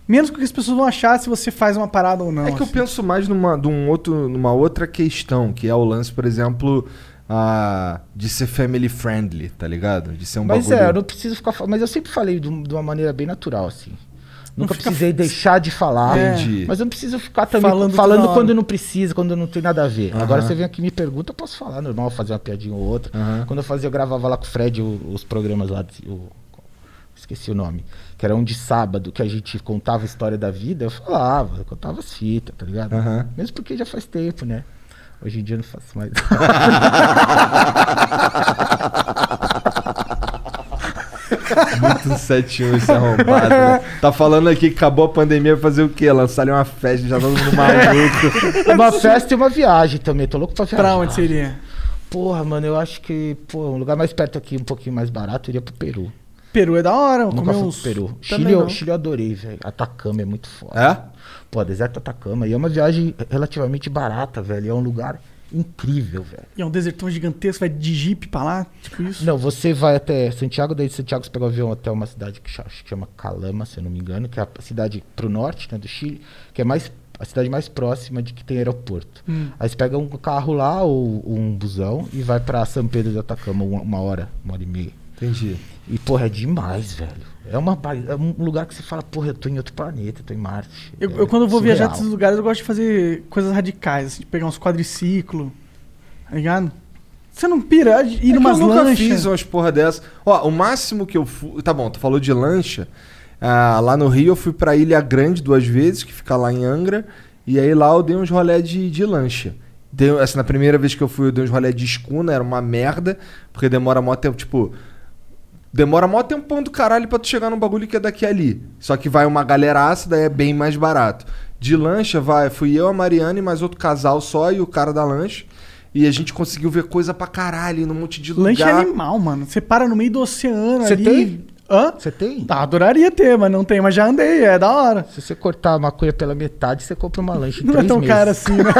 B: Menos com que as pessoas vão achar se você faz uma parada ou não.
C: É que eu
B: assim.
C: penso mais numa, num outro, numa outra questão, que é o lance, por exemplo, a, de ser family friendly, tá ligado? De ser um
D: Mas
C: bagulho...
D: é, eu não preciso ficar falando. Mas eu sempre falei de, um- de uma maneira bem natural, assim. Nunca
B: fica-
D: precisei deixar de falar.
C: Entendi.
D: Mas eu não preciso ficar também
B: Falando
D: falando,
B: toda hora.
D: quando não precisa, quando não tem nada a ver. Agora
C: Aham.
D: você vem aqui e me pergunta, eu posso falar normal, fazer uma piadinha ou outra.
C: Aham.
D: Quando eu fazia, eu gravava lá com o Fred o- os programas lá. de- o- esqueci o nome. Que era um de sábado que a gente contava a história da vida. Eu falava, eu contava as fitas, tá ligado?
C: Aham.
D: Mesmo porque já faz tempo, né? Hoje em dia eu não faço mais.
C: Muito 71 esse arrombado, né? Tá falando aqui que acabou a pandemia, vai fazer o quê? Lançar ali uma festa, já todo mundo maluco.
D: uma festa e uma viagem também. Tô louco pra viajar.
B: Pra onde seria?
D: Porra, mano, eu acho que, pô, um lugar mais perto aqui, um pouquinho mais barato, eu iria pro Peru.
B: Peru é da hora, vamos
D: Nunca
B: comer
D: fui
B: uns.
D: pro Peru.
B: Também
D: Chile, eu,
B: não.
D: Chile eu adorei, velho. Atacama é muito foda.
C: É?
D: Pô, deserto Atacama. E é uma viagem relativamente barata, velho. É um lugar incrível, velho.
B: E é um desertão gigantesco, vai de jipe pra lá, tipo isso.
D: Não, você vai até Santiago, daí de Santiago você pega o avião até uma cidade que cha- acho que chama Calama, se eu não me engano, que é a cidade pro norte, né, do Chile, que é mais a cidade mais próxima de que tem aeroporto.
B: Hum.
D: Aí você pega um carro lá ou um busão e vai pra São Pedro de Atacama uma, uma hora, uma hora e meia.
C: Entendi.
D: E, porra, é demais, velho. É, uma, ba- é um lugar que você fala, porra, eu tô em outro planeta, eu tô em Marte.
B: Eu,
D: É
B: eu quando eu vou viajar pra
D: surreal.
B: esses lugares, eu gosto de fazer coisas radicais, assim, de pegar uns quadriciclo, tá ligado? Você não pira, ir
C: É que
B: numas
C: eu nunca
B: lanchas.
C: fiz umas porra dessa. Ó, o máximo que eu fui. Tá bom, tu falou de lancha. Ah, lá no Rio eu fui pra Ilha Grande duas vezes, que fica lá em Angra. E aí lá eu dei uns rolé de, de lancha. Deu, assim, na primeira vez que eu fui, eu dei uns rolé de escuna, era uma merda, porque demora mó tempo, tipo. Demora mó tempão do caralho pra tu chegar num bagulho que é daqui a ali. Só que vai uma galeraça, daí é bem mais barato. De lancha, vai, fui eu, a Mariana e mais outro casal só e o cara da lancha. E a gente conseguiu ver coisa pra caralho, num monte de
B: Lanche é
C: lugar.
B: animal, mano. Você para no meio do oceano
D: Você
B: ali.
D: tem?
B: Hã?
D: Você tem?
B: Ah, adoraria ter, mas não tem, mas já andei, é da hora.
D: Se você cortar a maconha pela metade, você compra uma lanche em
B: Não é
D: três
B: tão
D: meses.
B: caro assim, né?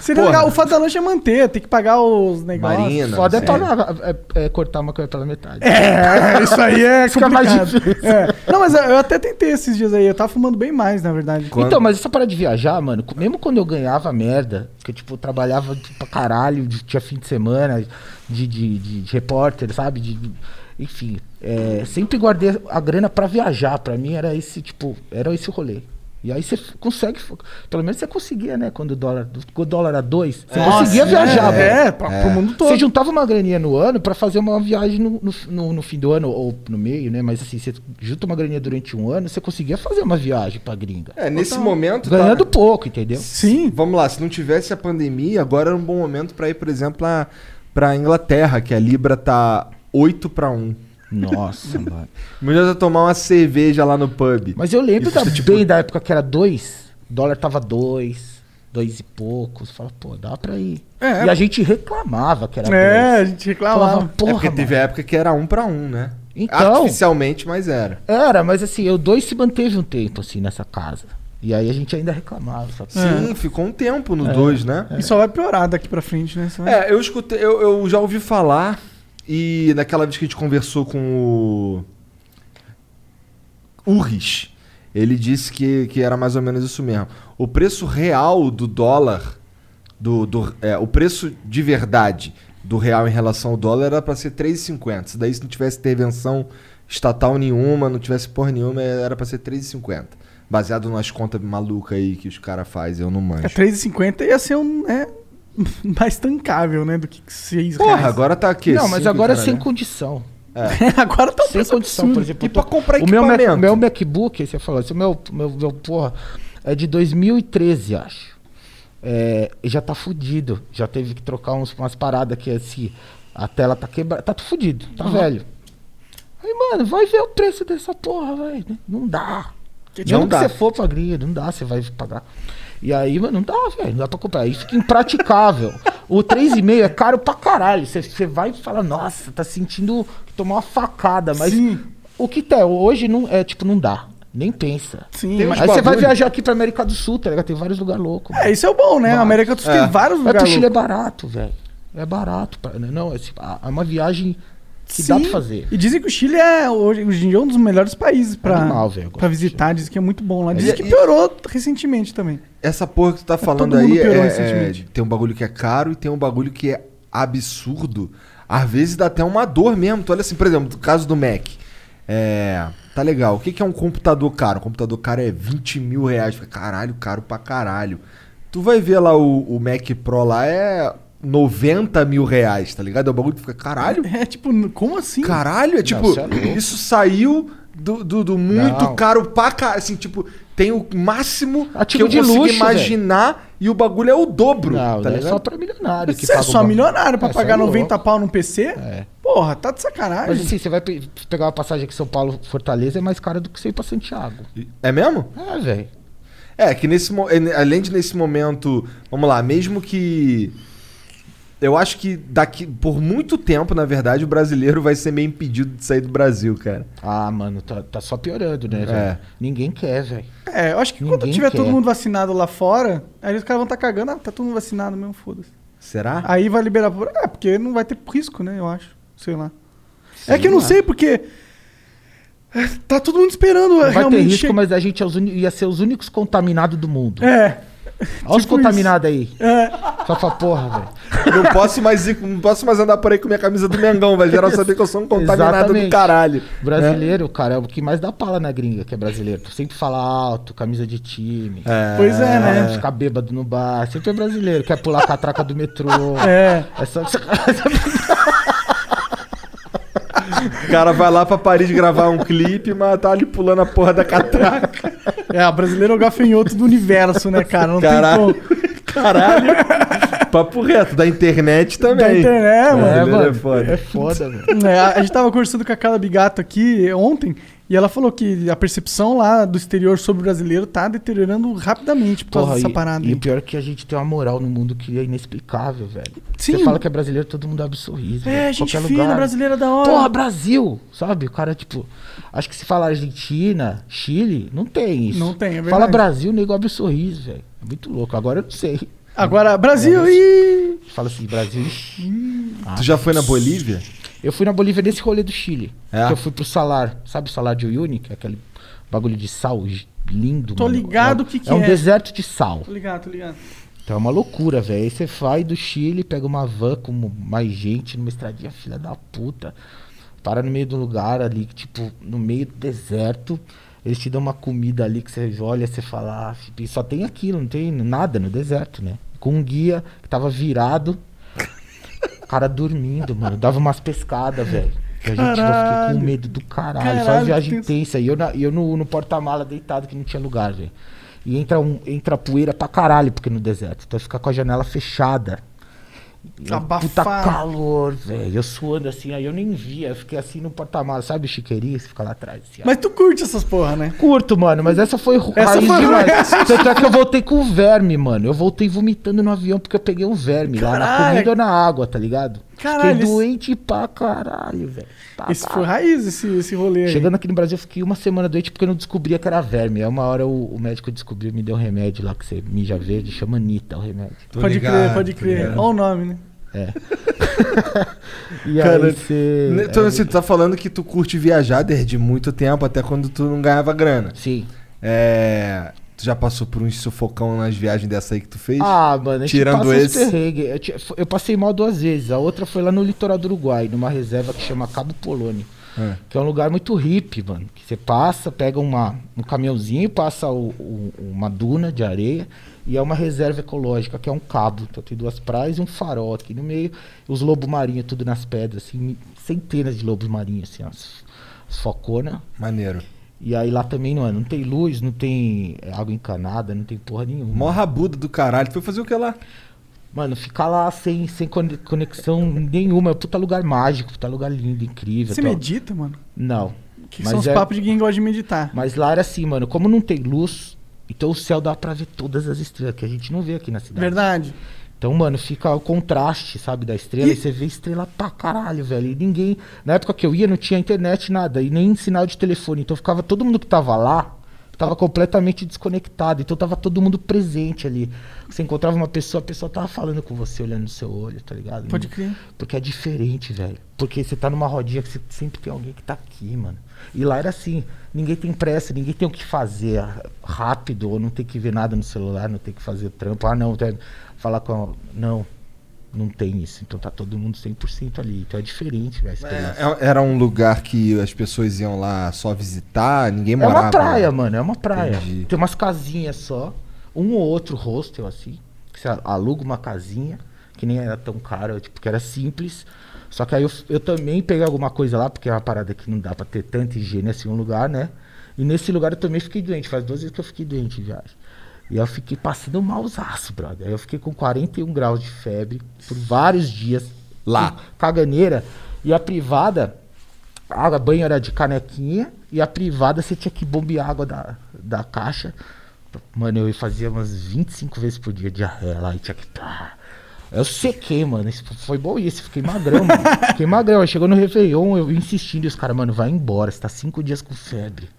B: Seria legal. O fato da lanche é manter, tem que pagar os negócios.
C: Marina.
D: Foda é,
B: né?
C: Sim.
D: tornar- é- é cortar uma coisa pela metade.
B: É, isso aí é
D: Fica mais
B: complicado. É. Não, mas eu até tentei esses dias aí. Eu tava fumando bem mais, na verdade.
C: Quando-
D: Então, mas essa parada de viajar, mano, co- mesmo quando eu ganhava merda, que eu, tipo, trabalhava pra caralho, de- tinha fim de semana, de, de, de- de repórter, sabe? De, de- enfim, é, sempre guardei a grana pra viajar. Pra mim era esse, tipo, era esse o rolê. E aí você f- consegue, f- pelo menos você conseguia, né? Quando o dólar, quando o dólar a dois, você conseguia viajar,
B: é,
D: velho.
B: é, pra, pro mundo todo.
D: Você juntava uma graninha no ano pra fazer uma viagem no, no, no- no fim do ano ou no meio, né? Mas assim, você junta uma graninha durante um ano, você conseguia fazer uma viagem pra gringa.
C: É, nesse momento. tá-
D: Ganhando pouco, entendeu?
B: Sim.
C: Vamos lá, se não tivesse a pandemia, agora era um bom momento pra ir, por exemplo, a, pra Inglaterra, que a Libra tá 8 pra 1.
D: Nossa, mano.
C: Melhor eu é tomar uma cerveja lá no pub.
D: Mas eu lembro
C: Isso,
D: da,
C: tipo-
D: bem da época que era dois, o dólar tava dois, dois e poucos. Fala, pô, dá pra ir.
B: É.
D: e a gente reclamava que era
B: É, a
D: dois.
B: gente
D: Falava,
B: reclamava.
C: é
D: porra,
C: porque teve
D: mano.
C: a época que era um pra um, né?
D: Então.
C: Artificialmente, mas era.
D: Era, mas assim, eu dois se manteve um tempo, assim, nessa casa. E aí a gente ainda reclamava. Sabe?
C: Sim, ficou um tempo no dois, né?
B: E só vai piorar daqui pra frente, né? Só vai-
C: É, eu escutei, eu, eu já ouvi falar e naquela vez que a gente conversou com o Urris, ele disse que, que era mais ou menos isso mesmo. O preço real do dólar, do, do- é, o preço de verdade do real em relação ao dólar era pra ser 3,50. Se daí se não tivesse intervenção estatal nenhuma, não tivesse porra nenhuma, era pra ser 3,50. Baseado nas contas malucas aí que os caras fazem, eu não manjo.
B: É 3,50 ia ser um, né, mais tancável, né, do que 6
C: Porra, agora tá aqui.
D: Não, mas agora é sem
C: né?
D: condição.
B: agora tá um
D: Sem
B: preço
D: condição, por
B: absurdo.
D: exemplo.
C: E pra comprar
D: o meu, Mac,
C: equipamento?
D: meu MacBook, aí você falou, assim, o meu, meu, meu, porra, é de 2013, acho. É, e já tá fudido. Já teve que trocar uns- umas paradas que assim, a tela tá quebrada. Tá tudo fudido, tá velho. Aí, mano, vai ver o preço dessa porra, velho. Não dá.
C: Não
D: Não
C: dá.
D: que você for pra gringa, não dá, você vai pagar. E aí, mano, não dá, velho. Não dá pra comprar. Aí fica impraticável. o 3,5 é caro pra caralho. Você, você vai e fala, nossa, tá sentindo que tomou uma facada. Mas
B: Sim.
D: o que tá, hoje não, é tipo, não dá. Nem pensa.
B: Sim,
C: Tem
B: mas-
D: Aí você vai
C: bagulho.
D: viajar aqui pra América do Sul, tá ligado? Tem vários lugares loucos.
B: É, isso é o bom, né? A América do Sul
C: É.
B: tem vários
D: Mas o
B: lugares.
D: Chile é
B: loucos.
D: barato, velho. É barato. pra- né? Não, é, tipo, é uma viagem que dá
B: Sim.
D: pra fazer.
B: E dizem que o Chile é hoje, hoje em dia um dos melhores países pra,
D: Animal, velho, eu
B: pra
D: gosto
B: visitar. Dizem que é muito bom lá. Dizem
C: e-
B: que
C: e-
B: piorou recentemente também.
C: Essa porra que tu tá falando
B: todo mundo
C: aí é,
B: piorou
C: é-
B: recentemente.
C: tem um bagulho que é caro e tem um bagulho que é absurdo. Às vezes dá até uma dor mesmo. Tu olha assim, por exemplo, o caso do Mac. É. Tá legal. O que, que é um computador caro? Um computador caro é 20 mil reais. Fica, Caralho, caro pra caralho. Tu vai ver lá o, o Mac Pro lá é 90 mil reais, tá ligado? É um bagulho que fica, caralho,
B: É tipo, n- como assim?
C: Caralho, é tipo,
D: isso é louco.
C: isso saiu do, do- do muito
D: Não.
C: caro pra caralho. Assim, tipo, tem o máximo
D: Artigo
C: que eu
D: de
C: consigo
D: luxo,
C: imaginar e o bagulho é o dobro.
D: Não,
C: tá
D: não é
C: ligado?
D: só pra milionário. que
B: Você é
D: paga o
B: só
D: bagulho.
B: milionário pra
D: É,
B: pagar
D: você é
B: 90
D: louco. É.
B: pau num PC? Porra, tá de sacanagem.
D: Mas assim, você vai pe- pegar uma passagem aqui São Paulo, Fortaleza, é mais cara do que você ir pra Santiago.
C: É mesmo?
D: É, velho.
C: É, que nesse mo- eh, além de nesse momento, vamos lá, mesmo que. Eu acho que daqui por muito tempo, na verdade, o brasileiro vai ser meio impedido de sair do Brasil, cara.
D: Ah, mano, tá, tá só piorando, né,
C: É.
D: velho? Ninguém quer, velho.
B: É, eu acho que quando
D: Ninguém
B: tiver
D: quer.
B: todo mundo vacinado lá fora, aí os caras vão estar tá cagando, ah, tá todo mundo vacinado mesmo, foda-se.
C: Será?
B: Aí vai liberar por. É, porque não vai ter risco, né? Eu acho. Sei lá. é que eu não sei, porque. é, Tá todo mundo esperando
D: Não vai ter
B: realmente.
D: risco,
B: che-
D: mas a gente é os uni- ia ser os únicos contaminados do mundo.
B: É.
D: Olha os
B: tipo
D: contaminados aí.
B: É.
D: Só pra porra, velho.
C: Não posso mais ir, não posso mais andar por aí com minha camisa do Mengão, vai geral saber que eu sou um contaminado do
D: Exatamente.
C: caralho.
D: Brasileiro, cara, é o que mais dá pala na gringa, que é brasileiro. Sempre fala alto, camisa de time. É.
B: Pois é, né?
D: Ficar bêbado no bar. Sempre é brasileiro. Quer pular a catraca do metrô.
B: É.
D: É só...
C: O cara vai lá pra Paris gravar um clipe, mas tá ali pulando a porra da catraca.
B: É, o brasileiro é o gafanhoto do universo, né, cara? Não
C: Caralho.
B: tem como.
C: Caralho. Papo reto, da internet também.
B: Da internet, mano.
C: Brasileiro
D: mano.
C: É foda.
D: É foda, velho.
B: É, a a gente tava conversando com a Carla Bigato aqui ontem, e ela falou que a percepção lá do exterior sobre o brasileiro tá deteriorando rapidamente por causa
D: Porra,
B: dessa
D: e-
B: parada.
D: E
B: aí.
D: o pior é que a gente tem uma moral no mundo que é inexplicável, velho.
B: Sim.
D: Você fala que é brasileiro, todo mundo abre sorriso.
B: É,
D: velho.
B: gente
D: Qualquer
B: fina,
D: lugar.
B: brasileira da hora.
D: Porra, Brasil! Sabe? O cara, tipo. Acho que se fala Argentina, Chile, não tem isso.
B: Não tem, é
D: Fala
B: verdade.
D: Brasil, o nego abre sorriso, velho. É muito louco. Agora eu não sei.
B: Agora,
D: É,
B: Brasil, ih!
D: Fala assim, Brasil.
B: É.
C: Tu já foi na Bolívia?
D: Eu fui na Bolívia nesse rolê do Chile.
C: É?
D: Que eu fui pro Salar. Sabe o Salar de Uyuni? Que é aquele bagulho de sal gi- lindo.
B: Tô
D: mano.
B: ligado
D: é,
B: o que que
D: É um
B: é.
D: deserto de sal.
B: Tô ligado, tô ligado.
D: Então é uma loucura, velho. Aí você vai do Chile, pega uma van com mais gente numa estradinha, filha da puta. Para no meio do lugar ali, que, tipo, no meio do deserto. Eles te dão uma comida ali que você olha, você fala, ah, fi- só tem aquilo, não tem nada no deserto, né? Com um guia que tava virado, o cara dormindo, mano. Dava umas pescadas, velho. Que A gente eu fiquei
B: Caralho.
D: com medo do caralho. Foi
B: Caralho,
D: uma Ah, viagem
B: que tenso.
D: tensa. E eu, na- e eu no, no porta-mala deitado que não tinha lugar, velho. E entra, um, entra poeira pra caralho, porque no deserto. Então fica com a janela fechada. E um Puta
B: Abafado.
D: calor, velho. Eu suando assim, aí eu nem via. Eu fiquei assim no patamar, sabe o chiqueirinho? Você fica lá atrás. Assim, ó. É
B: Mas tu curte essas porra, né?
D: curto, mano, mas essa foi essa
B: Essa
D: raiz
B: foi-
D: demais. Tanto é que eu voltei com verme, mano. Eu voltei vomitando no avião porque eu peguei um verme lá na
B: Caralho.
D: comida ou na água, tá ligado?
B: Caralho,
D: Fiquei
B: esse-
D: doente pra caralho, velho. Tá,
B: Esse
D: tá.
B: foi raiz, esse, esse rolê aí.
D: Chegando aqui no Brasil, eu fiquei uma semana doente porque eu não descobria que era verme. Aí uma hora o, o médico descobriu e me deu um remédio lá que você mija verde, chama Anitta o remédio.
C: Tô
B: pode
C: ligado,
B: crer, pode
C: tô
B: crer.
C: ligado.
B: Olha o nome, né?
D: E
C: Cara,
D: aí você.
C: né, Então, assim, tu tá falando que tu curte viajar desde muito tempo, até quando tu não ganhava grana.
D: Sim.
C: É. Tu já passou por uns sufocão nas viagens dessa aí é que tu fez?
D: Ah, mano, a gente
C: Tirando
D: passa uns
C: esse.
D: perrengue. Eu, ti- eu passei mal duas vezes. A outra foi lá no litoral do Uruguai, numa reserva que chama Cabo Polônio.
C: É.
D: Que é um lugar muito hippie, mano. Que você passa, pega uma, um caminhãozinho, passa o- o- uma duna de areia e é uma reserva ecológica, que é um cabo. Então tem duas praias e um farol aqui no meio. Os lobos marinhos tudo nas pedras, assim, centenas de lobos marinhos, assim, as, as focona.
C: Maneiro.
D: E aí lá também, mano, não tem luz, não tem é, água encanada, não tem porra nenhuma.
C: Mó rabudo do caralho. Tu foi fazer o que lá?
D: Mano, ficar lá sem, sem cone- conexão nenhuma. É um puta lugar mágico, puta lugar lindo, incrível.
B: Você
D: tal.
B: medita, mano?
D: Não.
B: Que
D: é Mas
B: são os
D: é-
B: papos de quem gosta de meditar.
D: Mas lá era assim, mano. Como não tem luz, então o céu dá pra ver todas as estrelas, que a gente não vê aqui na cidade.
B: Verdade.
D: Então, mano, fica o contraste, sabe, da estrela.
B: E-
D: E você vê estrela pra caralho, velho. E ninguém. Na época que eu ia, não tinha internet, nada. E nem sinal de telefone. Então ficava todo mundo que tava lá. Tava completamente desconectado, então tava todo mundo presente ali. Você encontrava uma pessoa, a pessoa tava falando com você, olhando no seu olho, tá ligado?
B: Pode crer.
D: Porque é diferente, velho. Porque você tá numa rodinha que você- sempre tem alguém que tá aqui, mano. E lá era assim, ninguém tem pressa, ninguém tem o que fazer ah, rápido, ou não tem que ver nada no celular, não tem que fazer trampo. Ah, não, tem- falar com a... Não, não tem isso. Então tá todo mundo 100% ali. Então é diferente, velho. a experiência.
C: É, era um lugar que as pessoas iam lá só visitar, ninguém
D: É
C: morava.
D: uma praia,
C: lá.
D: mano. É uma praia.
C: Entendi.
D: Tem umas casinhas só. Um ou outro hostel, assim. Que você aluga uma casinha, que nem era tão cara, tipo, que era simples. Só que aí eu, eu também peguei alguma coisa lá, porque é uma parada que não dá pra ter tanta higiene assim um lugar, né? E nesse lugar eu também fiquei doente. Faz duas vezes que eu fiquei doente em viagem. E eu fiquei passando malzaço, brother. Aí eu fiquei com 41 graus de febre por vários dias.
C: Lá.
D: com Caganeira. E a privada, a água, banho era de canequinha e a privada você tinha que bombear a água da, da caixa. Mano, eu fazia umas 25 vezes por dia diarreia lá e tinha que. Tá. Eu sequei, mano. Isso foi bom isso. Fiquei magrão, mano. Fiquei magrão. Aí Chegou no Réveillon, eu insistindo. E os caras, mano, vai embora. Você tá cinco dias com febre.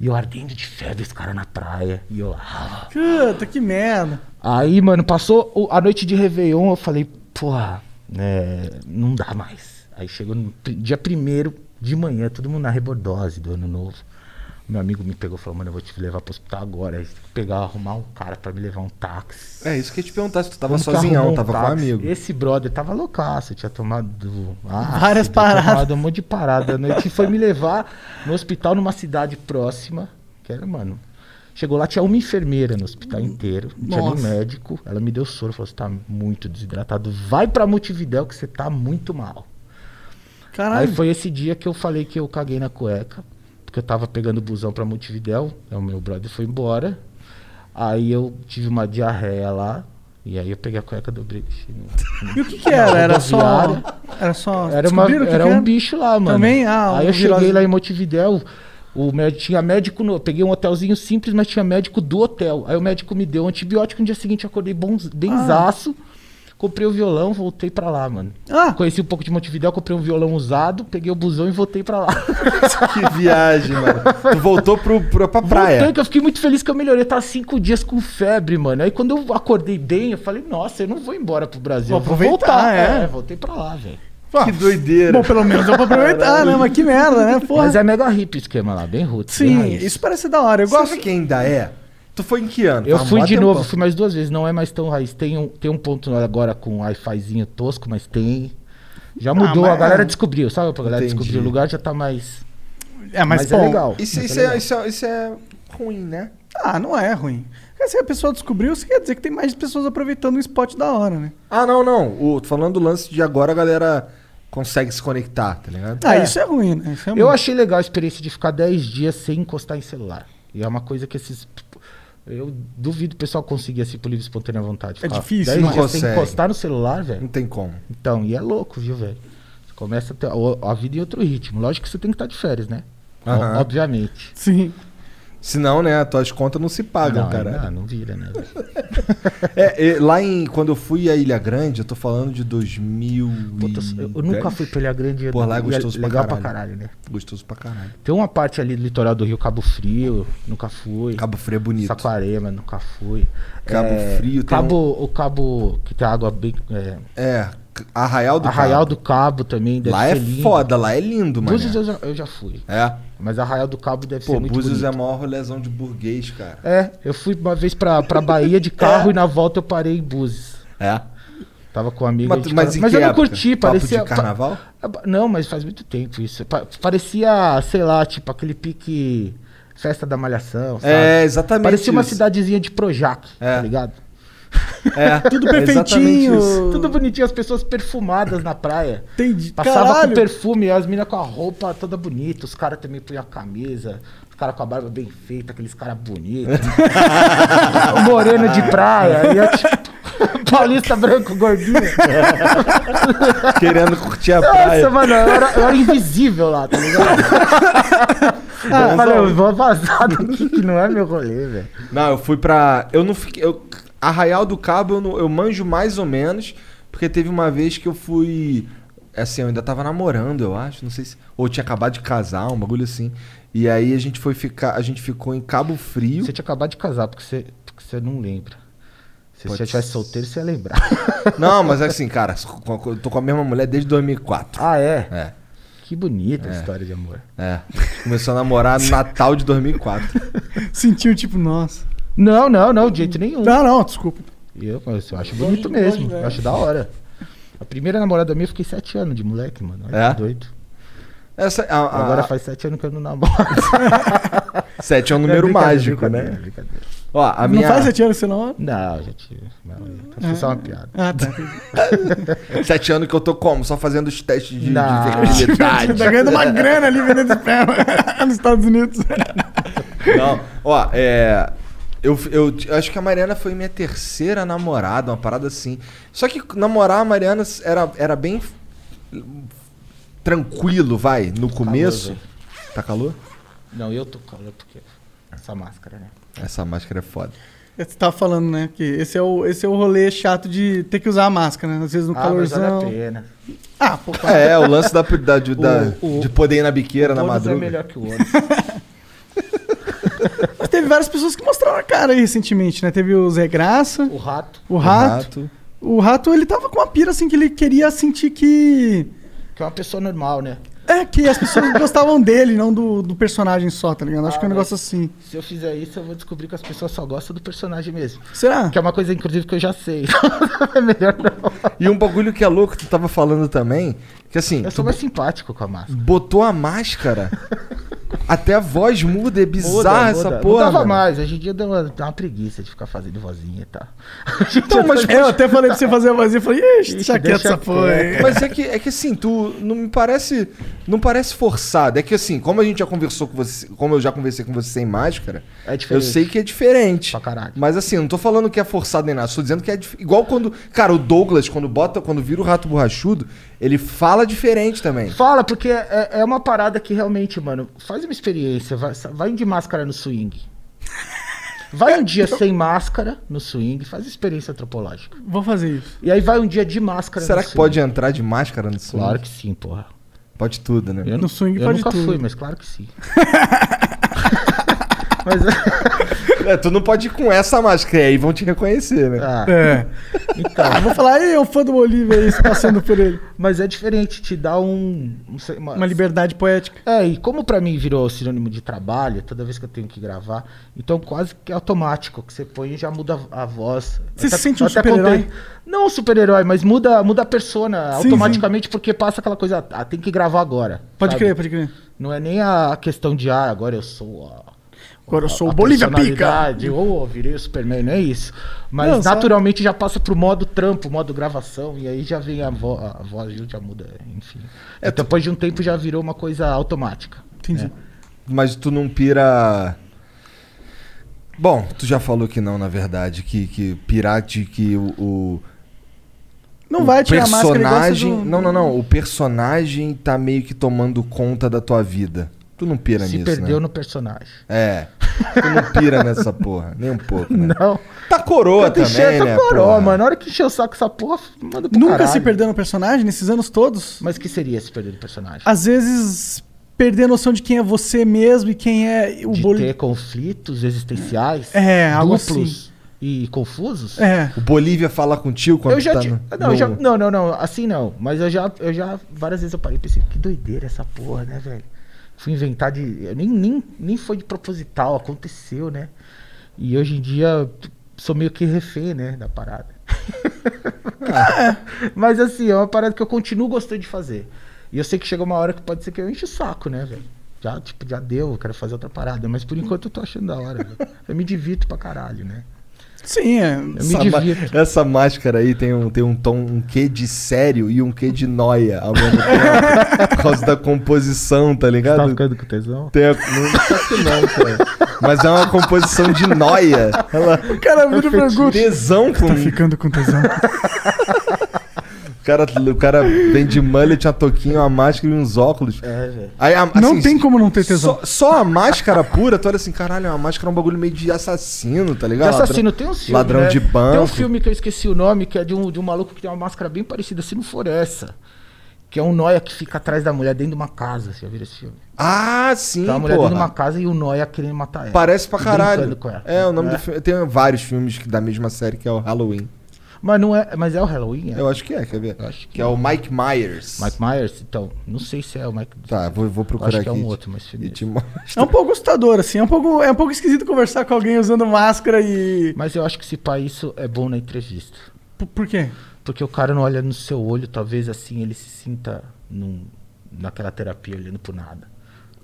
D: E eu ardendo de febre, os caras na praia. E eu ah, lá.
B: Puta, que merda.
D: Aí, mano, passou o- a noite de Réveillon, eu falei, porra, é, não dá mais. Aí chegou no pri- dia primeiro de manhã, todo mundo na rebordose do ano novo. Meu amigo me pegou e falou, mano, eu vou te levar pro hospital agora. Aí tem que pegar, arrumar um cara pra me levar um táxi.
C: É isso que eu ia te perguntar, se tu tava
D: Como que
C: sozinhão,
D: arrumou um
C: tava com um
D: táxi?
C: amigo.
D: Esse brother tava loucaço, tinha tomado ácido,
B: Várias
D: tinha
B: paradas.
D: tomado um monte de parada. A noite foi me levar no hospital numa cidade próxima, que era, mano. Chegou lá, tinha uma enfermeira no hospital inteiro, não tinha nem
B: Nossa.
D: médico. Ela me deu soro, falou: você tá muito desidratado, vai pra Multividel que você tá muito mal.
B: Caralho.
D: Aí foi esse dia que eu falei que eu caguei na cueca, porque eu tava pegando o busão pra Montevidéu, aí o meu brother foi embora. Aí eu tive uma diarreia lá, e aí eu peguei a cueca do Brix.
B: E o que que era? Era só...
D: Rodoviária.
B: Era só...
D: Era, uma,
B: Descobriram o que
D: era
B: que é?
D: um bicho lá, mano.
B: Também? Ah,
D: aí
B: um
D: eu cheguei
B: virose.
D: lá em Montevidéu, o médico, tinha médico, no, peguei um hotelzinho simples, mas tinha médico do hotel. Aí o médico me deu um antibiótico, no dia seguinte eu acordei bonz, benzaço, comprei o violão, voltei pra lá, mano.
B: Ah,
D: Conheci um pouco de Montevidéu, comprei um violão usado, peguei o busão e voltei pra lá.
C: Que viagem, mano. Tu voltou pro, pro, pra praia.
D: Voltei, que eu fiquei muito feliz que eu melhorei. Eu tava cinco dias com febre, mano. Aí quando eu acordei bem, eu falei, nossa, eu não vou embora pro Brasil.
B: Vou
D: eu vou
B: aproveitar,
D: voltar.
B: é.
D: É. voltei pra lá, velho.
C: Que doideira.
B: bom, pelo menos eu vou aproveitar, né? Mas que merda, né? Porra.
D: Mas é mega hippie o esquema lá, bem roots. bem
B: Sim,
D: raiz.
B: isso parece da hora. Eu
C: Sabe
B: gosto...
C: quem ainda é? Tu foi em que ano?
D: Eu
B: Tá
C: Faz
D: fui
C: mó
D: de
C: tempão.
D: novo, fui mais duas vezes. Não é mais tão raiz. Tem um, tem um ponto agora com Wi-Fizinho tosco, mas tem. Já mudou,
B: Ah, mas-
D: a galera descobriu, sabe? A galera
C: Entendi.
D: descobriu o lugar, já tá mais.
B: É, mas,
D: Mas é
B: bom...
D: legal.
C: Isso,
D: Mas
C: isso
D: tá
C: é,
D: legal.
C: isso, é, isso é ruim, né?
B: Ah, não é ruim. Porque Se a pessoa descobriu, isso quer dizer que tem mais pessoas aproveitando um spot da hora, né?
C: Ah, não, não. O, tô falando do lance de agora a galera consegue se conectar, tá ligado?
B: Ah, isso é ruim, né? Isso é
D: Eu
B: ruim.
D: achei legal a experiência de ficar 10 dias sem encostar em celular. E é uma coisa que esses. Eu duvido o pessoal conseguir assim por livre e espontânea vontade.
B: É
D: Ficar
B: difícil,
D: dez
C: não
D: dias sem
C: consegue.
D: encostar no celular,
C: Não
D: velho.
C: tem como.
D: Então, e é louco, viu, velho? Você começa a, ter a- a vida em outro ritmo. Lógico que você tem que estar de férias, né? O-
C: Aham.
D: Obviamente.
B: Sim.
C: Senão, né, as tuas contas não se pagam,
D: não,
C: cara.
D: Não, não vira, né? velho?
C: É, é, lá em. Quando eu fui à Ilha Grande, eu tô falando de 2000.
D: Puta,
C: e-
D: eu, eu nunca fui pra Ilha Grande.
C: Pô, lá é
D: e
C: gostoso pra
D: legal
C: caralho.
D: pra caralho, né?
C: Gostoso pra caralho.
D: Tem uma parte ali do litoral do Rio Cabo Frio, nunca fui.
C: Cabo Frio é bonito.
D: Saquarema, nunca fui.
C: Cabo Frio tem
D: É,
C: um
D: Cabo, O Cabo, que tem água bem. É,
C: É, Arraial do
D: Arraial
C: Cabo.
D: do Cabo também. Deve
C: Lá
D: ser
C: é
D: lindo.
C: foda, lá é lindo, mano.
D: Búzios eu já, eu já fui.
C: É.
D: Mas Arraial do Cabo deve
C: Pô,
D: ser muito
C: Búzios é
D: bonito.
C: a maior lesão de burguês, cara.
D: É, eu fui uma vez pra, pra Bahia de carro e na volta eu parei em Búzios.
C: É.
D: Tava com um amigo. a
C: Mas,
D: gente
C: mas,
D: tava-
C: em
D: mas
C: que
D: eu não
C: época?
D: curti,
C: Papo
D: parecia.
C: de carnaval?
D: pa- Não, mas faz muito tempo isso. Pa- Parecia, sei lá, tipo aquele pique festa da malhação, sabe?
C: É, exatamente.
D: Parecia uma
C: isso.
D: cidadezinha de Projac,
C: É.
D: tá ligado?
C: É,
B: Tudo
C: é exatamente
B: perfeitinho.
C: isso.
D: Tudo bonitinho, as pessoas perfumadas na praia.
B: Entendi.
D: Passava
B: Caralho.
D: com perfume, as minas com a roupa toda bonita, os caras também punham a camisa, os caras com a barba bem feita, aqueles caras bonitos. Moreno de praia, e eu, tipo, paulista branco gordinho.
C: Querendo curtir a praia.
D: Nossa, mano, eu era, eu era invisível lá, tá ligado? ah, eu falei, eu vou vazar daqui que não é meu rolê, velho.
C: Não, eu fui pra. Eu não fiquei. Eu... Arraial do Cabo eu, não- eu manjo mais ou menos, porque teve uma vez que eu fui. Assim, eu ainda tava namorando, eu acho. Não sei se. Ou tinha acabado de casar, um bagulho assim. E aí a gente foi ficar. A gente ficou em Cabo Frio.
D: Você tinha acabado de casar, porque você, porque você não lembra. Se
C: Pode
D: você tivesse solteiro, você ia lembrar.
C: Não, mas assim, cara, eu tô com a mesma mulher desde 2004.
D: Ah, é?
C: É,
D: Que bonita a história de amor.
C: é. Começou a namorar no Natal de 2004.
B: Sentiu tipo, nossa.
D: Não, não, não, de jeito nenhum.
B: Não, não, desculpa.
D: Eu, eu acho bonito né? mesmo. eu acho da hora. A primeira namorada minha eu fiquei sete anos de moleque, mano. Olha
C: É?
D: que doido.
C: Essa, a- a-
D: Agora faz sete anos que eu não namoro.
C: Sete é um número
D: É brincadeira,
C: mágico,
D: brincadeira,
C: né?
D: brincadeira.
C: Ó, a minha.
B: Não faz sete anos que você não.
D: Não, gente. Não, foi só uma
C: É.
D: piada.
B: Ah, tá.
C: Sete anos que eu tô como? Só fazendo os testes de, de
D: Não.
C: fertilidade.
B: tá ganhando uma grana ali vendendo esperma nos Estados Unidos.
C: Não, ó, é. Eu, eu, eu acho que a Mariana foi minha terceira namorada, uma parada assim. Só que namorar a Mariana era, era bem tranquilo, vai, no começo.
D: velho.
C: tá calor?
D: Não, eu tô calor porque. Essa máscara, né?
C: Essa máscara é foda.
B: Você tava falando, né? Que esse é, o, esse é o rolê chato de ter que usar a máscara, né? Às vezes no
D: Ah, mas vale a
B: calorzão.
D: pena.
B: Ah, pô, claro.
C: É, é, o lance da, da- de, da-
D: Tá. O- o-
C: de poder ir na biqueira na
D: O ônus é
C: madruga.
D: melhor que o outro.
B: Mas teve várias pessoas que mostraram a cara aí recentemente, né? Teve o Zé Graça,
D: O rato,
B: o
C: O
B: Rato. O Rato, ele tava com uma pira, assim, que ele queria sentir que...
D: que é uma pessoa normal, né?
B: É, que as pessoas gostavam dele, não do, do personagem só, tá ligado? Acho que é um negócio assim.
D: Se eu fizer isso, eu vou descobrir que as pessoas só gostam do personagem mesmo.
B: Será?
D: Que é uma coisa, inclusive, que eu já sei. é melhor não.
C: E um bagulho que é louco, tu tava falando também, que assim,
D: Eu
C: tu
D: sou mais simpático com a máscara.
C: botou a máscara, até a voz muda, é bizarra essa porra.
D: Não dava
C: mano.
D: mais. Hoje em dia dá uma, dá uma preguiça de ficar fazendo vozinha e tal. Tipo,
C: Então, mas,
D: tá
B: Eu até falei pra você fazer a vozinha, eu falei, ixi, deixa
D: Deixa
B: quieto essa porra aí.
C: mas é que é que assim, tu não me parece, não parece forçado. É que assim, como a gente já conversou com você, como eu já conversei com você sem máscara,
D: É
C: eu
D: diferente.
C: sei que é diferente.
D: Pra caralho.
C: Mas assim, eu não tô falando que é forçado nem nada, tô dizendo que é dif- igual quando, cara, o Douglas quando bota, quando vira o rato borrachudo, ele fala diferente também.
D: Fala, porque é, é uma parada que realmente, mano, faz uma experiência. Vai, vai de máscara no swing. Vai um dia sem máscara no swing, faz experiência antropológica.
B: Vou fazer isso.
D: E aí vai um dia de máscara
C: Será
D: no
C: que
D: swing.
C: pode entrar de máscara no swing?
D: Claro que sim, porra.
C: Pode tudo, né?
D: Eu
B: No swing
D: eu
B: pode
D: nunca
B: tudo.
D: fui, mas claro que sim. mas,
C: É, tu não pode ir com essa máscara, aí vão te reconhecer, né?
D: ah,
B: É.
D: então,
B: Ah, vou falar, ei, eu fã do Bolívia aí, se passando por ele.
D: mas é diferente, te dá um. não sei,
B: Uma liberdade poética.
D: É, e como pra mim virou sinônimo de trabalho, toda vez que eu tenho que gravar, então quase que é automático que você põe e já muda a a voz.
B: Você
D: Eu
B: se sente um
D: eu
B: super-herói?
D: contei- Não um super-herói, mas muda, muda a persona
B: Sim,
D: automaticamente porque passa aquela coisa, ah, tem que gravar agora.
B: Pode
D: sabe?
B: crer, pode crer.
D: Não é nem a questão de, ah, agora eu sou a.
B: Agora eu
D: a-
B: sou o
D: a
B: Bolívia Pica.
D: personalidade, Ou eu virei o Superman, não é isso. Mas
B: Não, só-
D: naturalmente já passa pro modo trampo, modo gravação, e aí já vem a, vo a voz junto, já muda, enfim.
B: É
D: Depois de um tempo já virou uma coisa automática.
B: Entendi.
C: Mas tu não pira. Bom, tu já falou que não, na verdade, que, que pirate, que o- o,
B: Não
C: o
B: vai tirar a máscara. igual você
C: personagem. Não, não, não. O personagem tá meio que tomando conta da tua vida. Tu não pira
D: Se
C: nisso, né?
D: perdeu no personagem.
C: É. Tu não pira nessa porra. Nem um pouco, né?
D: Não.
C: Tá coroa
D: Quando
C: também,
D: encher,
C: né?
D: tá coroa,
C: porra?
D: mano. Na hora que encher o saco essa porra, manda pro
B: Nunca
D: caralho.
B: se perdeu no personagem nesses anos todos.
D: Mas o que seria se perder do personagem?
B: Às vezes perder a noção de quem é você mesmo e quem é o
D: de
B: bolo.
D: ter conflitos existenciais
B: É, algo
D: duplos e confusos?
B: É.
C: O Bolívia fala contigo quando
D: Eu já,
C: tá
D: ti-
C: no-
D: não, eu
C: no-
D: já não, não, não, assim não, mas eu já eu já várias vezes eu parei e pensei, que doideira essa porra, né, velho? Fui inventar de eu nem, nem nem foi de proposital, aconteceu, né? E hoje em dia eu sou meio que refém, né, da parada. mas assim, é uma parada que eu continuo gostando de fazer. E eu sei que chega uma hora que pode ser que eu enche o saco, né, velho? Já, tipo, já deu, eu quero fazer outra parada, mas por enquanto eu tô achando da hora, velho. Eu me divirto pra caralho, né?
B: Sim, é.
D: Eu me
C: Essa, ma-
D: divirto.
C: essa máscara aí tem um, tem um tom, um quê de sério e um quê de noia ao mesmo tempo. por causa da composição, tá ligado?
D: Tá ficando com tesão?
C: Tem a- Não tá que não, cara. Mas é uma composição de noia. Ela...
B: O cara vira pergunta.
C: Tesão com
B: Tá ficando com tesão.
C: O cara, o cara vem de mullet, a toquinha, uma máscara e uns óculos.
D: É, velho.
C: Aí, a-
B: Não
C: assim,
B: tem como não ter tesão.
C: Só, só a máscara pura, tu olha assim, caralho, a máscara é um bagulho meio de assassino, tá ligado?
D: De assassino tem um filme.
C: Ladrão
D: né?
C: de banco.
D: Tem um filme que eu esqueci o nome, que é de um, de um maluco que tem uma máscara bem parecida, se não for essa. Que é um noia que fica atrás da mulher dentro de uma casa. Você já viu esse filme?
C: Ah, sim,
D: Tá a mulher
C: porra.
D: dentro de uma casa e o noia querendo matar ela.
C: Parece pra caralho.
D: Brincando com ela.
C: É, o nome do filme. Tem vários filmes que- da mesma série que é o Halloween.
D: Mas, não é, mas é o Halloween? É?
C: Eu acho que é, quer ver?
D: Eu acho que
C: é o Mike Myers.
D: Mike Myers? Então, não sei se é o Mike...
C: Tá, vou, vou procurar
D: Acho
C: aqui.
D: que é um outro, mas
C: e
D: beleza.
C: te mostro.
B: É um pouco assustador, assim. É um pouco, é um pouco esquisito conversar com alguém usando máscara e.
D: Mas eu acho que se pá, isso é bom na entrevista.
B: Por, por quê?
D: Porque o cara não olha no seu olho, talvez assim ele se sinta num- naquela terapia olhando pro nada,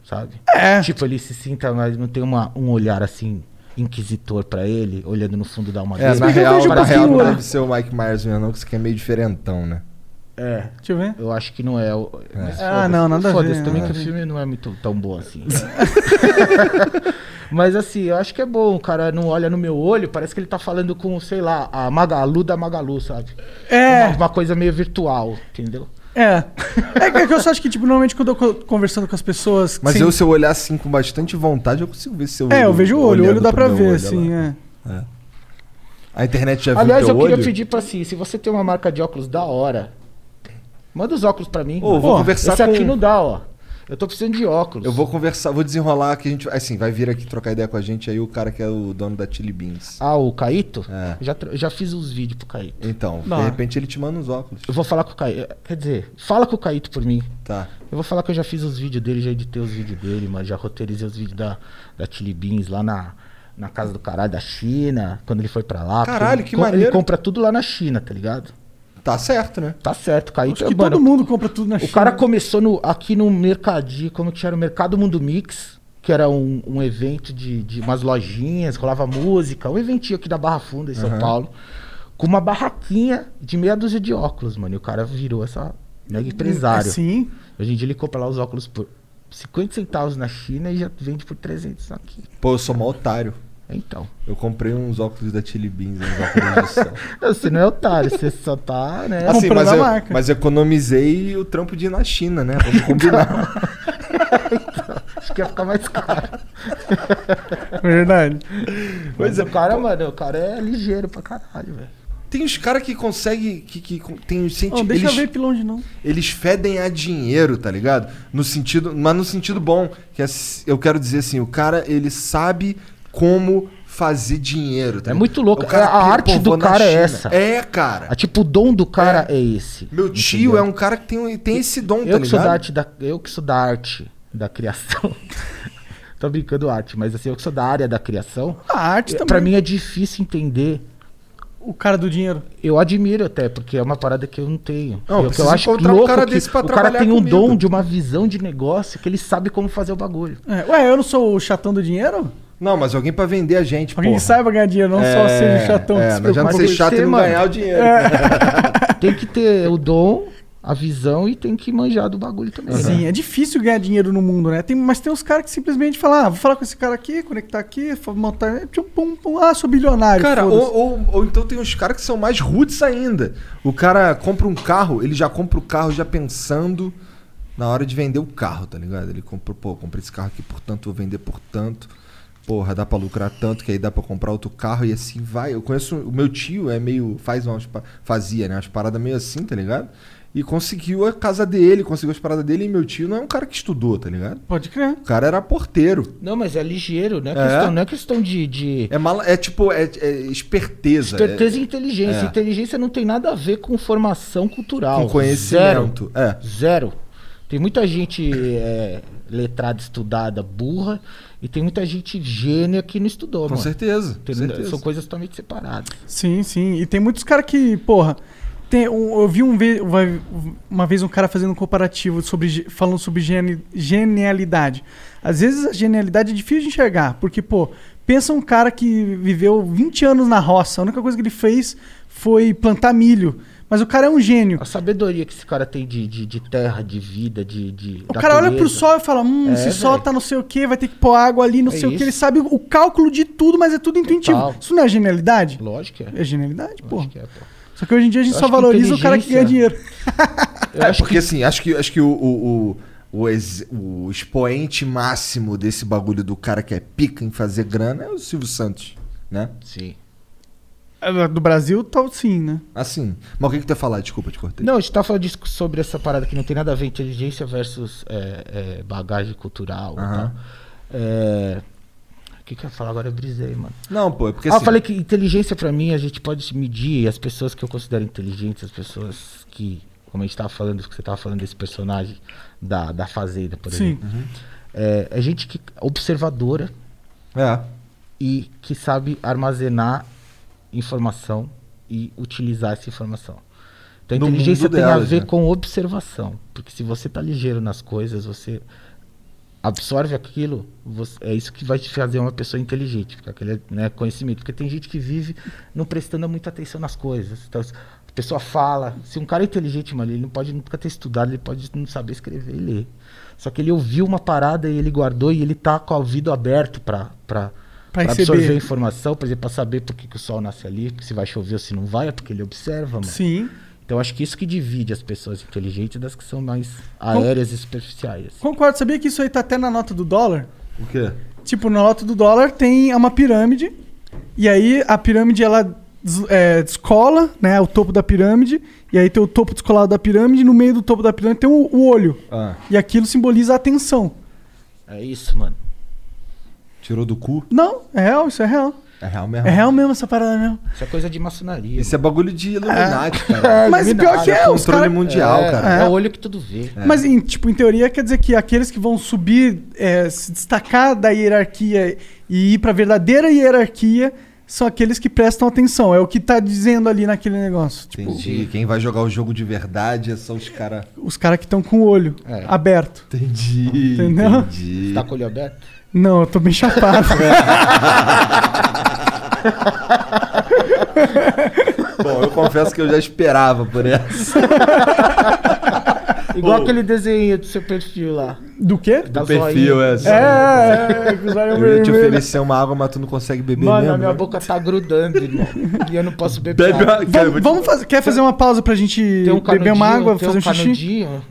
D: sabe?
B: É.
D: Tipo, ele se sinta, mas não tem uma, um olhar assim inquisitor pra ele, olhando no fundo da alma
C: É,
D: dele.
C: na
B: que eu
C: real,
B: vejo um
C: na real não
B: pouquinho-
C: deve ser o Mike Myers mesmo, não, que isso aqui é meio diferentão, né?
D: É,
B: Deixa eu ver.
D: eu acho que não é. o- mas
B: Ah,
D: foda-se,
B: não, nada a
D: Foda-se
B: ver,
D: também
C: né?
B: nada
D: que
B: a
D: o
B: ver.
D: filme não é muito tão bom assim. mas assim, eu acho que é bom, o cara não olha no meu olho, parece que ele tá falando com, sei lá, a Magalu da Magalu, sabe?
B: É.
D: Uma, uma coisa meio virtual, entendeu?
B: É. É que- é que eu só acho que, tipo, normalmente quando eu tô co- conversando com as pessoas.
C: Mas
B: sem-
C: eu, se eu olhar assim com bastante vontade, eu consigo ver seu
B: É, eu vejo o olho. O olho
C: olhando
B: dá
C: pro
B: pra
C: meu
B: ver,
C: olho,
B: assim,
C: olha lá.
B: é.
C: A internet já viu
D: Aliás,
C: teu
D: eu queria
C: olho?
D: pedir pra si, se você tem uma marca de óculos da hora, manda os óculos pra mim.
C: Ô, eu vou
B: Ó,
C: conversar
D: Esse aqui
C: com...
D: não dá, ó. Eu tô precisando de óculos.
C: Eu vou conversar, vou desenrolar que a gente... Assim, vai vir aqui trocar ideia com a gente aí o cara que é o dono da Chili Beans.
D: Ah, o Caíto?
C: É.
D: Já, tra- já fiz uns vídeos pro Caíto.
C: Então,
B: Não.
C: de repente ele te manda uns óculos.
D: Eu vou falar com o Caíto. Quer dizer, fala com o Caíto por mim.
C: Tá.
D: Eu vou falar que eu já fiz os vídeos dele, já editei os vídeos dele, mas já roteirizei os vídeos da, da Chili Beans lá na, na casa do caralho da China, quando ele foi pra lá. porque
C: Caralho,
D: ele
C: que
D: com- Ele
C: maneiro.
D: compra tudo lá na China, tá ligado?
C: Tá certo, né?
D: Tá certo, Caíto.
B: Acho que
D: mano,
B: todo mundo compra tudo na
D: O
B: China.
D: cara começou no- aqui no Mercadinho, como que era o Mercado Mundo Mix, que era um, um evento de, de umas lojinhas, rolava música, um eventinho aqui da Barra Funda, em São Paulo, com uma barraquinha de meia dúzia de óculos, mano. E o cara virou essa mega é empresário.
B: Sim.
D: Hoje em dia ele compra lá os óculos por 50 centavos na China e já vende por 300 aqui.
C: Pô, eu sou mó otário.
D: Então.
C: Eu comprei uns óculos da Chili Beans, uns óculos de sol.
D: Não, Você não é otário, você só tá, né?
C: Assim,
B: comprando
C: mas,
B: a
C: eu,
B: marca.
C: mas eu economizei o trampo de ir na China, né? Vamos combinar.
D: Acho que ia ficar mais caro.
B: é Verdade.
D: Mas o cara, mano, o cara é ligeiro pra caralho, velho.
C: tem uns caras que conseguem. Que, que con- tem os
B: Ó,
C: sentidos.
B: deixa
C: eles,
B: eu ver pelo onde não.
C: eles fedem a dinheiro, tá ligado? No sentido. Mas no sentido bom. Que é s- eu quero dizer assim, o cara, ele sabe como fazer dinheiro. tá
D: É
C: ligado?
D: muito louco.
C: O cara
D: A
C: pira,
D: arte
C: pô,
D: do
C: vou na
D: cara é
C: China.
D: essa.
C: É, cara.
D: Ah, tipo, o dom do cara é, esse.
C: Meu tio é um cara que tem, um- tem esse dom,
D: Eu
C: tá
D: que, sou da
C: ligado?
D: arte da, eu que sou da arte da criação. Tô brincando arte, mas assim, eu que sou da área da criação.
B: A arte também.
D: Pra mim é difícil entender.
B: O cara do dinheiro.
D: Eu admiro até, porque é uma parada que eu não tenho.
C: Não,
D: Eu- que eu
C: preciso
D: acho
C: encontrar um
D: louco
C: cara
D: que
C: desse pra
D: o cara
C: trabalhar
D: tem um
C: comigo.
D: dom de uma visão de negócio que ele sabe como fazer o bagulho.
B: É, Ué, eu não sou o chatão do dinheiro?
C: Não, mas alguém pra vender a gente,
B: Alguém
C: porra.
B: que saiba ganhar dinheiro, não só seja o chatão. que
C: É,
B: se
C: não adianta
B: preocupa
C: ser
B: com isso.
C: chato e
D: você,
C: não
D: mano.
C: ganhar o dinheiro.
D: Tem que ter o dom a visão e tem que manjar do bagulho
C: Uhum.
D: também. né?
B: Sim, é difícil ganhar dinheiro no mundo, né? Tem, mas tem uns caras que simplesmente falam, ah, vou falar com esse cara aqui, conectar aqui, fa- montar. é Tipo, pum, pum, ah, sou bilionário.
C: Cara,
B: foda-se.
C: ou, ou- ou então tem uns caras que são mais roots ainda. O cara compra um carro, ele já compra o carro já pensando na hora de vender o carro, tá ligado? Ele compra, pô, comprei esse carro aqui por tanto, vou vender por tanto. Porra, dá pra lucrar tanto que aí dá pra comprar outro carro e assim vai. Eu conheço o meu tio, é meio faz umas pa- fazia, né, umas paradas meio assim, tá ligado? E conseguiu a casa dele, conseguiu as paradas dele e meu tio não é um cara que estudou, tá ligado?
B: Pode crer.
C: O cara era porteiro.
D: Não, mas é ligeiro, não é,
C: É?
D: Questão, não é questão de, de
C: É, mala, é tipo, é, é esperteza. é-
D: certeza e inteligência.
C: é.
D: Inteligência não tem nada a ver com formação cultural.
C: com conhecimento. É.
D: Zero. Zero. Tem muita gente é, letrada, estudada, burra, e tem muita gente gênia que não estudou,
B: é
C: Com
D: mano.
C: certeza. Com
D: Tem-
C: certeza.
D: São coisas totalmente separadas.
B: Sim, sim. E tem muitos caras que, porra. Tem, um- eu vi um ve- uma- uma vez um cara fazendo um comparativo sobre, ge- falando sobre geni- genialidade. Às vezes a genialidade é difícil de enxergar, porque, pô, pensa um cara que viveu 20 anos na roça, a única coisa que ele fez foi plantar milho. Mas o cara é um gênio.
D: A sabedoria que esse cara tem de, de, de terra, de vida, de. de
B: O cara olha pro
D: natureza.
B: sol e fala: Hum,
D: É,
B: esse sol
D: velho.
B: tá não sei o que, vai ter que pôr água ali, não
D: É
B: sei o que.
D: isso.
B: Ele sabe o cálculo de tudo, mas é tudo intuitivo.
D: Total.
B: Isso não é genialidade?
D: Lógico que é.
B: É genialidade, pô.
D: Lógico que é, pô.
B: Só que hoje em dia a gente
D: Eu
B: só
D: acho que
B: valoriza o cara que ganha
D: inteligência-
B: dinheiro.
D: Eu
C: É
D: acho
C: porque assim, acho que, acho que o, o, o- o ex- o expoente máximo desse bagulho do cara que é pica em fazer grana é o Silvio Santos, né?
D: que sim.
B: Ah, Do Brasil, tal sim, né?
C: Assim. Mas o que, que tu ia falar? Desculpa, te cortei.
D: Não, a gente tá falando disso sobre essa parada que não tem nada a ver inteligência versus é, é, bagagem cultural. e
C: Aham.
D: tal. É, O que, que eu ia falar agora? Eu brisei, mano.
C: Não, pô, é porque
D: ah, eu
C: assim.
D: falei que inteligência pra mim a gente pode medir as pessoas que eu considero inteligentes, as pessoas que, como a gente tava falando, que você tava falando desse personagem da, da Fazenda, por
B: Sim.
D: exemplo.
C: Uhum.
D: É, é gente que, observadora
C: É.
D: e que sabe armazenar informação e utilizar essa informação. Então, a
C: No
D: inteligência
C: mundo
D: tem
C: delas,
D: a ver
C: né?
D: com observação, porque se você tá ligeiro nas coisas, você absorve aquilo, você- é isso que vai te fazer uma pessoa inteligente, porque aquele né, conhecimento, porque tem gente que vive não prestando muita atenção nas coisas. Então, a pessoa fala, se um cara é inteligente, mano, ele não pode nunca ter estudado, ele pode não saber escrever e ler. Só que ele ouviu uma parada e ele guardou e ele tá com o ouvido aberto para
B: Pra
D: para
B: receber.
D: absorver a informação, por exemplo, para saber por que, que o sol nasce ali, se vai chover ou se não vai, é porque ele observa, mano.
B: Sim.
D: Então acho que isso que divide as pessoas inteligentes das que são mais aéreas e superficiais. assim.
B: Concordo, sabia que isso aí tá até na nota do dólar?
C: O quê?
B: Tipo, na nota do dólar tem é uma pirâmide, e aí a pirâmide ela des- é, descola, né? O topo da pirâmide, e aí tem o topo descolado da pirâmide, e no meio do topo da pirâmide tem o, o olho.
C: Ah,
B: E aquilo simboliza a atenção.
D: É isso, mano.
C: tirou do cu?
B: Não, é real, isso é real.
C: É real mesmo.
D: Ah.
B: É real mesmo essa parada mesmo.
D: Isso é coisa de maçonaria.
C: Isso é bagulho de Illuminati, cara.
B: É. Mas o pior que é, os
C: Controle
B: cara...
C: mundial,
D: é,
C: cara.
D: é o olho que tudo vê.
B: Mas, em, tipo, em teoria quer dizer que aqueles que vão subir, é, se destacar da hierarquia e ir pra verdadeira hierarquia são aqueles que prestam atenção. É o que tá dizendo ali naquele negócio. Tipo,
C: Entendi. Quem vai jogar o jogo de verdade são os caras.
B: os caras que estão com o olho
D: É.
B: aberto.
C: Entendi.
B: Entendeu?
C: Entendi.
D: Tá com o olho aberto?
B: Não, eu tô bem chapado.
C: Bom, eu confesso que eu já esperava por essa.
D: Igual
C: Ô.
D: aquele desenho do seu perfil lá.
B: Do quê?
D: Da
C: O perfil
D: zoinha.
C: é.
B: É, é, é, com os olhos
C: Eu ia te
B: vermelhos.
C: oferecer uma água, mas tu não consegue beber
D: Mano,
C: mesmo.
D: a minha
C: né?
D: boca tá grudando, irmão. e eu não posso beber.
C: Bebe
D: água.
C: uma... Cara, eu
B: Vamos,
C: vou te-
B: vamos fazer, quer fazer uma pausa pra gente
D: Tem um
B: beber
D: canudinho,
B: uma água,
D: tem
B: fazer um, xixi?
D: canudinho.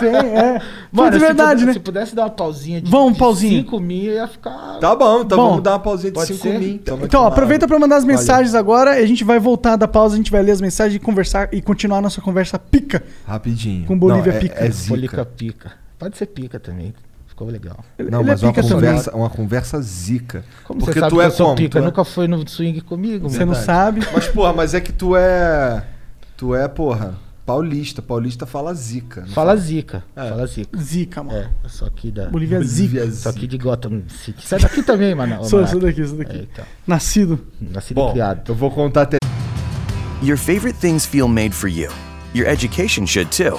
B: Tem, é. Mano,
D: Mano,
B: é
D: se
B: verdade,
D: puder-
B: né?
D: Se pudesse dar uma pausinha de,
B: Vamos,
D: de
B: pausinha.
D: 5 mil, ia ficar.
C: Tá bom, então
B: Bom,
C: vamos dar uma pausinha de
D: pode
C: 5
D: ser?
C: mil. Então, vai
B: Então, ó,
C: tomar
B: aproveita para mandar as
C: Valeu.
B: mensagens agora. A gente vai voltar da pausa, a gente vai ler as mensagens e conversar e continuar a nossa conversa pica.
C: Rapidinho.
B: Com Bolívia
C: Não, é-
B: pica.
C: É,
D: Polica
C: zica.
D: pica. Pode ser pica também. Ficou legal.
B: Ele-
C: Não,
B: ele
C: mas
B: é
C: uma
B: pica
C: conversa, uma conversa zica.
D: Como
C: Porque
D: você sabe
C: tu
D: que
C: é
D: eu sou
C: como?
D: pica?
C: Tu é-
D: Nunca foi no swing comigo,
B: Você
D: mano.
B: não sabe.
C: Mas, porra, mas é que tu é. Tu é, porra, paulista. Paulista fala zica. não
D: Fala zica. Fala zica.
B: Zica, mano.
D: É, eu sou aqui da.
B: É. Bolívia zica.
C: Bolívia
D: Sou aqui de Gotham City. Sai daqui também, mano. ô,
B: Sou,
D: mano.
B: sou daqui, sou
D: É,
B: daqui.
D: então.
B: Nascido.
D: Nascido e
C: Bom,
D: criado.
C: eu vou contar até.
A: Your favorite things feel made for you. Your education should too.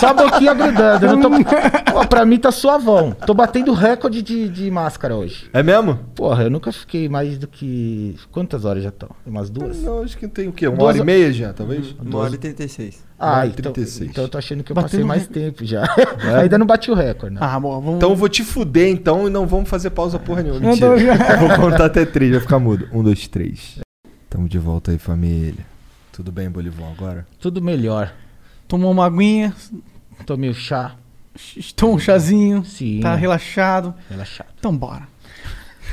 D: só a boquinha grudando. Eu não tô... Ó, pra mim tá suavão. Tô batendo recorde de, de máscara hoje.
C: É mesmo?
D: Porra, eu nunca fiquei mais do que. Quantas horas já estão? Umas duas?
C: Não, acho que tem o quê? Uma
D: Duas-
C: hora e meia já, talvez?
E: 1 hora e 36.
D: Ah,
C: hora e É?
D: então,
C: 36.
D: então eu tô achando que eu
B: Batendo
D: passei mais
B: re-
D: tempo já. Ainda não bati o recorde, né?
B: Ah, amor, vamos.
C: Então eu vou te fuder então e não vamos fazer pausa porra nenhuma.
B: Não
C: Mentira.
B: tô-
C: Eu vou contar até três, vai ficar mudo. Um, dois, três. Tamo de volta aí, família. Tudo bem, Bolivão, agora?
D: Tudo melhor.
B: Tomou uma aguinha,
D: Tomei o chá.
B: ch- tomou um chazinho,
D: Sim.
B: tá relaxado.
D: Relaxado.
B: Então bora.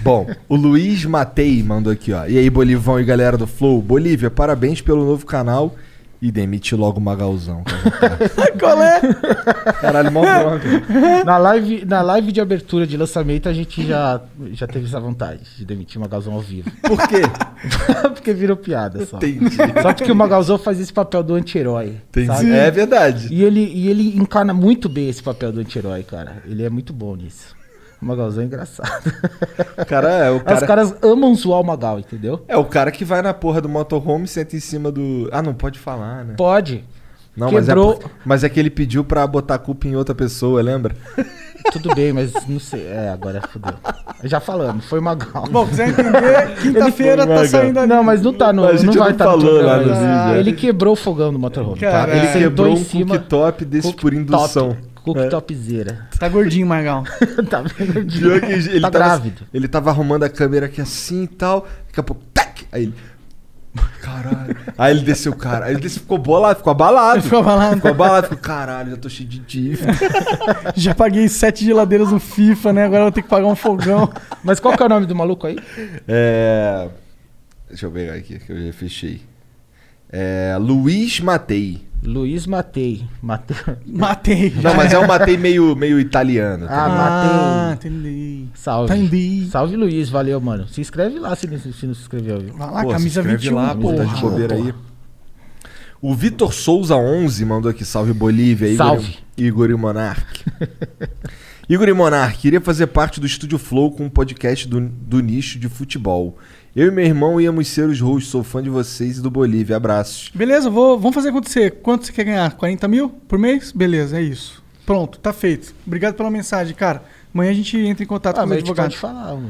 C: Bom, o Luiz Matei mandou aqui, ó. E aí, Bolivão e galera do Flow. Bolívia, parabéns pelo novo canal. E demite logo o Magalzão.
B: Qual é?
C: Caralho, mó bronca.
D: Na live, na live de abertura de lançamento, a gente já, já teve essa vontade de demitir o Magalzão ao vivo.
C: Por quê?
D: porque virou piada só.
C: Entendi.
D: Só porque o Magalzão faz esse papel do anti-herói.
C: Entendi.
D: sabe?
C: É verdade.
D: E ele, e ele encarna muito bem esse papel do anti-herói, cara. Ele é muito bom nisso. O Magalzão é engraçado.
C: Cara, é o
D: Os
C: cara...
D: caras amam zoar o Magal, entendeu?
C: É o cara que vai na porra do motorhome, senta em cima do... Ah, não pode falar, né?
D: Pode.
C: Não,
D: Quebrou.
C: mas é, por- mas é que ele pediu pra botar a culpa em outra pessoa, lembra?
D: Tudo bem, mas não sei. É, agora fodeu. Já falamos, foi o Magal.
B: Bom, quiser entender, quinta-feira tá
C: Ele foi, vai,
B: saindo
C: cara.
B: ali.
D: não, mas não tá no.
C: A gente
D: não
C: não
D: vai tá no
C: falou lá
D: programa,
C: no
D: mas- ah,
C: vídeo, é.
D: Ele quebrou o fogão do motorhome.
B: Cara,
D: Cara,
B: Ele
C: Ele
B: sentou
C: quebrou um cooktop desse por indução. É.
D: Cooktopzera.
B: Tá gordinho, Margal.
D: tá vendo?
C: Pior que ele,
D: tá
C: tava, assim,
D: grávido.
C: ele tava arrumando a câmera aqui assim e tal. Daqui a pouco, tac! Aí ele. Caralho. Aí ele desceu, cara. Aí ele desceu, ficou bolado, ficou abalado.
B: Ficou abalado.
C: Ficou abalado, ficou, caralho, já tô cheio de dívida.
B: Já paguei sete geladeiras no FIFA, né? Agora eu vou ter que pagar um fogão.
D: Mas qual que é o nome do maluco aí?
C: É. Deixa eu pegar aqui, que eu já fechei. É. Luiz Matei.
D: Luiz Matei. Matei.
B: Matei.
C: Não, mas é um Matei meio, meio italiano. tá?
D: Ah,
B: Ah,
D: Matei.
B: entendi.
D: Salve.
B: Entendi.
D: Salve, Luiz. Valeu, mano. Se inscreve lá se não se, não se inscreveu, viu?
B: Vai lá,
C: Pô, se
B: camisa
C: inscreve
B: 21,
C: lá, pô, tá de
B: porra.
C: bobeira aí. O Vitor Souza 11 mandou aqui salve Bolívia, Igor,
D: Salve.
C: Igor e Monark. Igor e Monark, queria fazer parte do Estúdio Flow com um podcast do, do nicho de futebol. Eu e meu irmão íamos ser os hosts, sou fã de vocês e do Bolívia, abraços.
B: Beleza, vou, vamos fazer acontecer. Quanto você quer ganhar? 40 mil por mês? Beleza, é isso. Pronto, tá feito. Obrigado pela mensagem, cara. Amanhã a gente entra em contato
D: Ah,
B: com os
D: mas a gente
B: advogados.
D: pode falar. mano.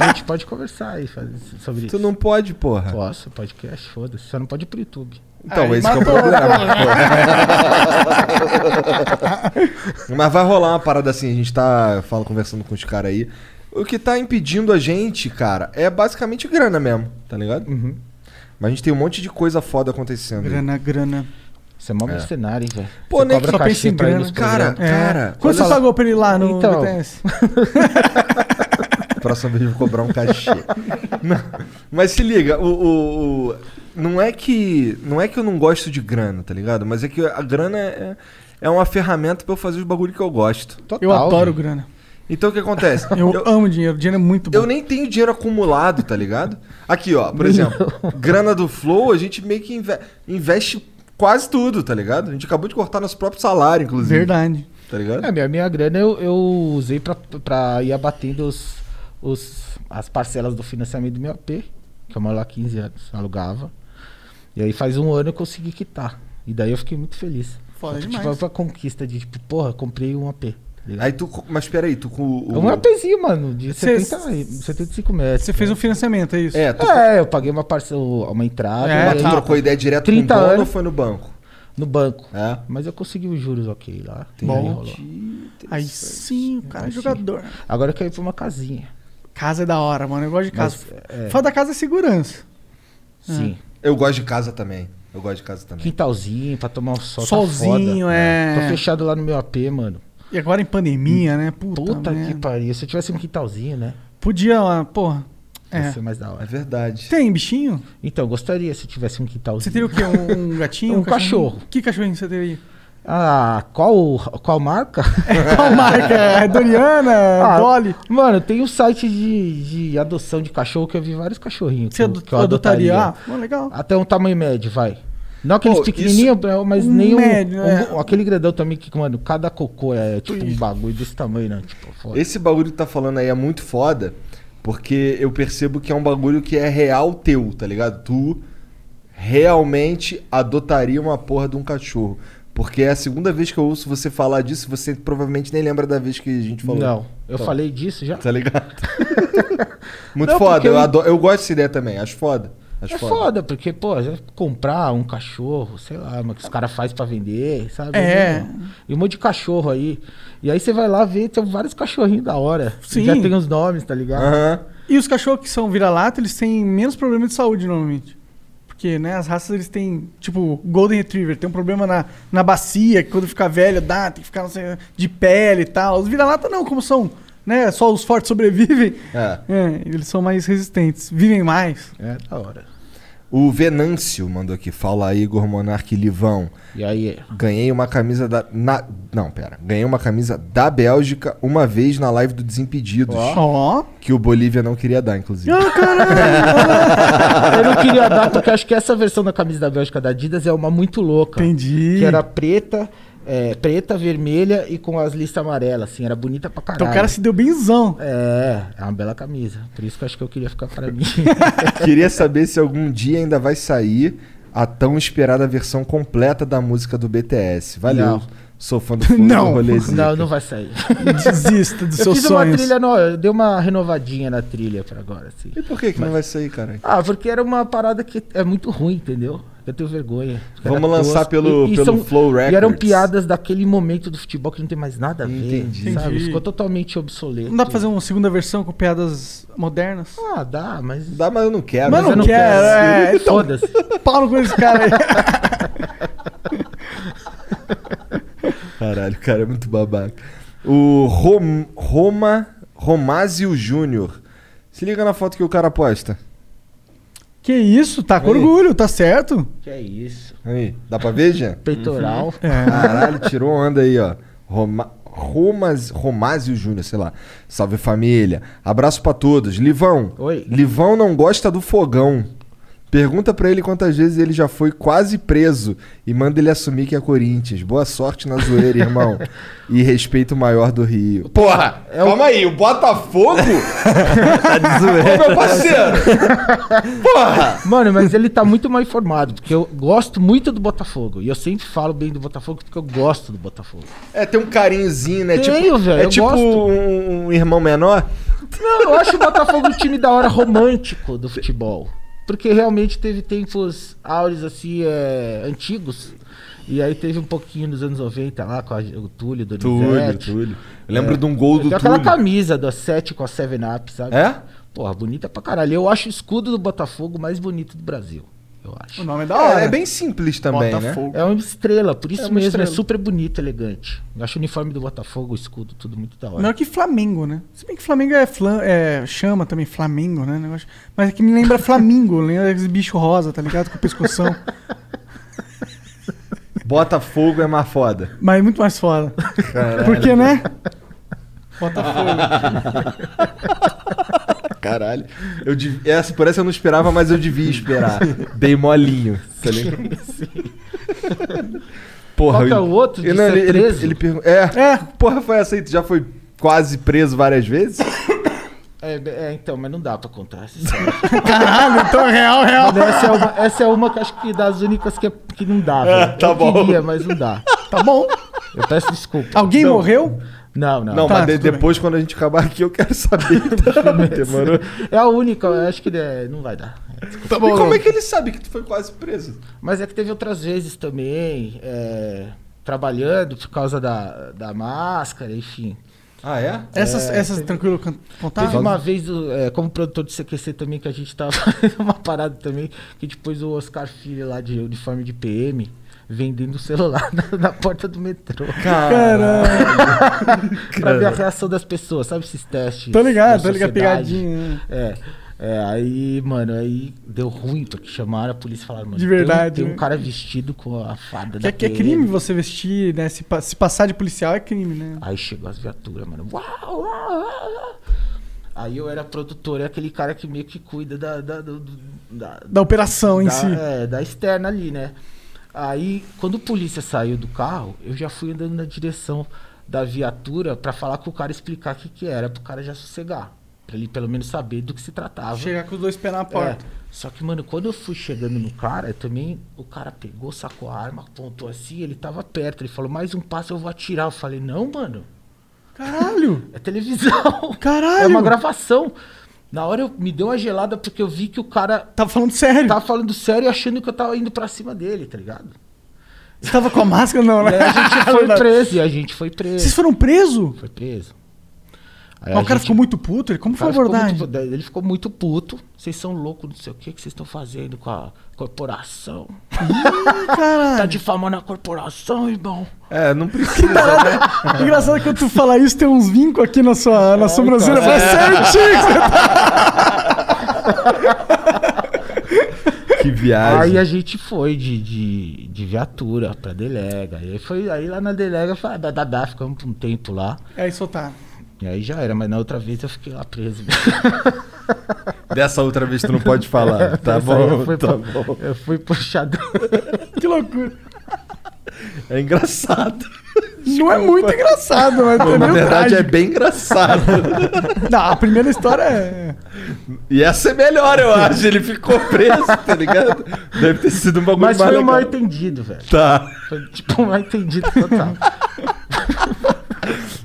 D: A gente pode conversar aí fazer- sobre
C: Tu
D: isso.
C: não pode, porra.
D: Posso, podcast, foda-se. Só não pode ir pro YouTube.
C: Então,
B: Aí
C: esse que é o
B: matou,
C: problema. pô. Mas vai rolar uma parada assim, a gente tá fala, conversando com os caras aí. O que tá impedindo a gente, cara, é basicamente grana mesmo, tá ligado? Mas a gente tem um monte de coisa foda acontecendo. aí.
B: Uhum. Grana, grana.
D: Isso é mó mercenário, hein, velho.
C: Pô,
D: Você
C: nem que
D: cobra
C: só
B: pensa
D: caixinha
B: em
D: pra ir
B: grana.
D: nos
C: Cara,
D: programas.
B: É.
C: cara,
B: Quanto você
C: olha só.
B: pagou pra ele lá no
D: Então.
B: BTS?
C: Próxima vez eu vou cobrar um cachê. Não, mas se liga, o, o- o- não é que não é que eu não gosto de grana, tá ligado? Mas é que a grana é, é uma ferramenta pra eu fazer os bagulho que eu gosto.
B: Eu
D: Total,
B: adoro
D: velho.
B: grana.
C: Então o que acontece?
B: Eu, amo dinheiro. Dinheiro é muito bom.
C: Eu nem tenho dinheiro acumulado, tá ligado? Aqui, ó, por exemplo, grana do Flow, a gente meio que inve- investe quase tudo, tá ligado? A gente acabou de cortar nosso próprio salário, inclusive.
B: Verdade.
C: Tá ligado?
D: É, minha, minha grana eu, eu usei pra, pra ir abatendo os, os, as parcelas do financiamento do meu AP, que eu moro lá há 15 anos, alugava. E aí faz um ano eu consegui quitar. E daí eu fiquei muito feliz.
B: Foda
D: tipo,
B: demais.
D: Foi uma conquista de tipo, porra, comprei um AP. tá ligado?
C: Aí tu. co- Mas peraí, tu com o.
D: É um APzinho, mano, de
B: Cê-
D: 70, e- 75 metros.
B: Você fez um financiamento, é isso?
C: É, tu,
D: É, eu paguei uma parcela, uma entrada
B: É,
D: e
C: tu
D: aí-
C: trocou ideia direto com o
D: 30
C: dono ou
D: anos.
C: foi no banco?
D: no banco.
C: É.
D: Mas eu consegui os juros ok lá.
C: Entendi.
D: E aí
B: Bom.
D: rolou.
B: Aí sim, o cara é jogador.
D: Agora eu quero ir pra uma casinha.
B: Casa é da hora, mano. Eu gosto de casa. Fora da casa é segurança.
D: Sim.
C: Eu gosto de casa também. Eu gosto de casa também.
D: Quintalzinho pra tomar um sol. tá
B: Solzinho,
D: foda.
B: é.
D: Tô fechado lá no meu AP, mano.
B: E agora em pandemia, né? Puta,
D: Puta, que
B: merda.
D: pariu. Se eu tivesse um quintalzinho, né?
B: Podia, ah, porra.
D: Ia
B: É.
D: ser mais da hora.
C: É verdade.
B: Tem bichinho?
D: Então, eu gostaria se eu tivesse um quintalzinho.
B: Você teria o quê? Um, um gatinho?
D: Um
B: cachorrinho?
D: cachorro.
B: Que cachorrinho você teria?
D: Ah, qual, qual marca?
B: Qual marca? É Doriana? É
D: Ah,
B: Dolly?
D: Mano, tem um site de, de adoção de cachorro que eu vi vários cachorrinhos.
B: Você
D: que, eu-
B: ado-
D: que eu
B: adotaria? Ah, bom, legal.
D: Até um tamanho médio, vai. Não aqueles
C: Pô,
D: pequenininhos, mas nem um,
B: médio,
D: um-
B: é.
D: Aquele grandão também que, mano, cada cocô é tipo um bagulho desse tamanho, né? Tipo, foda.
C: Esse bagulho que tá falando aí é muito foda, porque eu percebo que é um bagulho que é real teu, tá ligado? Tu realmente adotaria uma porra de um cachorro. Porque é a segunda vez que eu ouço você falar disso, você provavelmente nem lembra da vez que a gente falou.
D: Não, eu
C: Então,
D: falei disso já.
C: Tá ligado? muito
D: Não,
C: foda,
D: porque
C: eu,
D: eu-
C: ado- eu gosto dessa ideia também, acho foda. Acho
D: É foda. porque, pô, já comprar um cachorro, sei lá, mano, que os caras fazem pra vender, sabe?
B: É.
D: E um monte de cachorro aí. E aí você vai lá ver, tem vários cachorrinhos da hora.
B: Sim.
D: Já tem os nomes, tá ligado?
C: Aham.
B: E os cachorros que são vira-lata, eles têm menos problema de saúde normalmente. Porque, né, as raças eles têm, tipo, Golden Retriever, tem um problema na, na bacia, que quando fica velho dá, tem que ficar não sei, de pele e tal. Os vira-lata não, como são, né, só os fortes sobrevivem.
C: É.
B: É, eles são mais resistentes, vivem mais.
D: É da hora.
C: O Venâncio mandou aqui, fala aí, Igor Monarque Livão.
D: E aí,
C: Ganhei uma camisa da. na- não, pera. Ganhei uma camisa da Bélgica uma vez na live do Desimpedidos.
B: Ó,
C: Que o Bolívia não queria dar, inclusive.
D: Eu não queria dar, porque acho que essa versão da camisa da Bélgica da Adidas é uma muito louca.
B: entendi.
D: Que era preta, é, preta, vermelha e com as listas amarelas, assim, era bonita pra caralho.
B: Então o cara se deu benzão.
D: É, é uma bela camisa. Por isso que eu acho que eu queria ficar pra mim.
C: Queria saber se algum dia ainda vai sair a tão esperada versão completa da música do BTS. Valeu.
D: Não.
C: Sou fã do Flow,
B: Não.
C: rolezinho.
D: não, não vai sair.
B: Desista dos
D: Eu
B: seus
D: fiz uma
B: sonhos.
D: trilha nova, eu dei uma renovadinha na trilha pra agora, assim.
C: E por que, que não vai sair, cara?
D: Ah, porque era uma parada que é muito ruim, entendeu? Eu tenho vergonha. Era
C: Vamos lançar
D: tosco.
C: pelo- pelo Flow
D: E eram
C: Records.
D: piadas daquele momento do futebol que não tem mais nada a ver.
C: Entendi.
D: Sabe?
B: Entendi.
D: Ficou totalmente obsoleto.
B: Não dá pra fazer uma segunda versão com piadas modernas?
D: Ah, dá, mas.
C: Dá, mas eu não quero.
B: Mas
D: Mas
B: eu
D: eu
B: não
D: não
B: quero,
D: quero.
B: é, então-
D: Foda-se.
B: Paulo com esse cara aí.
C: Caralho, cara, é muito babaca. O Rom- Roma Romásio Júnior. Se liga na foto que o cara posta.
B: Que isso, tá com
C: Aí.
B: orgulho, tá certo?
D: Que é isso.
C: Aí, dá pra ver, Jean?
B: Uhum.
D: Peitoral.
B: É.
C: Caralho, tirou onda aí, ó. Roma... Romas... Romásio Júnior, sei lá. Salve família. Abraço pra todos. Livão.
D: Oi.
C: Livão não gosta do fogão. Pergunta pra ele quantas vezes ele já foi quase preso e manda ele assumir que é Corinthians. Boa sorte na zoeira, irmão. e respeito maior do Rio. Porra, calma aí, o Botafogo? Ô, meu parceiro!
D: Mano, mas ele tá muito mal informado, porque eu gosto muito do Botafogo. E eu sempre falo bem do Botafogo porque eu gosto do Botafogo.
C: É, tem um carinhozinho, né?
D: Tenho,
C: tipo,
D: velho,
C: é
D: eu
C: tipo
D: gosto.
C: um, um irmão menor.
D: Não, eu acho o Botafogo um time da hora romântico do futebol. Porque realmente teve tempos áureos assim, é, antigos. E aí teve um pouquinho nos anos 90 lá, com a- o Túlio, do Donizete.
C: Eu lembro de um gol do
D: Tem aquela
C: Túlio.
D: camisa do 7 com a 7-Up, sabe?
C: É?
D: Porra, bonita pra caralho. Eu acho o escudo do Botafogo mais bonito do Brasil. Eu acho.
B: O nome é da hora.
C: É, é bem simples também, né?
D: É uma estrela, por isso
C: É uma
D: mesmo,
C: estrela.
D: é super bonito, elegante. Eu acho o uniforme do Botafogo, o escudo, tudo muito da hora.
B: Melhor que Flamengo, né? Se bem que Flamengo é, flan- é, chama também Flamengo, né? Negócio... Mas é que me lembra Flamingo, lembra esse bicho rosa, tá ligado? Com pescoção.
C: Botafogo é mais foda.
B: Mas é muito mais foda. Porque, né? Botafogo.
C: Caralho. Eu dev- essa, por essa eu não esperava, mas eu devia esperar. Dei molinho. Tá ligado? Porra,
D: Qual que é
C: eu-
D: o outro de
C: eu não,
D: ser
C: ele,
D: preso?
C: Ele, ele pergun- é,
B: É,
C: porra, foi essa aí? Tu já foi quase preso várias vezes?
D: Ah, É, é, então, mas não dá pra contar. essa história.
B: caralho, então real, real.
D: Mas essa, é uma, essa é uma que acho que das únicas que, é- que não dá. velho.
C: tá
D: eu
C: bom.
D: queria, mas não dá.
B: Tá bom.
D: Eu peço desculpa.
B: Alguém morreu?
D: Não, não.
C: Não,
B: Tá,
C: mas de-
B: tudo bem.
C: depois, quando a gente acabar aqui, eu quero saber. Demorou?
D: É a única, eu acho que é, não vai dar.
B: Tá
C: E como é que ele sabe que tu foi quase preso?
D: Mas é que teve outras vezes também, é, trabalhando por causa da, da máscara, enfim.
C: Ah, é?
B: Essas, essas tranquilo can- contar?
D: Teve uma vez, o- é, como produtor de CQC também, que a gente tava fazendo uma parada também, que depois o Oscar Filho lá de uniforme de PM vendendo o celular na, na porta do metrô.
B: Caramba,
D: pra ver a reação das pessoas, sabe esses testes?
B: tô ligado,
D: da
B: tô ligado,
D: sociedade?
B: pegadinha. né?
D: É. É, aí, mano, aí deu ruim, porque chamaram a polícia e falaram, mano,
B: De verdade,
D: tem, tem
B: né?
D: um cara vestido com a fada
B: Que,
D: da
B: é- que é
D: PM.
B: crime você vestir, né? Se, pa- se passar de policial é crime, né?
D: Aí chegou as viaturas, mano. Uau, uau, uau, uau. Aí eu era produtor, é aquele cara que meio que cuida da, da, do- do- da,
B: Da operação em
D: da,
B: si.
D: é, da externa ali, né? Aí, quando a polícia saiu do carro, eu já fui andando na direção da viatura pra falar com o cara explicar o que, que era, pro cara já sossegar. Pra ele pelo menos saber do que se tratava.
B: Chegar com os dois pés na
D: É,
B: porta.
D: só que, mano, quando eu fui chegando no cara, eu também o cara pegou, sacou a arma, apontou assim, ele tava perto. Ele falou, mais um passo eu vou atirar. Eu falei, não, mano,
B: Caralho!
D: é televisão.
B: Caralho!
D: É uma gravação. Na hora eu me deu uma gelada porque eu vi que o cara
B: Tava falando sério.
D: tava falando sério e achando que eu tava indo pra cima dele, tá ligado?
B: Você tava com a máscara? Não, né?
D: Aí É, a gente foi preso, e a gente foi
B: Vocês
D: preso.
B: foram presos?
D: Foi preso. Aí
B: Mas
D: É, a
B: o cara
D: gente-
B: ficou muito puto? Ele, como
D: o
B: foi a
D: cara ficou
B: abordagem?
D: muito- ele ficou muito puto. Vocês são loucos, não sei o que que vocês estão fazendo com a corporação. Tá
B: Caralho.
D: difamando a corporação, irmão.
C: É, não precisa.
B: Engraçado que quando tu fala isso, tem uns vincos aqui na sua
D: É,
B: na sobrancelha.
D: então.
B: Vai certinho!
C: que
D: Aí
B: É.
C: viagem.
D: a gente foi de, de, de viatura pra delega. Aí, foi, aí lá na delega, foi, ah, dá, dá, dá, ficamos um tempo lá.
B: Aí soltaram.
D: E aí já era, mas na outra vez eu fiquei lá preso.
B: Tá
C: Dessa outra vez tu não pode falar. Tá
D: é. Essa aí
C: bom,
D: eu fui
C: tá
D: pro-
C: bom.
D: Eu fui puxado.
B: Que loucura.
C: É engraçado.
B: Não é muito engraçado, mas também
C: Na
B: é
C: verdade, é
B: trágico.
C: bem engraçado.
B: Não, a primeira história é...
C: E essa é melhor, eu acho. Ele ficou preso, tá ligado? Deve ter sido um bagulho mais
D: Mas foi um
C: legal.
D: mal entendido, velho.
C: Tá.
D: Foi tipo um mal entendido total.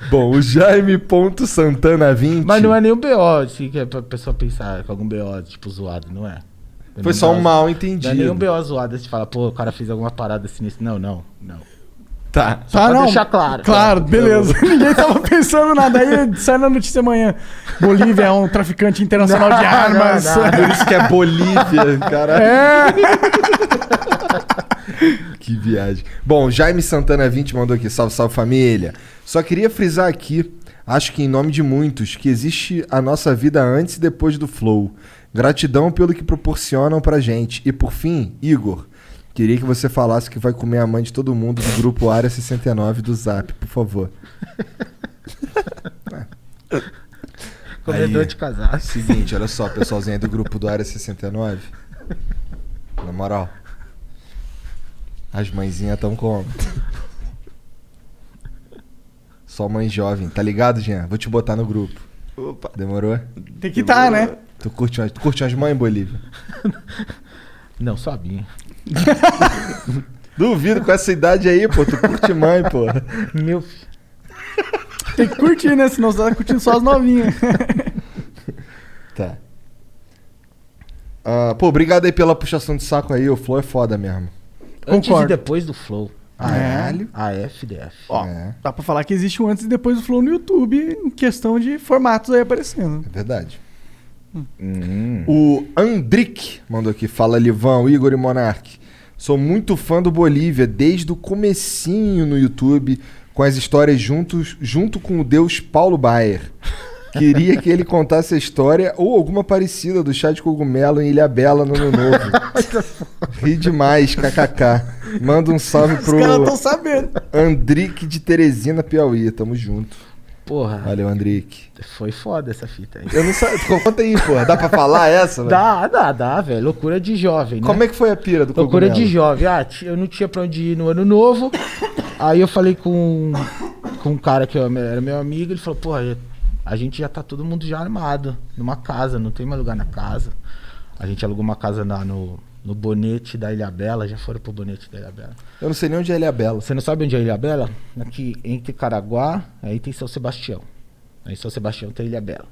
C: Bom, o Jaime Ponto Santana 20.
D: Mas não é nenhum BO, assim, que é pra pessoa pensar que algum BO, tipo, zoado, não é?
C: Foi só um mal
D: Não é
C: entendido.
D: nenhum BO zoado, você fala, pô, o cara fez alguma parada sinistra. Não, não, não.
C: Tá.
D: Só pra deixar claro.
B: Ah, Claro,
D: É.
B: beleza. Ninguém tava pensando nada. Aí sai na notícia amanhã. Bolívia é um traficante internacional de armas.
D: não, não.
C: Por isso que é Bolívia, caralho. que viagem. Bom, Jaime Santana 20 mandou aqui, salve, salve família. Só queria frisar aqui, acho que em nome de muitos, que existe a nossa vida antes e depois do Flow. Gratidão pelo que proporcionam pra gente. E por fim, Igor, queria que você falasse que vai comer a mãe de todo mundo do grupo Área 69 do Zap, por favor.
D: Corredor
C: Aí.
D: de casar.
C: Seguinte, olha só, pessoalzinho aí do grupo do Área 69. Na moral. As mãezinhas estão como? Só mãe jovem, tá ligado, Jean? Vou te botar no grupo.
E: Opa,
C: Demorou?
B: Tem que estar, né?
C: Tu curte, umas- tu curte as mães, Bolívia?
D: Não, só a minha.
C: Duvido com essa idade aí, pô. Tu curte mãe, pô.
D: Meu filho.
B: Tem que curtir, né? Senão você tá curtindo só as novinhas. É.
C: Tá. Ah, pô, obrigado aí pela puxação de saco aí. O Flow é foda mesmo.
D: Antes e
B: Concordo. Ah, é?
D: depois do Flow.
C: Caralho.
D: A FDF.
B: Ó,
C: É.
B: dá pra falar que existe um antes e depois do Flow no YouTube, em questão de formatos aí aparecendo.
C: É verdade.
B: Hum.
C: O Andrick mandou aqui. Fala, Livão, Igor e Monark. Sou muito fã do Bolívia desde o comecinho no YouTube, com as histórias juntos, junto com o deus Paulo Baier. Queria que ele contasse a história ou alguma parecida do chá de cogumelo em Ilha Bela no Ano Novo. Ri demais, kkk. Manda um salve pro
B: Os caras tão sabendo.
C: Andrick de Teresina, Piauí. Tamo junto.
D: Porra,
C: Valeu, Andrick.
D: foi foda essa fita aí.
C: Eu não sei. Conta aí, porra. Dá pra falar essa? velho?
D: Dá, dá, dá, velho. Loucura de jovem, né?
C: Como é que foi a pira do
D: Loucura
C: cogumelo?
D: de jovem. Ah, ti- eu não tinha pra onde ir no ano novo. Aí eu falei com, com um cara que eu- era meu amigo, ele falou, porra, já- a gente já tá todo mundo já armado numa casa, não tem mais lugar na casa. A gente alugou uma casa na- no, no bonete da Ilha Bela, já foram pro bonete da Ilha Bela.
C: Eu não sei nem onde é Ilha Bela.
D: Você não sabe onde é Ilha Bela? Aqui entre Caraguá, aí tem São Sebastião. Aí em São Sebastião tem Ilha Bela.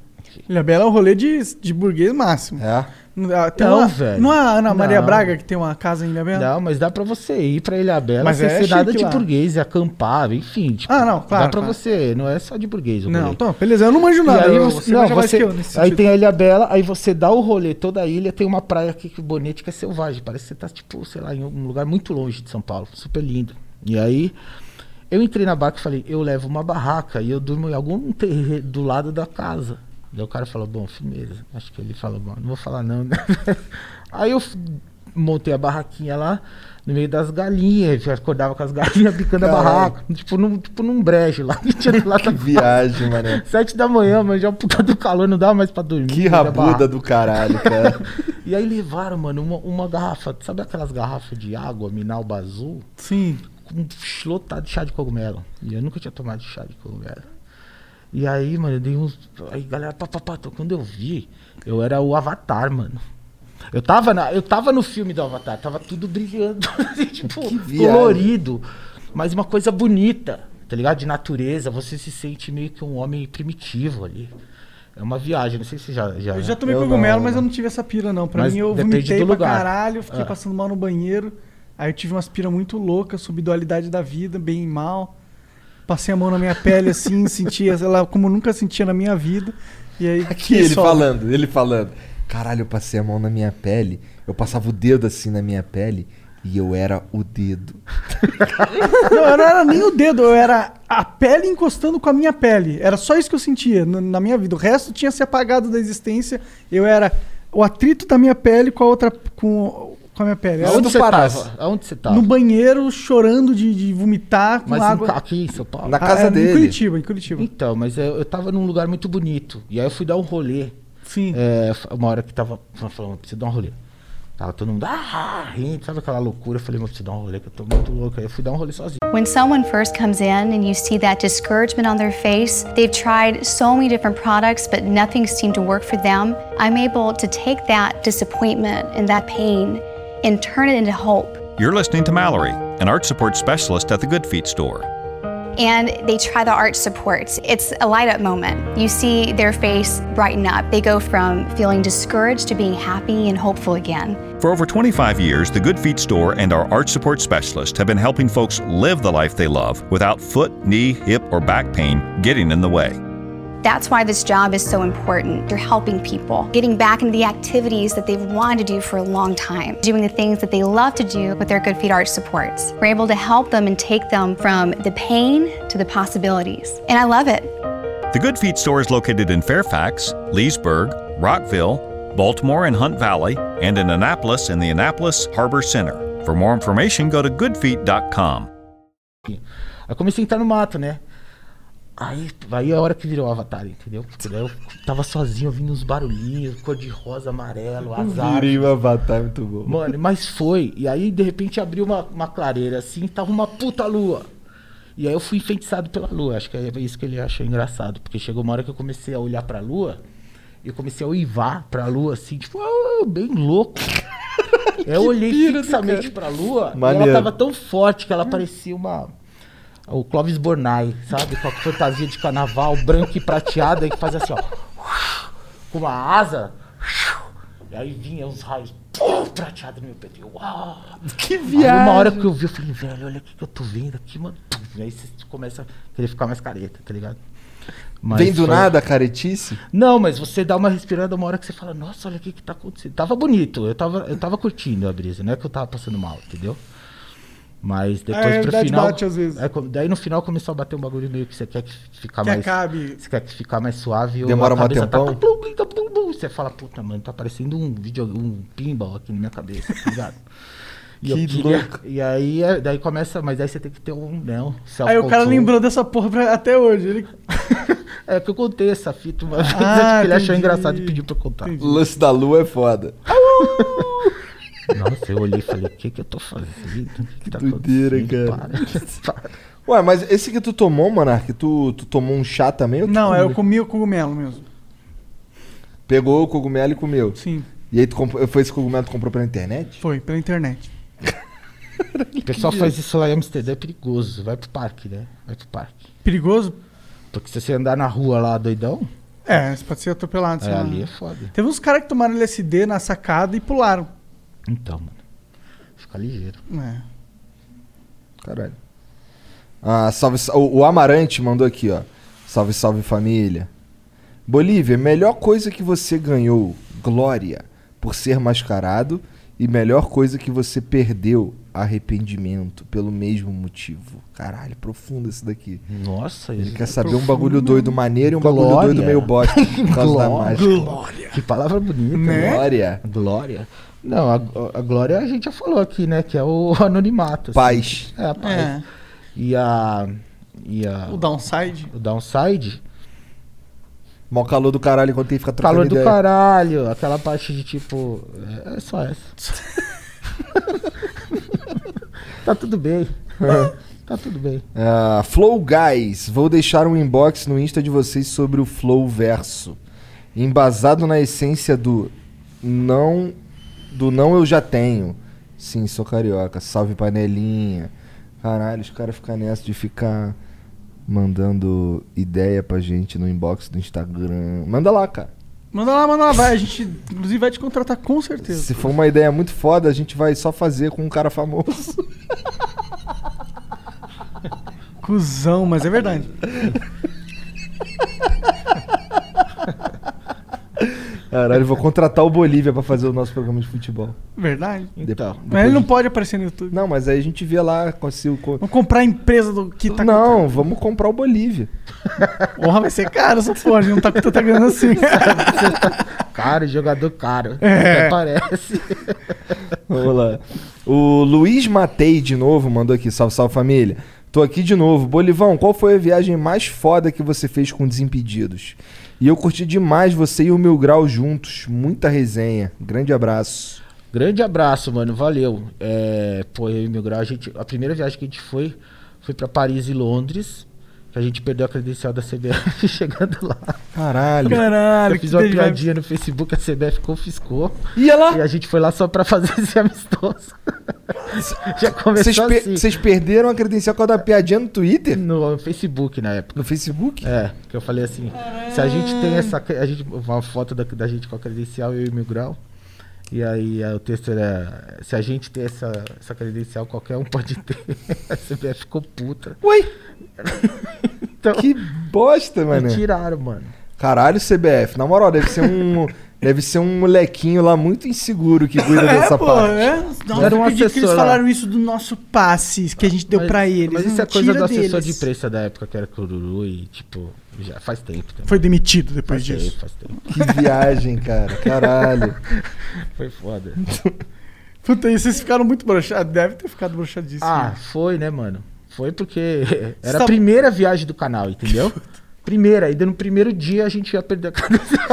B: Ilhabela é um rolê de, de burguês máximo.
C: É.
B: Ah, Tem
D: Não,
B: uma,
D: velho.
B: Não é a Ana Maria
D: Não.
B: Braga que tem uma casa em Ilhabela?
D: Não, mas dá pra você ir pra Ilha Bela
B: Mas
D: sem
B: é
D: ser nada
B: chique
D: de
B: lá.
D: burguês, e acampar, enfim. tipo,
B: Ah, não, claro,
D: Dá pra
B: claro.
D: você, não é só de burguês. o
B: Não,
D: rolê.
B: então, beleza, eu não manjo
D: E
B: nada.
D: aí
B: eu-
D: você,
B: manja
D: não,
B: mais
D: você-
B: que eu nesse
D: aí
B: sentido.
D: tem a Ilha Bela, aí você dá o rolê, toda a ilha tem uma praia aqui que o bonete que é selvagem. Parece que você tá, tipo, sei lá, em um lugar muito longe de São Paulo. Super lindo. E aí eu entrei na barca e falei, eu levo uma barraca e eu durmo em algum terreno do lado da casa. Daí o cara falou, bom, firmeza. Acho que ele falou, bom, não vou falar não. né? aí eu f- montei a barraquinha lá no meio das galinhas, eu acordava com as galinhas picando a
C: Caralho.
D: barraca, tipo num, tipo num brejo lá, que tinha do lado
C: Que
D: da
C: viagem, mané.
D: Sete da manhã, mas já o puta do calor, não dá mais pra dormir.
C: Que
D: dá pra-
C: rabuda do caralho, cara.
D: E aí levaram, mano, uma, uma garrafa, sabe aquelas garrafas de água Minalba Azul?
B: Sim.
D: Com lotado de chá de cogumelo. E eu nunca tinha tomado chá de cogumelo. E aí, mano, eu dei uns. Aí, galera, papapá, quando eu vi, eu era o Avatar, mano. Eu tava, na, eu tava no filme do Avatar, tava tudo brilhando, assim, tipo,
C: viagem.
D: colorido, mas uma coisa bonita, tá ligado? De natureza, você se sente meio que um homem primitivo ali. É uma viagem, não sei se já. já né?
B: Eu já tomei
C: Eu não,
B: cogumelo,
C: eu
B: mas
C: não.
B: eu não tive essa pira, não. Pra
D: Mas
B: mim, eu
D: depende
B: vomitei pra
D: do lugar.
B: caralho, fiquei
D: Ah.
B: passando mal no banheiro. Aí eu tive umas pira muito loucas, sobre dualidade da vida, bem e mal. Passei a mão na minha pele, assim, sentia, sei lá, como nunca sentia na minha vida. E aí...
C: Aqui ele falando, ele falando. Caralho, eu passei a mão na minha pele. Eu passava o dedo assim na minha pele e eu era o dedo.
B: Não, eu não era nem o dedo, eu era a pele encostando com a minha pele. Era só isso que eu sentia na, na minha vida. O resto tinha se apagado da existência. Eu era o atrito da minha pele com a outra. com, com a minha pele. Eu era
D: Aonde
C: do
D: você
C: Parás.
D: tava? Aonde você tava?
B: no banheiro, chorando de, de vomitar com
D: Tá. Mas em
B: água.
D: ca- aqui em São Paulo?
C: Na casa
B: é, Em
C: dele.
B: Curitiba, em Curitiba.
D: Então, mas eu, eu tava num lugar muito bonito. E aí eu fui dar um rolê.
B: Sim.
D: É, f- uma hora que tava tava falando, preciso dar um rolê. Tava todo mundo, ah, rindo, sabe aquela loucura? Eu falei, mas preciso dar um rolê, que eu tô muito louco. Aí eu fui dar um rolê sozinho.
H: When someone first comes in and you see that discouragement on their face, they've tried so many different products, but nothing seemed to work for them. I'm able to take that disappointment and that pain and turn it into hope.
I: You're listening to Mallory, an art support specialist at the Good Feet store.
H: And they try the arch supports. It's a light up moment. You see their face brighten up. They go from feeling discouraged to being happy and hopeful again.
I: For over 25 years, the Good Feet store and our art support specialist have been helping folks live the life they love without foot, knee, hip, or back pain getting in the way.
H: That's why this job is so important. You're helping people, getting back into the activities that they've wanted to do for a long time, doing the things that they love to do with their Good Feet Arch supports. We're able to help them and take them from the pain to the possibilities. And I love it.
I: The Good Feet store is located in Fairfax, Leesburg, Rockville, Baltimore and Hunt Valley, and in Annapolis in the Annapolis Harbor Center. For more information, go to goodfeet.com.
D: Aí comecei a entrar no mato, né? Aí, aí é a hora que virou o avatar, entendeu? Porque daí eu tava sozinho, ouvindo uns barulhinhos, cor de rosa, amarelo, azar.
C: Virei uma avatar é muito bom.
D: Mano, mas foi. E aí, de repente, abriu uma, uma clareira assim, tava uma puta lua. E aí eu fui enfeitiçado pela lua. Acho que é isso que ele achou engraçado. Porque chegou uma hora que eu comecei a olhar pra lua e eu comecei a uivar pra lua, assim, tipo, "Ah", bem louco. eu olhei fixamente pra lua e
C: Maneiro.
D: ela tava tão forte que ela parecia uma. O Clóvis Bornai, sabe? Com a fantasia de carnaval branca e prateada e que fazia assim, ó. Com uma asa. E aí vinha os raios pum, prateados no meu peito. Eu, uau!
C: Que
D: Aí
C: viagem.
D: uma hora que eu vi, eu falei, velho, olha o que que eu tô vendo aqui, mano. Pum, E aí você começa a querer ficar mais careta, tá ligado? Mas
C: Vem do
D: foi-
C: nada a caretice?
D: Não, mas você dá uma respirada uma hora que você fala, nossa, olha o que que tá acontecendo. Tava bonito, eu tava, eu tava curtindo a brisa, não é que eu tava passando mal, entendeu? Mas depois pro
B: É, realidade
D: final.
B: bate às vezes.
D: é, quando- daí no final começou a bater um bagulho meio que você quer que ficar
B: Que
D: mais.
B: acabe.
D: Você quer que ficar mais suave. ou
C: Demora
D: a
C: mó
D: cabeça tá-
C: tempão?
D: plum, plum, plum, plum. Você fala, puta, mano, tá parecendo um vídeo, um pinball aqui na minha cabeça, tá ligado? E eu
C: Que
D: queria-
C: louco.
D: E aí, é, daí começa, mas aí você tem que ter um, né, um
B: Aí o cara
D: self-control.
B: lembrou dessa porra pra- até hoje. Ele...
D: É que eu contei essa fita uma vez,
B: Ah,
D: acho que ele achou
B: entendi.
D: engraçado e pediu pra eu contar.
B: Entendi.
C: Lance da lua é foda.
D: Nossa, eu olhei e falei, o que que eu tô fazendo? O que, que tá
C: doideira,
D: acontecendo? Para, para.
C: Ué, mas esse que tu tomou, Monark, tu, tu tomou um chá também? ou tu
B: Não, é,
C: comeu?
B: eu comi o cogumelo mesmo.
C: Pegou o cogumelo e comeu.
B: Sim,
C: E aí tu comprou, foi esse cogumelo que tu comprou pela internet?
B: foi, pela internet.
D: O pessoal faz isso lá em Amsterdã, é perigoso. Vai pro parque, né? Vai pro parque.
B: Perigoso?
D: Porque se você andar na rua lá doidão,
B: É, você pode ser atropelado. sei
D: É,
B: lá.
D: ali é foda.
B: Teve uns caras que tomaram LSD na sacada e pularam.
D: Então, mano. Fica ligeiro.
B: É.
C: Caralho. Ah, salve, sa- o, o Amarante mandou aqui, ó. Salve, salve família. Bolívia, melhor coisa que você ganhou, glória, por ser mascarado, e melhor coisa que você perdeu, arrependimento, pelo mesmo motivo. Caralho, profundo esse daqui.
D: Nossa,
C: Ele
D: ele
C: quer saber um bagulho doido maneiro e um bagulho
D: Glória.
C: doido meio bosta por causa da mágica.
D: Glória. Que palavra bonita.
B: Né?
C: Glória.
D: Glória. Não, a, a glória a gente já falou aqui, né? Que é o anonimato. assim.
C: Paz.
D: É, a paz.
B: É.
D: E a. E a.
B: O downside.
D: o downside.
C: Mó calor do caralho enquanto ele fica trocando
D: Calor do
C: ideia.
D: caralho. Aquela parte de tipo. É, é só essa. tá tudo bem. tá tudo bem.
C: Ah, Flow Guys, vou deixar um inbox no Insta de vocês sobre o Flow Verso. Embasado na essência do não do não eu já tenho. Sim, sou carioca. Salve panelinha. Caralho, os caras ficam nessa de ficar mandando ideia pra gente no inbox do Instagram. Manda lá, cara.
B: Manda lá, manda lá, vai. A gente, inclusive, vai te contratar com certeza.
C: Se for uma ideia muito foda, a gente vai só fazer com um cara famoso.
B: Cusão, mas é verdade.
C: Caralho, vou contratar o Bolívia pra fazer o nosso programa de futebol.
B: Verdade.
D: Então.
B: Mas ele não pode aparecer no YouTube.
C: Não, mas aí a gente vê lá se o co-
B: Vamos comprar a empresa do que tá
C: não, vamos comprar o Bolívia.
B: Porra, vai ser caro essa porra, a gente não tá com tanta grana assim.
D: Caro, jogador caro.
B: É.
D: Até parece.
C: Vamos lá. O Luiz Matei de novo mandou aqui, salve, salve família. Tô aqui de novo. Bolivão, qual foi a viagem mais foda que você fez com Desimpedidos? E eu curti demais você e o Mil Grau juntos. Muita resenha. Grande abraço.
D: Grande abraço, mano. Valeu. É, pô, eu e meu grau, a, gente, a primeira viagem que a gente foi foi pra Paris e Londres. Que a gente perdeu a credencial da CBF chegando lá.
C: Caralho.
D: É,
B: Caralho,
D: eu fiz uma
B: delícia.
D: piadinha no Facebook, a CBF confiscou.
C: E
D: E
C: ela?
D: a gente foi lá só pra fazer esse amistoso. Já começou
C: Vocês pe-
D: assim.
C: vocês perderam a credencial com a da piadinha no Twitter?
D: No Facebook na época.
C: No Facebook?
D: É, que eu falei assim, se a gente tem essa. cre- A gente, uma foto da, da gente com a credencial, eu e o Mil Grau. E aí aí o texto era. Se a gente tem essa, essa credencial, qualquer um pode ter. A CBF ficou puta.
C: Ué,
D: Então,
C: que bosta,
D: me
C: mano.
D: tiraram, mano.
C: Caralho, CBF. Na moral, deve ser um. deve ser um molequinho lá muito inseguro que cuida dessa
B: É, pô,
C: parte.
B: é. Nossa,
D: Era
B: eu acredito
D: um
B: que eles
D: assessor lá.
B: falaram isso do nosso passe que a gente deu
D: Mas-
B: pra eles.
D: Mas isso
B: Não,
D: é coisa
B: tira
D: do assessor
B: deles.
D: de imprensa da época, que era Cururu e, tipo, já faz tempo também.
B: Foi demitido depois
D: Faz
B: disso.
D: tempo, faz tempo.
C: Que viagem, cara. Caralho.
D: Foi foda.
B: Puta, e vocês ficaram muito broxados. Deve ter ficado broxadíssimo.
D: Ah, foi, né, mano? Foi porque era
B: tá-
D: a primeira viagem do canal, entendeu? Primeira, ainda no primeiro dia a gente ia perder a credencial.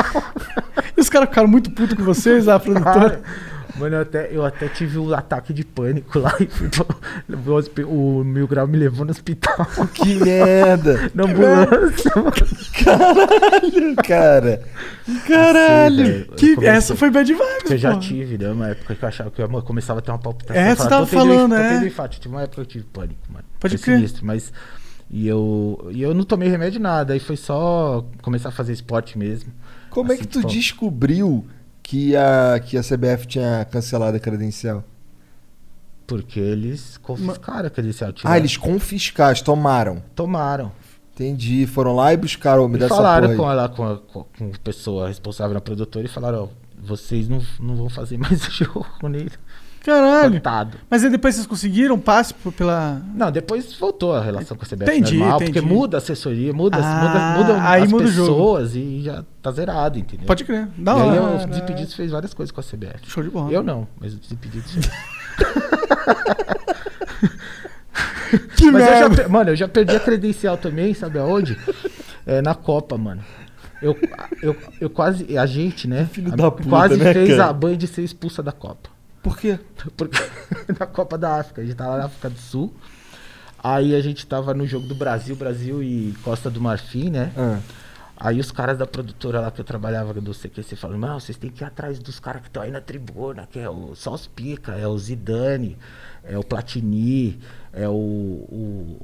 B: E os caras ficaram muito putos com vocês,
D: Ah,
B: a produtora.
D: Cara, Mano, eu até, eu até tive um ataque de pânico lá e fui pro, no hospi- o Mil Grau me levou no hospital,
C: Que merda.
D: na ambulância.
C: Caralho, cara. Caralho.
D: Sei, velho, eu
B: que
D: comecei-
B: essa foi bad vibes,
D: que eu já
B: pô.
D: tive, né? Uma época que eu achava que eu começava a ter uma palpitação.
B: É, você
D: eu falava,
B: tava
D: "Tô tendo
B: falando,
D: inf-
B: é.
D: Tô tendo infarto. Tive uma época que eu tive pânico, mano.
B: Pode
D: Foi
B: crer.
D: sinistro, mas... E eu, e eu não tomei remédio nada. Aí foi só começar a fazer esporte mesmo.
C: Como é
D: Assim,
C: que tu
D: tipo,
C: descobriu que a, que a CBF tinha cancelado a credencial?
D: Porque eles confiscaram a credencial.
C: Ah,
D: tiraram.
C: eles confiscaram, tomaram.
D: tomaram.
C: Entendi. Foram lá e buscaram. Me
D: E
C: dá essa
D: falaram com,
C: porra aí.
D: ela, com, a, com com a pessoa responsável na produtora e falaram, ó, vocês não, não vão fazer mais o jogo nem
B: Caralho.
D: cortado.
B: Mas aí depois vocês conseguiram passe por- pela.
D: Não, depois voltou a relação com a CBF
B: Entendi,
D: normal, porque
B: entendi.
D: muda a assessoria, muda,
B: Ah,
D: muda, mudam
B: aí
D: as
B: muda o jogo.
D: pessoas e já tá zerado, entendeu?
B: Pode crer.
D: e
B: Da
D: aí
B: hora. né?
D: o Desimpedidos fez várias coisas com a CBF.
B: Show de bola.
D: Eu não, mas o Desimpedidos fez.
B: Que
D: Mas eu já,
B: merda.
D: per- mano, eu já perdi a credencial também, sabe aonde? É, na Copa, mano. Eu, eu, eu quase. A gente, né? a-
C: da puta,
D: quase
C: né,
D: fez
C: cara?
D: a Band ser expulsa da Copa.
C: Por quê?
D: Porque, na Copa da África. A gente tava na África do Sul. Aí a gente tava no jogo do Brasil, Brasil e Costa do Marfim, né?
C: Ah.
D: Aí os caras da produtora lá que eu trabalhava do CQC falaram, não, vocês têm que ir atrás dos caras que estão aí na tribuna, que é o só os Pica, é o Zidane, é o Platini, é o, o,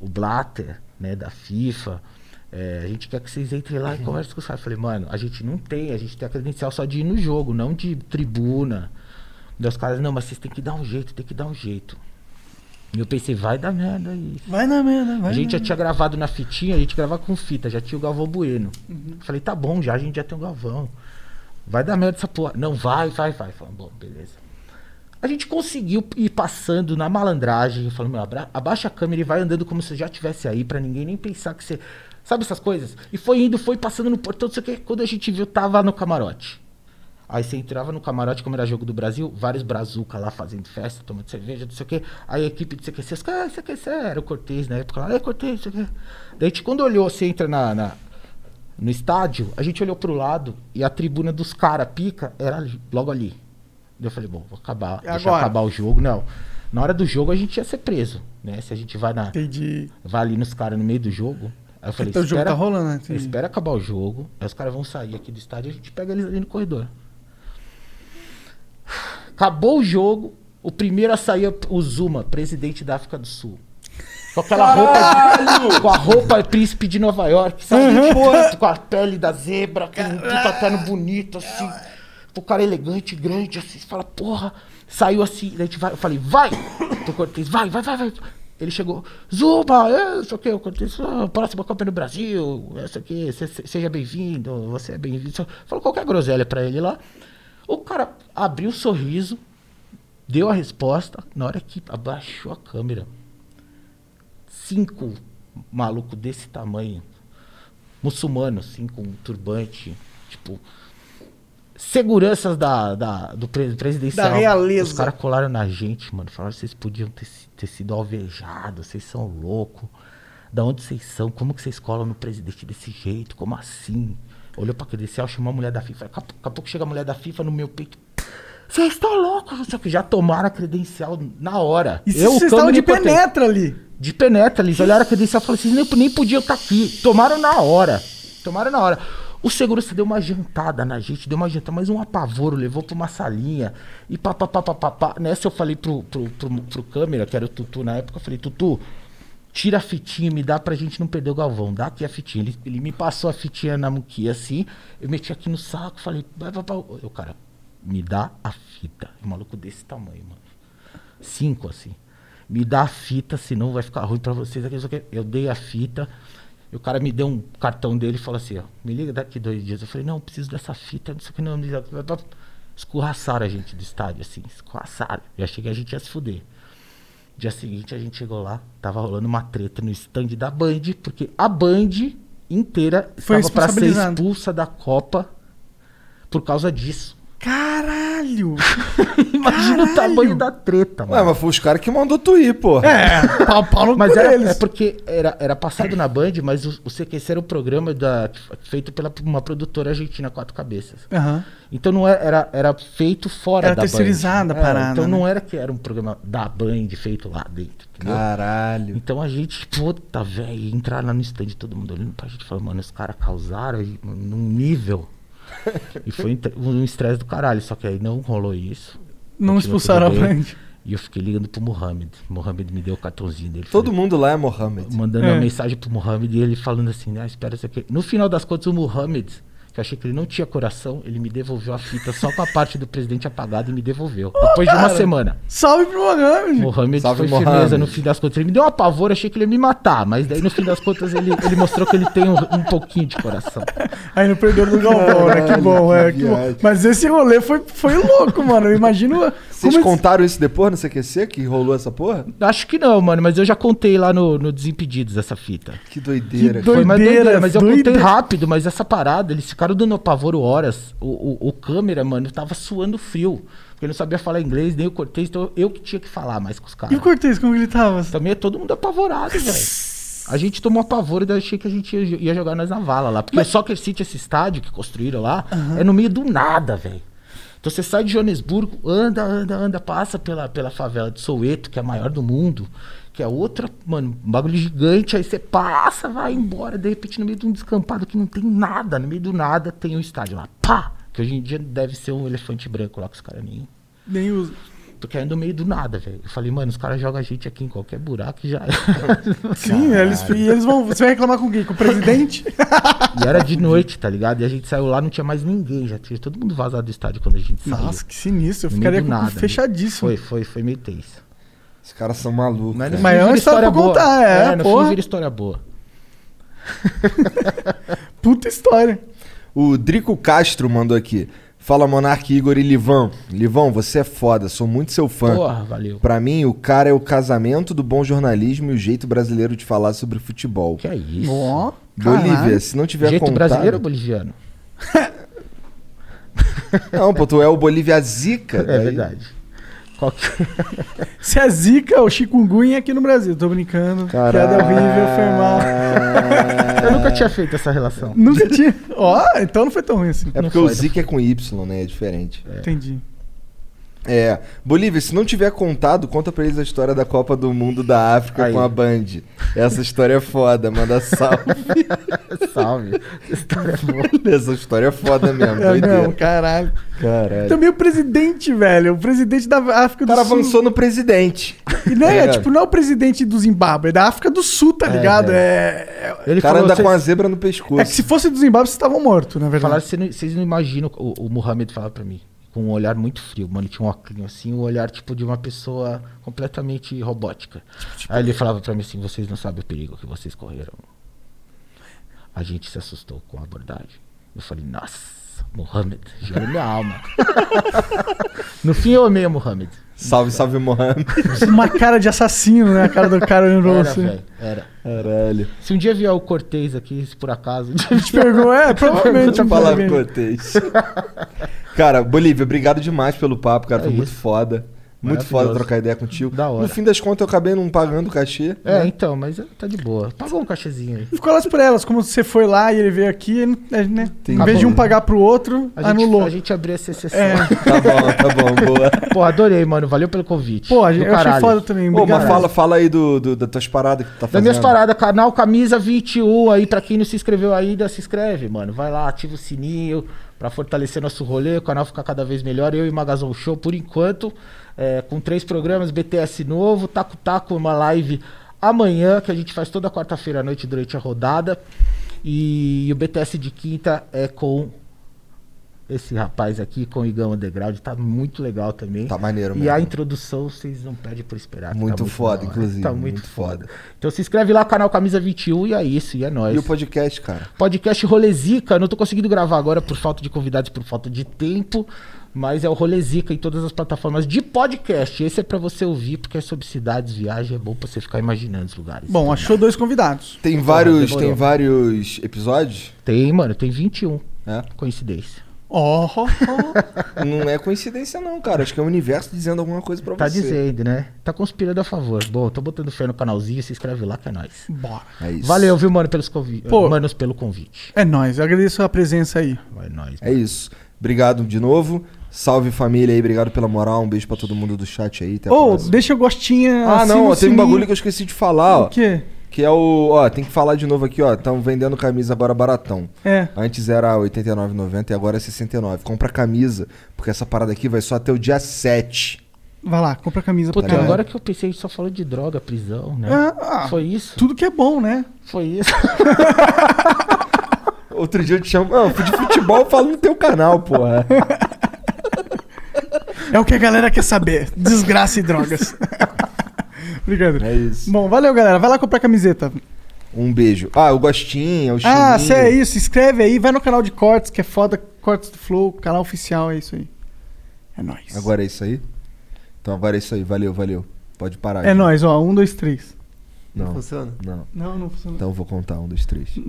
D: o Blatter, né, da FIFA, é, a gente quer que vocês entrem lá e conversem com os caras. Eu falei, mano, a gente não tem, a gente tem a credencial só de ir no jogo, não de tribuna. Daí os caras, não, mas vocês têm que dar um jeito, tem que dar um jeito. E eu pensei, vai dar merda isso.
B: Vai na merda, vai.
D: A gente
B: na
D: já tinha gravado na fitinha, a gente gravava com fita, já tinha o Galvão Bueno.
B: Uhum.
D: Falei, tá bom, já a gente já tem o Galvão. Vai dar merda essa porra. Não, vai, vai, vai. Falei, bom, beleza. A gente conseguiu ir passando na malandragem, falando, meu, abra- abaixa a câmera e vai andando como se já tivesse aí, pra ninguém nem pensar que você. Sabe essas coisas? E foi indo, foi passando no portão, não sei o que. Quando a gente viu, tava no camarote. Aí você entrava no camarote, como era jogo do Brasil, vários brazuca lá fazendo festa, tomando cerveja, não sei o quê. Aí a equipe de CQC, os caras, ah, CQC, era o Cortez na época lá, é Cortez, não sei o quê. Daí a gente, quando olhou, você entra na, na- no estádio, a gente olhou pro lado e a tribuna dos caras pica era ali, logo ali. Daí Eu falei, bom, vou acabar, deixa
B: agora?
D: acabar o jogo. Não, na hora do jogo a gente ia ser preso, né? Se a gente vai, na,
B: Entendi.
D: vai ali nos caras no meio do jogo. Aí eu falei,
B: Então o jogo
D: espera-
B: tá rolando, né? Entendi.
D: Espera acabar o jogo, aí os caras vão sair aqui do estádio e a gente pega eles ali no corredor. Acabou o jogo, o primeiro a sair é o Zuma, presidente da África do Sul. Com aquela roupa. Com a roupa é príncipe de Nova York, sabe? Pô, com a pele da zebra, com um puta terno bonito, assim. O cara elegante, grande, assim. Você fala, porra. Saiu assim, daí a gente vai. Eu falei, vai! Pro Cortez, vai, vai, vai, vai. Ele chegou, Zuma, é, não sei o que, o Cortez, ah, próxima Copa no Brasil, é, essa aqui, se- se- seja bem-vindo, você é bem-vindo. Falou qualquer groselha pra ele lá. O cara abriu o sorriso, deu a resposta, na hora que abaixou a câmera cinco maluco desse tamanho, muçulmano, assim, com turbante, tipo, seguranças da, da- do pre- presidencial.
B: Da realeza.
D: Os caras colaram na gente, mano, falaram que vocês podiam ter, si- ter sido alvejados, vocês são loucos. Da onde vocês são? Como que vocês colam no presidente desse jeito? Como assim? Olhou pra credencial, chamou a mulher da FIFA. Daqui a pou- daqui a pouco chega a mulher da FIFA no meu peito. Vocês estão loucos? Não sei o que. Já tomaram a credencial na hora.
B: E se vocês
D: câmera
B: estavam
D: e
B: de
D: repórter
B: penetra ali?
D: de penetra, eles olharam a credencial e falaram assim, nem, nem podiam estar aqui. Tomaram na hora. Tomaram na hora. O segurança deu uma jantada na gente, deu uma jantada, mais um apavoro, levou pra uma salinha e pá, pá, pá, pá, pá, pá. Nessa eu falei pro, pro, pro, pro câmera, que era o Tutu na época, eu falei, Tutu, tira a fitinha e me dá pra gente não perder o Galvão, dá aqui a fitinha. Ele, ele me passou a fitinha na muquia assim, eu meti aqui no saco, falei, vai, vai, vai. Eu, cara, me dá a fita. Um maluco desse tamanho, mano cinco assim. Me dá a fita, senão vai ficar ruim pra vocês. aqui, não sei o quê. Eu dei a fita. E o cara me deu um cartão dele e falou assim, ó, me liga daqui dois dias. Eu falei, não, eu preciso dessa fita, não sei o que, não. não sei o que. Escorraçaram a gente do estádio, assim, escorraçaram. Eu achei que a gente ia se fuder. Dia seguinte a gente chegou lá, tava rolando uma treta no stand da Band, porque a Band inteira
B: Foi
D: estava pra ser
B: responsabilizada.
D: expulsa da Copa por causa disso.
B: Caralho!
D: Imagina o tamanho da treta, mano.
C: Ué, mas foi os caras que mandou tu ir, porra. É.
B: Pau, pau no
D: Mas
B: cu né?
D: era,
B: deles.
D: é porque era, era passado na Band, mas o, o CQC era um programa da- feito pela uma produtora argentina, Quatro Cabeças.
B: Aham.
D: Então não era, era, era feito fora
B: Era
D: da Band.
B: terceirizada a
D: É,
B: parada,
D: Então
B: né?
D: não era que era um programa da Band feito lá dentro, entendeu?
C: Caralho.
D: Então a gente, puta, velho, entrar lá no stand, todo mundo olhando pra gente, falando, mano, os caras causaram aí, mano, num nível. E foi um tre- um estresse do caralho, só que aí não rolou isso.
B: Não
D: Continua
B: expulsaram a
D: tudo bem.
B: Band.
D: E eu fiquei ligando pro Mohamed. O Mohamed me deu o cartãozinho dele.
C: Todo mundo lá é Mohammed.
D: mandando
B: É.
D: uma mensagem pro Mohamed e ele falando assim, ah, espera isso aqui. No final das contas, o Mohamed, que eu achei que ele não tinha coração, ele me devolveu a fita só com a parte do presidente apagada e me devolveu. depois de uma semana.
B: Salve pro Mohamed!
D: Mohamed
C: Salve,
D: foi
C: Mohamed.
D: firmeza no fim das contas. Ele me deu uma pavor, achei que ele ia me matar, mas daí no fim das contas ele, ele mostrou que ele tem um, um pouquinho de coração.
B: Aí no perdeu do Galvão, né? Que bom, é.
C: que
B: que bom.
C: viagem.
B: Mas esse rolê foi, foi louco, mano. Eu imagino.
C: Vocês
B: como
C: contaram isso depois no CQC que rolou essa porra?
D: Acho que não, mano, mas eu já contei lá no, no Desimpedidos essa fita.
C: Que doideira.
B: Que doi-
C: cara.
D: Foi mais
B: Doideira, é
D: doideira, mas eu
B: doideira.
D: contei rápido, mas essa parada, eles ficaram dando apavoro horas. O, o, o câmera, mano, tava suando frio. Porque ele não sabia falar inglês, nem o Cortez, então eu que tinha que falar mais com os
B: E o
D: caras.
B: Cortez, como ele tava?
D: Também é todo mundo apavorado, velho. A gente tomou apavoro e daí achei que a gente ia, ia jogar nós na vala lá. Porque o Soccer City, esse estádio que construíram lá, é no meio do nada, velho. Então você sai de Joanesburgo, anda, anda, anda, passa pela, pela favela de Soweto, que é a maior do mundo, que é outra, mano, um bagulho gigante, aí você passa, vai embora, de repente no meio de um descampado que não tem nada, no meio do nada tem um estádio lá, pá! Que hoje em dia deve ser um elefante branco lá que os caras nem
B: Nem usa.
D: Tô caindo no meio do nada, velho. Eu falei, mano, os caras jogam a gente aqui em qualquer buraco e já.
B: Sim, eles, e eles vão. Você vai reclamar com quem? Com o presidente?
D: e era de noite, tá ligado? E a gente saiu lá, não tinha mais ninguém. Já tinha todo mundo vazado do estádio quando a gente saiu.
B: Nossa,
D: Nossa,
B: que sinistro. Eu ficaria com o
C: né?
B: cu fechadíssimo.
D: Foi, foi, foi meio tenso.
C: Os caras são malucos.
D: no
C: né?
D: fim
B: Mas é uma
D: vira
B: história pra
D: boa.
B: contar, é,
D: no
B: porra.
D: fim vira história boa.
B: Puta história.
C: O Drico Castro mandou aqui. Fala, Monark, Igor e Livão. Livão, você é foda, sou muito seu fã.
D: Porra, valeu.
C: Pra mim, o cara é o casamento do bom jornalismo e o jeito brasileiro de falar sobre futebol.
D: Que é isso?
B: Ó,
C: Bolívia,
B: caralho.
C: se não tiver
D: Jeito
C: contado...
D: brasileiro ou boliviano?
C: Não, pô, tu é o Bolívia Zica.
D: É
C: daí-
D: verdade. Qual que-
B: Se é zica, o chikungunya aqui no Brasil. Tô brincando.
C: Caralho.
B: Piada horrível, foi mal. É.
D: Eu nunca tinha feito essa relação.
B: Nunca tinha. Ó, então não foi tão ruim assim.
C: É
D: Não
C: porque o
D: foi, não
C: Zica é com Y, né? É diferente.
B: Entendi.
C: É. Bolívia, se não tiver contado, conta pra eles a história da Copa do Mundo da África
D: Aí.
C: com a Band. Essa história é foda, manda salve.
D: Salve. Essa história é boa.
C: Essa história é foda mesmo,
B: É mesmo,
C: doideira.
B: caralho.
D: É.
C: Caralho.
B: Também o presidente, velho. O presidente da África
C: O
B: do
C: cara
B: Sul.
C: avançou no presidente.
B: E não é,
C: ligado?
B: tipo, não é o presidente do Zimbábue, é da África do Sul, tá ligado? É, é,
D: Ele
C: O cara
D: falou,
C: anda com
D: "Cês-
C: a zebra no pescoço.
B: é que se fosse do Zimbábue, vocês estavam mortos, na
D: Falaram,
B: verdade.
D: vocês não, vocês não imaginam, o, o Mohamed falava pra mim, com um olhar muito frio, mano, tinha um óculos assim, um olhar tipo de uma pessoa completamente robótica.
B: Tipo,
D: Aí ele falava pra mim assim, vocês não sabem o perigo que vocês correram. A gente se assustou com a abordagem. Eu falei, nossa, Mohamed, juro minha alma. no fim eu amei o Mohamed.
C: Salve, salve, Mohamed.
B: Uma cara de assassino, né? A cara do cara olhando pra
D: Era,
B: você.
D: velho, era.
C: Caralho.
D: Se um dia vier o Cortez aqui, se por acaso, um dia
B: Te pergunto, é, provavelmente.
C: Deixa
B: um
C: eu
D: é
C: falar
B: presidente.
C: com vocês. Cara, Bolívia, obrigado demais pelo papo, cara.
D: É
C: Foi muito
D: isso.
C: foda. Muito foda
D: Maravilhoso.
C: trocar ideia contigo.
D: Da hora.
C: No fim das contas, eu acabei não pagando o cachê.
D: É, então, mas é, tá de boa. Pagou um cachezinho aí.
B: Ficou elas por elas, como você foi lá e ele veio aqui, né? Em vez de um pagar pro outro,
D: A gente,
B: anulou.
D: a gente abriu essa exceção.
B: É.
C: Tá bom, tá bom, boa.
D: Pô, adorei, mano. Valeu pelo convite.
B: Pô, a
D: Do
B: gente- eu achei
D: caralho.
B: foda também.
C: Ô, mas
B: obrigado.
C: fala, fala aí do, do- das tuas paradas que tu tá
D: Das
C: fazendo.
D: minhas paradas, canal Camisa 21 aí, pra quem não se inscreveu ainda, se inscreve, mano. Vai lá, ativa o sininho pra fortalecer nosso rolê, o canal ficar cada vez melhor. Eu e Magazão Show, por enquanto, é, com três programas, BTS novo, Taco Taco, uma live amanhã, que a gente faz toda quarta-feira à noite durante a rodada. E o BTS de quinta é com esse rapaz aqui, com o Igão Underground, tá muito legal também.
C: Tá maneiro
D: E a
C: mesmo.
D: introdução vocês não pedem por esperar. que tá
C: Muito foda,
D: da hora.
C: inclusive,
D: Tá muito,
C: muito
D: foda.
C: foda.
D: Então se inscreve lá, canal Camisa 21, e é isso, e é nóis.
C: E o podcast, cara?
D: Podcast Rolezica, eu não tô conseguindo gravar agora por falta de convidados, por falta de tempo, mas é o Rolezica em todas as plataformas de podcast. Esse é pra você ouvir, porque é sobre cidades, viagem, é bom pra você ficar imaginando os lugares.
B: Bom, achou dois convidados.
C: Tem vários,
D: demorou.
C: tem vários episódios?
D: Tem, mano, tem 21.
C: É.
D: Coincidência.
B: Ó, ó, ó.
C: Não é coincidência, não, cara. Acho que é o universo dizendo alguma coisa pra
D: Tá
C: você.
D: dizendo, né? Tá conspirando a favor. Bom, tô botando fé no canalzinho, se inscreve lá que é nóis.
B: bora.
C: É isso.
D: Valeu, viu, mano, pelos convi...
B: Pô.
D: Manos, pelo convite.
B: É nóis, eu agradeço a presença aí.
D: É nóis.
C: É isso. Obrigado de novo. Salve família aí, obrigado pela moral. Um beijo pra todo mundo do chat aí. Até a
B: Ô,
C: próxima.
B: deixa o gostinho.
C: Ah,
B: assina o
C: não, ó, tem um
B: sininho.
C: bagulho que eu esqueci de falar, ó.
B: O quê?
C: Que é o. Ó, tem que falar de novo aqui, ó. Estão vendendo camisa agora baratão.
B: É.
C: Antes era R$ 89,90 e agora é 69. Compra camisa, porque essa parada aqui vai só até o dia 7.
B: Vai lá, compra a camisa
D: Puta,
B: caralho.
D: agora que eu pensei, a gente só falou de droga, prisão, né?
B: Ah, ah,
D: Foi isso?
B: Tudo que é bom, né?
D: Foi isso.
C: Outro dia eu te chamo. Não, fui de futebol, eu falo no teu canal, porra.
B: É o que a galera quer saber. Desgraça e drogas. Obrigado.
C: É isso.
B: Bom, valeu, galera. Vai lá comprar camiseta.
C: Um beijo. Ah, o gostinho, o chininho.
B: Ah, se é isso, inscreve aí, vai no canal de cortes, que é foda, cortes do Flow, canal oficial, é isso aí. É nóis.
C: Agora é isso aí? Então agora é isso aí. Valeu, valeu. Pode parar.
B: é
C: gente.
B: nóis, ó. Um, dois, três.
C: Não,
E: Funciona?
C: não.
B: Não, não funciona.
C: Então eu vou contar. Um, dois, três.